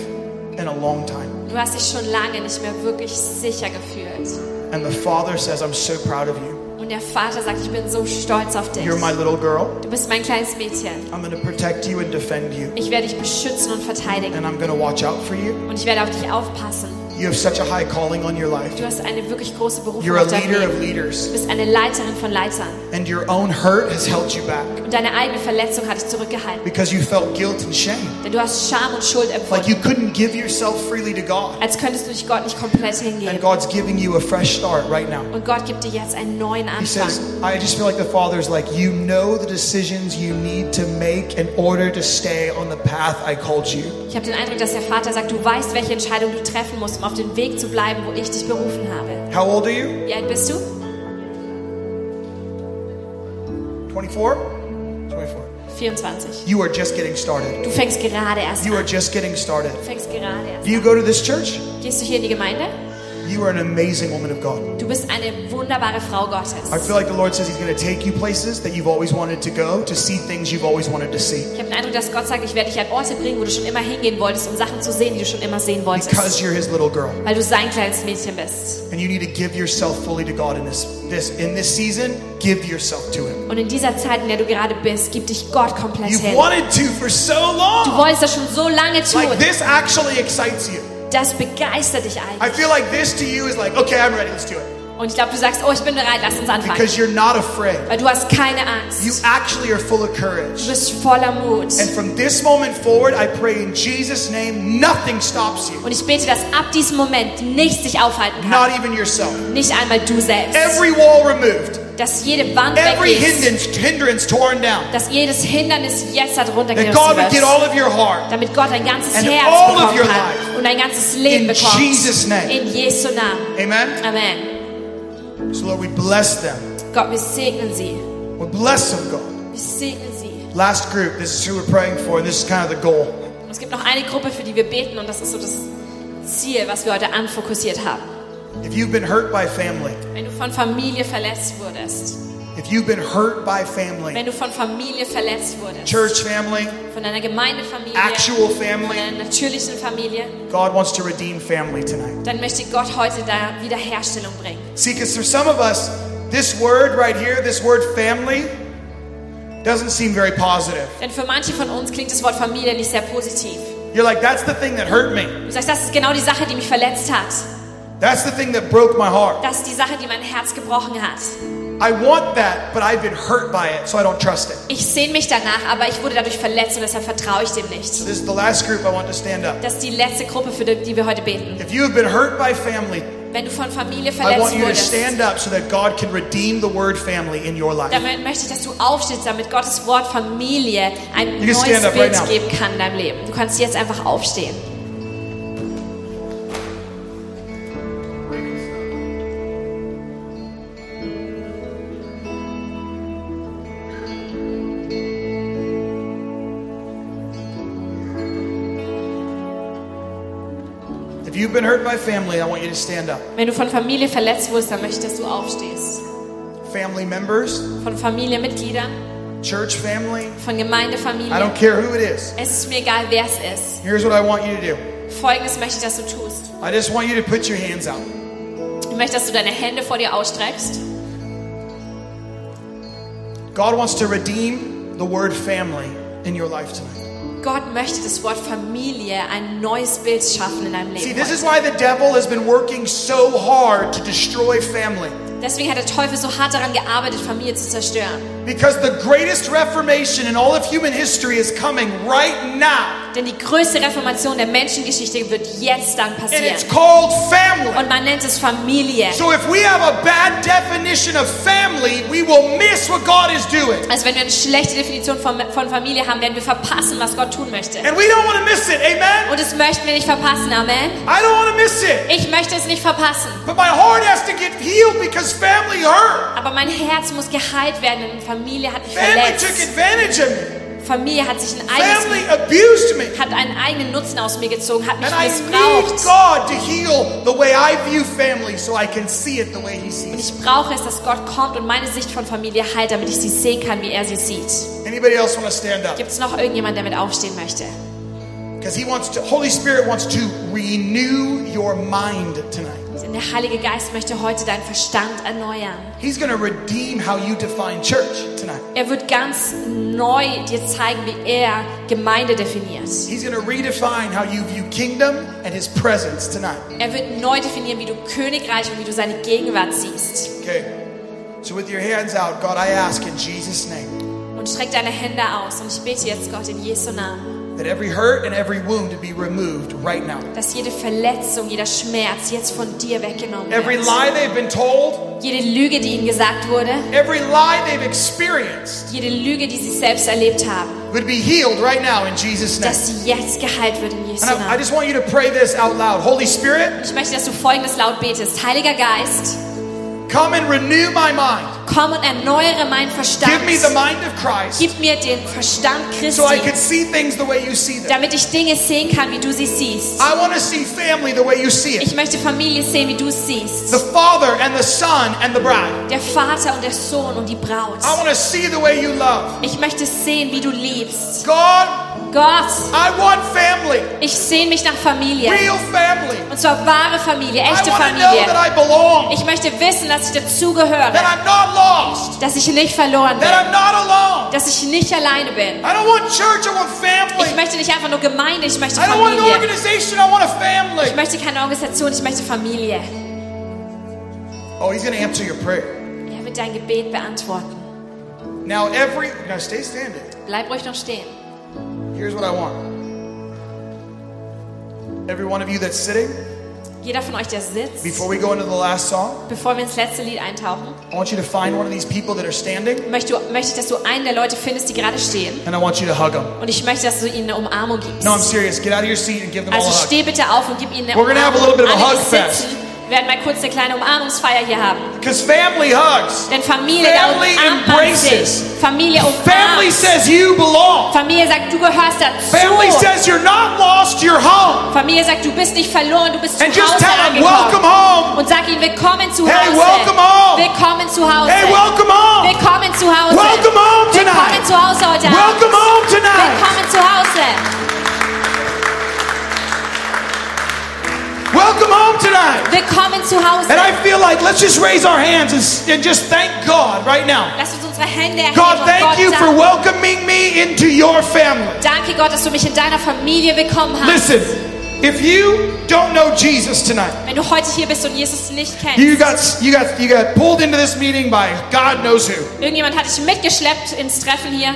Speaker 1: in a long time.
Speaker 2: Du hast dich schon lange nicht mehr wirklich sicher gefühlt.
Speaker 1: And the father says, I'm so proud of you.
Speaker 2: Und der Vater sagt, ich bin so stolz auf dich.
Speaker 1: You're my little girl.
Speaker 2: Du bist mein kleines Mädchen.
Speaker 1: I'm gonna protect you and defend you.
Speaker 2: Ich werde dich beschützen und verteidigen.
Speaker 1: And I'm gonna watch out for you.
Speaker 2: Und ich werde auf dich aufpassen.
Speaker 1: You have such a high calling on your life.
Speaker 2: Du hast eine wirklich große Berufung
Speaker 1: You're a
Speaker 2: auf deinem
Speaker 1: leader of
Speaker 2: Leben. Du
Speaker 1: leaders.
Speaker 2: bist eine Leiterin von Leitern.
Speaker 1: And your own hurt has held you back
Speaker 2: Und deine eigene Verletzung hat dich zurückgehalten.
Speaker 1: because you felt guilt and shame.
Speaker 2: Denn du hast Scham und Schuld
Speaker 1: Like you
Speaker 2: empfunden.
Speaker 1: couldn't give yourself freely to God.
Speaker 2: Als könntest du dich Gott nicht komplett
Speaker 1: And
Speaker 2: hingeben.
Speaker 1: God's giving you a fresh start right now.
Speaker 2: Und Gott gibt dir jetzt einen neuen
Speaker 1: He says,
Speaker 2: Anfang.
Speaker 1: I just feel like the Father's like, you know the decisions you need to make in order to stay on the path I called you.
Speaker 2: Ich habe den Eindruck, dass der Vater sagt, du weißt, welche Entscheidung du treffen musst, um auf dem Weg zu bleiben, wo ich dich berufen habe.
Speaker 1: How old are you?
Speaker 2: Wie alt bist du?
Speaker 1: 24? 24.
Speaker 2: 24.
Speaker 1: You are just getting started.
Speaker 2: Du fängst gerade erst
Speaker 1: You
Speaker 2: an.
Speaker 1: are just getting started.
Speaker 2: Du fängst gerade erst
Speaker 1: Do you go to this church?
Speaker 2: an. Gehst du hier in die Gemeinde?
Speaker 1: You are an amazing woman of God.
Speaker 2: Du bist eine wunderbare Frau
Speaker 1: I
Speaker 2: Gottes.
Speaker 1: feel like the Lord says He's going to take you places that you've always wanted to go to see things you've always wanted to see
Speaker 2: Ich habe den Eindruck, dass Gott sagt, ich werde dich an Orte bringen, wo du schon immer hingehen wolltest, um Sachen zu sehen, die du schon immer sehen wolltest.
Speaker 1: because you're His little girl.
Speaker 2: Weil du sein kleines Mädchen bist.
Speaker 1: And you need to give yourself fully to God in this, this in this season. Give yourself to Him.
Speaker 2: Und in dieser Zeit, in der du gerade bist, gib dich Gott komplett
Speaker 1: You've
Speaker 2: hin.
Speaker 1: wanted to for so
Speaker 2: Du
Speaker 1: long.
Speaker 2: wolltest das schon so lange
Speaker 1: Like
Speaker 2: tun.
Speaker 1: this actually excites you.
Speaker 2: Das begeistert dich
Speaker 1: I
Speaker 2: eigentlich.
Speaker 1: feel like this to you is like, okay, I'm ready, let's do it.
Speaker 2: Und ich glaube, du sagst, oh, ich bin bereit, lass uns anfangen.
Speaker 1: Because you're not afraid.
Speaker 2: Weil du hast keine
Speaker 1: You
Speaker 2: Angst.
Speaker 1: actually are full of courage.
Speaker 2: Du bist voller Mut.
Speaker 1: And from this moment forward, I pray in Jesus' name, nothing stops you,
Speaker 2: Und ich bete, dass ab diesem Moment nichts dich aufhalten
Speaker 1: not
Speaker 2: kann.
Speaker 1: even yourself.
Speaker 2: Nicht einmal du selbst.
Speaker 1: Every wall removed,
Speaker 2: Dass jede Wand
Speaker 1: every
Speaker 2: weg ist.
Speaker 1: hindrance, hindrance torn down.
Speaker 2: Dass jedes Hindernis jetzt darunter
Speaker 1: That God would
Speaker 2: gerissen
Speaker 1: get
Speaker 2: wird.
Speaker 1: all of your heart.
Speaker 2: Damit Gott ein ganzes
Speaker 1: And
Speaker 2: Herz
Speaker 1: all of your
Speaker 2: bekommen
Speaker 1: life.
Speaker 2: hat. Und ein ganzes Leben
Speaker 1: In
Speaker 2: bekommt.
Speaker 1: Jesus' name.
Speaker 2: In Jesu Namen.
Speaker 1: Amen.
Speaker 2: Amen.
Speaker 1: So Lord, we bless them.
Speaker 2: Gott, wir segnen sie.
Speaker 1: We bless them, God.
Speaker 2: Wir segnen sie.
Speaker 1: Last group. This is who we're praying for, and this is kind of the goal.
Speaker 2: Und Es gibt noch eine Gruppe, für die wir beten und das ist so das Ziel, was wir heute anfokussiert haben.
Speaker 1: If you've been hurt by family,
Speaker 2: Wenn du von Familie verletzt wurdest,
Speaker 1: if you've been hurt by
Speaker 2: wenn
Speaker 1: family,
Speaker 2: du von Familie verletzt wurdest,
Speaker 1: church family,
Speaker 2: von deiner Gemeindefamilie,
Speaker 1: actual
Speaker 2: von
Speaker 1: family,
Speaker 2: deiner natürlichen Familie,
Speaker 1: God wants to redeem family tonight.
Speaker 2: dann möchte Gott heute da Wiederherstellung bringen.
Speaker 1: See, because for some of us, this word right here, this word family, doesn't seem very positive.
Speaker 2: Denn für manche von uns klingt das Wort Familie nicht sehr positiv.
Speaker 1: You're like, that's the thing that hurt me.
Speaker 2: Du sagst, das ist genau die Sache, die mich verletzt hat.
Speaker 1: That's the thing that broke my heart.
Speaker 2: Das ist die Sache, die mein Herz gebrochen hat.
Speaker 1: I want that, but I've been hurt by it, so I don't trust it.
Speaker 2: Ich sehne mich danach, aber ich wurde dadurch verletzt und deshalb vertraue ich dem nicht.
Speaker 1: This is the last group I want to stand up.
Speaker 2: Das ist die letzte Gruppe, für die wir heute beten.
Speaker 1: If you have been hurt by family,
Speaker 2: Wenn du von Familie
Speaker 1: I
Speaker 2: verletzt
Speaker 1: want you to
Speaker 2: wurdest,
Speaker 1: stand up so that God can redeem the word family in your life.
Speaker 2: dann möchte ich, dass du aufstehst, damit Gottes Wort Familie ein
Speaker 1: You can
Speaker 2: neues
Speaker 1: stand up
Speaker 2: Bild
Speaker 1: right now.
Speaker 2: geben kann in deinem Leben. Du kannst jetzt einfach aufstehen.
Speaker 1: If you've been hurt by family, I want you to stand up.
Speaker 2: Wenn du von Familie verletzt wurdest, dann möchte ich, dass du aufstehst.
Speaker 1: Family members,
Speaker 2: Von Familienmitgliedern,
Speaker 1: church family,
Speaker 2: von
Speaker 1: I
Speaker 2: Gemeindefamilie.
Speaker 1: don't care who it is.
Speaker 2: Es ist mir egal, wer es
Speaker 1: Here's what I want you to do
Speaker 2: ist. Folgendes möchte ich, dass du tust.
Speaker 1: I just want you to put your hands out.
Speaker 2: Ich möchte, dass du deine Hände vor dir ausstreckst.
Speaker 1: God wants to redeem the word family in your life tonight.
Speaker 2: Gott möchte das Wort Familie ein neues Bild schaffen in deinem Leben.
Speaker 1: See, this
Speaker 2: heute.
Speaker 1: is why the devil has been working so hard to destroy family.
Speaker 2: Deswegen hat der Teufel so hart daran gearbeitet, Familie zu zerstören.
Speaker 1: Because the greatest reformation in all of human history is coming right now.
Speaker 2: Denn die größte Reformation der Menschengeschichte wird jetzt dann
Speaker 1: and
Speaker 2: passieren.
Speaker 1: it's called family.
Speaker 2: Und man nennt es Familie.
Speaker 1: So if we have a bad definition of family, we will miss what God is doing.
Speaker 2: Also wenn wir eine schlechte Definition von, von Familie haben, werden wir verpassen, was Gott tun möchte.
Speaker 1: And we don't want to miss it. Amen.
Speaker 2: Und das möchten wir nicht verpassen, Amen.
Speaker 1: I don't want to miss it.
Speaker 2: Ich möchte es nicht verpassen.
Speaker 1: But my heart has to get healed because family hurt.
Speaker 2: Aber mein Herz muss geheilt werden, denn Familie hat mich
Speaker 1: Family took
Speaker 2: verletzt.
Speaker 1: advantage of me.
Speaker 2: Familie hat sich ein eigenes,
Speaker 1: Family abused me.
Speaker 2: hat einen eigenen Nutzen aus mir gezogen, hat mich
Speaker 1: And I need
Speaker 2: missbraucht.
Speaker 1: God to heal the way I view family so I can see it the way He
Speaker 2: Und
Speaker 1: sees
Speaker 2: ich brauche es, dass Gott kommt und meine Sicht von Familie heilt, damit ich sie sehen kann, wie er sie sieht.
Speaker 1: it. Anybody else want to stand up?
Speaker 2: Gibt es noch irgendjemand, der mit aufstehen möchte?
Speaker 1: Because He wants to, Holy Spirit wants to renew your mind tonight.
Speaker 2: Denn der Heilige Geist möchte heute deinen Verstand erneuern.
Speaker 1: He's going to redeem how you define church tonight.
Speaker 2: Er wird ganz neu dir zeigen, wie er Gemeinde definiert.
Speaker 1: He's going to redefine how you view kingdom and His presence tonight.
Speaker 2: Er wird neu definieren, wie du Königreich und wie du seine Gegenwart siehst.
Speaker 1: Okay. So with your hands out, God, I ask in Jesus' name
Speaker 2: Und streck deine Hände aus. Und ich bete jetzt, Gott, in Jesu Namen,
Speaker 1: that every hurt and every wound to be removed right now.
Speaker 2: dass jede Verletzung, jeder Schmerz jetzt von dir weggenommen
Speaker 1: Every
Speaker 2: wird.
Speaker 1: lie they've been told,
Speaker 2: Jede Lüge, die ihnen gesagt wurde,
Speaker 1: every lie they've experienced
Speaker 2: jede Lüge, die sie selbst erlebt haben,
Speaker 1: would be healed right now in Jesus' name.
Speaker 2: dass sie jetzt geheilt wird in Jesu
Speaker 1: And I, I
Speaker 2: Namen.
Speaker 1: just want you to pray this out loud. Holy Spirit,
Speaker 2: Ich möchte, dass du folgendes laut betest. Heiliger Geist,
Speaker 1: come and renew my mind.
Speaker 2: komm und erneuere meinen Verstand.
Speaker 1: Give me the mind of Christ
Speaker 2: Gib mir den Verstand
Speaker 1: so I can
Speaker 2: Christi,
Speaker 1: see things the way you see them.
Speaker 2: damit ich Dinge sehen kann, wie du sie siehst.
Speaker 1: I want to see family the way you see it.
Speaker 2: Ich möchte Familie sehen, wie du es siehst.
Speaker 1: The Father and the Son and the Bride.
Speaker 2: Der Vater und der Sohn und die Braut.
Speaker 1: I want to see the way you love.
Speaker 2: Ich möchte sehen, wie du liebst.
Speaker 1: God,
Speaker 2: Gott,
Speaker 1: I want family.
Speaker 2: ich sehne mich nach Familie.
Speaker 1: Real family.
Speaker 2: Und zwar wahre Familie,
Speaker 1: I
Speaker 2: echte
Speaker 1: want to know that
Speaker 2: Familie.
Speaker 1: I belong.
Speaker 2: Ich möchte wissen, dass ich dazugehöre.
Speaker 1: That I'm not lost.
Speaker 2: Dass ich nicht
Speaker 1: That
Speaker 2: verloren bin.
Speaker 1: I'm not alone.
Speaker 2: Dass ich nicht alleine bin.
Speaker 1: I don't want church. I want
Speaker 2: Ich
Speaker 1: family.
Speaker 2: möchte nicht einfach nur Gemeinde, ich möchte
Speaker 1: I don't want an
Speaker 2: Familie.
Speaker 1: organization. I want a
Speaker 2: Ich
Speaker 1: family.
Speaker 2: möchte keine Organisation, ich möchte Familie.
Speaker 1: Oh, he's going to answer your prayer.
Speaker 2: Er wird dein Gebet beantworten.
Speaker 1: Now every now stay standing.
Speaker 2: Bleib ruhig noch stehen.
Speaker 1: Here's what I want. Every one of you that's sitting,
Speaker 2: Jeder von euch, der sitzt,
Speaker 1: before we go into the last song,
Speaker 2: bevor wir ins letzte Lied eintauchen,
Speaker 1: I want you to find one of these people that are standing
Speaker 2: möchte, du- möchte ich, dass du einen der Leute findest, die gerade stehen.
Speaker 1: and I want you to hug them.
Speaker 2: Und ich möchte, dass du ihnen eine Umarmung gibst.
Speaker 1: No, I'm serious. Get out of your seat and give them all a
Speaker 2: Also
Speaker 1: hug.
Speaker 2: steh bitte auf und gib ihnen eine
Speaker 1: We're gonna have a
Speaker 2: Umarmung.
Speaker 1: little bit of a
Speaker 2: Alle, die
Speaker 1: hug fest.
Speaker 2: sitzen, werden mal kurz eine kleine Umarmungsfeier hier haben.
Speaker 1: Because family hugs.
Speaker 2: Denn Familie, da
Speaker 1: Family
Speaker 2: umarmt man sich.
Speaker 1: embraces.
Speaker 2: Familie
Speaker 1: Family
Speaker 2: umarmt.
Speaker 1: says you belong.
Speaker 2: Familie sagt, du gehörst dazu.
Speaker 1: Family says you're not lost, you're home.
Speaker 2: Familie sagt, du bist nicht verloren, du bist zu
Speaker 1: And just
Speaker 2: Hause
Speaker 1: tell them, welcome
Speaker 2: angekommen.
Speaker 1: home.
Speaker 2: Und sag ihnen, willkommen zu Hause.
Speaker 1: Hey, welcome home.
Speaker 2: Willkommen zu Hause.
Speaker 1: Hey, welcome home.
Speaker 2: Willkommen zu Hause.
Speaker 1: Welcome home
Speaker 2: Willkommen
Speaker 1: tonight.
Speaker 2: zu Hause heute Abend.
Speaker 1: Welcome home tonight.
Speaker 2: Willkommen zu Hause.
Speaker 1: Welcome home tonight.
Speaker 2: Willkommen zu Hause.
Speaker 1: And I feel like let's just raise our hands and, and just thank God right now.
Speaker 2: Lass uns unsere Hände erheben
Speaker 1: God,
Speaker 2: und
Speaker 1: thank
Speaker 2: Gott
Speaker 1: you for
Speaker 2: danken.
Speaker 1: welcoming me into your family.
Speaker 2: Danke Gott, dass du mich in deiner Familie willkommen hast.
Speaker 1: Listen, if you don't know Jesus tonight,
Speaker 2: Wenn du heute hier bist und Jesus nicht kennst,
Speaker 1: you got you got you got pulled into this meeting by God knows who.
Speaker 2: irgendjemand hat dich mitgeschleppt ins Treffen hier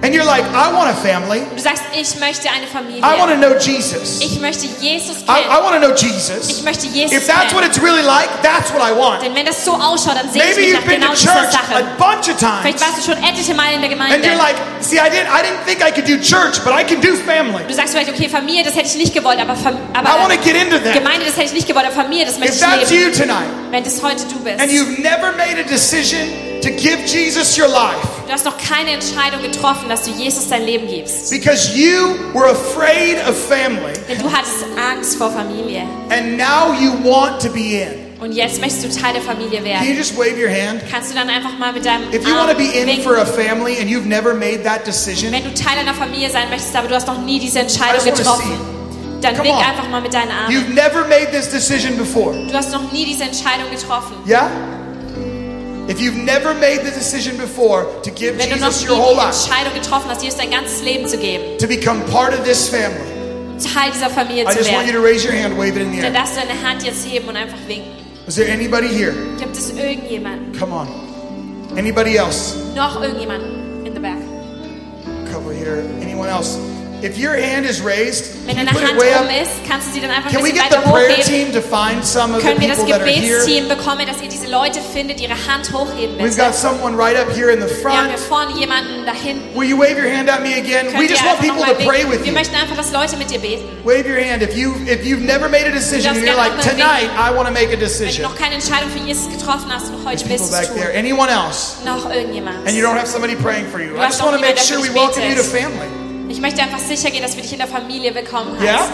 Speaker 1: And you're like, I want a family.
Speaker 2: und du sagst, ich möchte eine Familie.
Speaker 1: I want to know Jesus.
Speaker 2: Ich möchte Jesus kennen.
Speaker 1: I, I want to know
Speaker 2: ich
Speaker 1: Jesus.
Speaker 2: möchte Jesus
Speaker 1: If that's what
Speaker 2: kennen.
Speaker 1: it's really like, that's what I want.
Speaker 2: Denn wenn das so ausschaut, dann sehe ich
Speaker 1: Maybe
Speaker 2: mich
Speaker 1: you've
Speaker 2: nach
Speaker 1: been
Speaker 2: genau
Speaker 1: to
Speaker 2: dieser
Speaker 1: church
Speaker 2: Sache.
Speaker 1: a bunch of
Speaker 2: Vielleicht
Speaker 1: times.
Speaker 2: warst du schon etliche Mal in der
Speaker 1: And
Speaker 2: Gemeinde.
Speaker 1: you're like, see, I didn't I didn't think I could do church, but I can do family.
Speaker 2: du sagst vielleicht, okay, Familie, das hätte ich nicht gewollt, aber, Fam-
Speaker 1: I want
Speaker 2: aber
Speaker 1: to get into that.
Speaker 2: Gemeinde, das hätte ich nicht gewollt, aber Familie, das möchte
Speaker 1: If that's
Speaker 2: ich leben.
Speaker 1: you tonight
Speaker 2: Wenn das heute du bist,
Speaker 1: and you've never made a decision to give Jesus your life
Speaker 2: du hast noch keine Entscheidung getroffen, dass du Jesus dein Leben gibst.
Speaker 1: because you were afraid of family
Speaker 2: Denn du hattest Angst vor Familie.
Speaker 1: and now you want to be in,
Speaker 2: Und jetzt möchtest du Teil der Familie werden.
Speaker 1: can you just wave your hand?
Speaker 2: Kannst du dann einfach mal mit deinem
Speaker 1: If you
Speaker 2: Arm
Speaker 1: want to be in
Speaker 2: winken?
Speaker 1: for a family and you've never made that decision,
Speaker 2: Wenn du Teil einer Familie sein möchtest, aber du hast noch nie diese
Speaker 1: I
Speaker 2: Entscheidung
Speaker 1: just wanna
Speaker 2: getroffen, dann
Speaker 1: Come
Speaker 2: wink
Speaker 1: on.
Speaker 2: einfach mal mit deinen Armen.
Speaker 1: you've never made this decision before.
Speaker 2: Du hast noch nie diese Entscheidung getroffen.
Speaker 1: Yeah? If you've never made the decision before to give
Speaker 2: Wenn du noch
Speaker 1: Jesus
Speaker 2: nie
Speaker 1: your whole
Speaker 2: die
Speaker 1: life,
Speaker 2: Entscheidung getroffen hast, Jesus dein ganzes Leben zu geben,
Speaker 1: to become part of this family,
Speaker 2: Teil dieser Familie
Speaker 1: I
Speaker 2: zu
Speaker 1: just want you
Speaker 2: werden,
Speaker 1: to raise your hand, wave it in the
Speaker 2: dann
Speaker 1: air.
Speaker 2: darfst du deine Hand jetzt heben und einfach winken.
Speaker 1: Is there anybody here?
Speaker 2: Gibt es irgendjemanden?
Speaker 1: Come on. Anybody else?
Speaker 2: Noch irgendjemanden in the back?
Speaker 1: couple here. Anyone else? If your hand is raised,
Speaker 2: Wenn
Speaker 1: can you
Speaker 2: deine
Speaker 1: put
Speaker 2: Hand
Speaker 1: it way up?
Speaker 2: oben ist, kannst du sie dann einfach ein
Speaker 1: Can we
Speaker 2: bisschen
Speaker 1: get the
Speaker 2: weiter
Speaker 1: prayer team
Speaker 2: hochheben.
Speaker 1: to find some of the
Speaker 2: Können wir das
Speaker 1: people that are here?
Speaker 2: Gebetsteam bekommen, dass ihr diese Leute findet, ihre Hand hochheben
Speaker 1: We've
Speaker 2: müsst.
Speaker 1: got someone right up here in the
Speaker 2: Wir haben hier
Speaker 1: front.
Speaker 2: vorne jemanden da hinten.
Speaker 1: Will you wave your hand at me again?
Speaker 2: Könnt
Speaker 1: We
Speaker 2: ihr
Speaker 1: just want
Speaker 2: einfach
Speaker 1: people
Speaker 2: noch
Speaker 1: to
Speaker 2: mal
Speaker 1: pray
Speaker 2: beten.
Speaker 1: with
Speaker 2: Wir
Speaker 1: you.
Speaker 2: möchten einfach, dass Leute mit dir beten.
Speaker 1: Wave your hand if you if you've never made a decision
Speaker 2: darfst
Speaker 1: and you're
Speaker 2: gerne
Speaker 1: like
Speaker 2: noch mal
Speaker 1: tonight I
Speaker 2: winken.
Speaker 1: want to make a
Speaker 2: Wenn du
Speaker 1: decision.
Speaker 2: noch keine Entscheidung für Jesus getroffen hast und heute
Speaker 1: People
Speaker 2: willst
Speaker 1: back
Speaker 2: es
Speaker 1: there.
Speaker 2: tun,
Speaker 1: Anyone else?
Speaker 2: noch irgendjemand.
Speaker 1: And you don't have somebody praying for you. I
Speaker 2: hast
Speaker 1: just
Speaker 2: auch
Speaker 1: want to make
Speaker 2: niemanden,
Speaker 1: sure we
Speaker 2: der für dich
Speaker 1: welcome you to
Speaker 2: betet.
Speaker 1: family.
Speaker 2: Ich möchte einfach sicher gehen, dass wir dich in der Familie willkommen heißen.
Speaker 1: Yeah?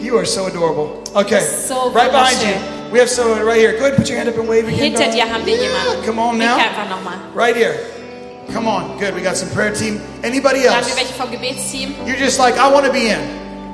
Speaker 1: You are so adorable. Okay.
Speaker 2: So
Speaker 1: right behind
Speaker 2: wunderschön.
Speaker 1: you. We have someone right here. Go ahead and put your hand up and wave again.
Speaker 2: Hinter
Speaker 1: darling.
Speaker 2: dir haben wir
Speaker 1: yeah,
Speaker 2: jemanden.
Speaker 1: come on
Speaker 2: Winke
Speaker 1: now.
Speaker 2: einfach nochmal.
Speaker 1: Right here. Come on. Good. We got some prayer team. Anybody
Speaker 2: Da haben wir
Speaker 1: else?
Speaker 2: welche vom Gebetsteam.
Speaker 1: You're just like, I want to be in.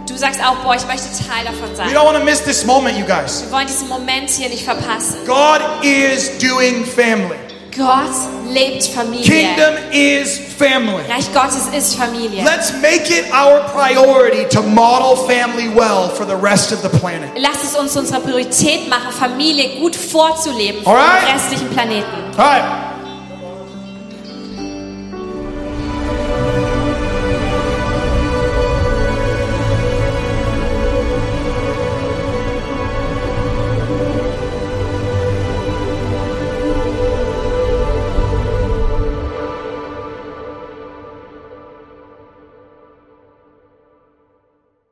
Speaker 2: Du sagst auch, boah, ich möchte Teil davon sein.
Speaker 1: You don't want to miss this moment, you guys.
Speaker 2: Wir wollen diesen Moment hier nicht verpassen.
Speaker 1: God is doing family.
Speaker 2: Gott lebt Familie.
Speaker 1: Kingdom is family.
Speaker 2: Reich Gottes ist Familie.
Speaker 1: Let's make it our priority to model family well for the rest of the planet.
Speaker 2: Lass es uns unsere Priorität machen, Familie gut vorzuleben für
Speaker 1: Alright.
Speaker 2: den restlichen Planeten.
Speaker 1: All right.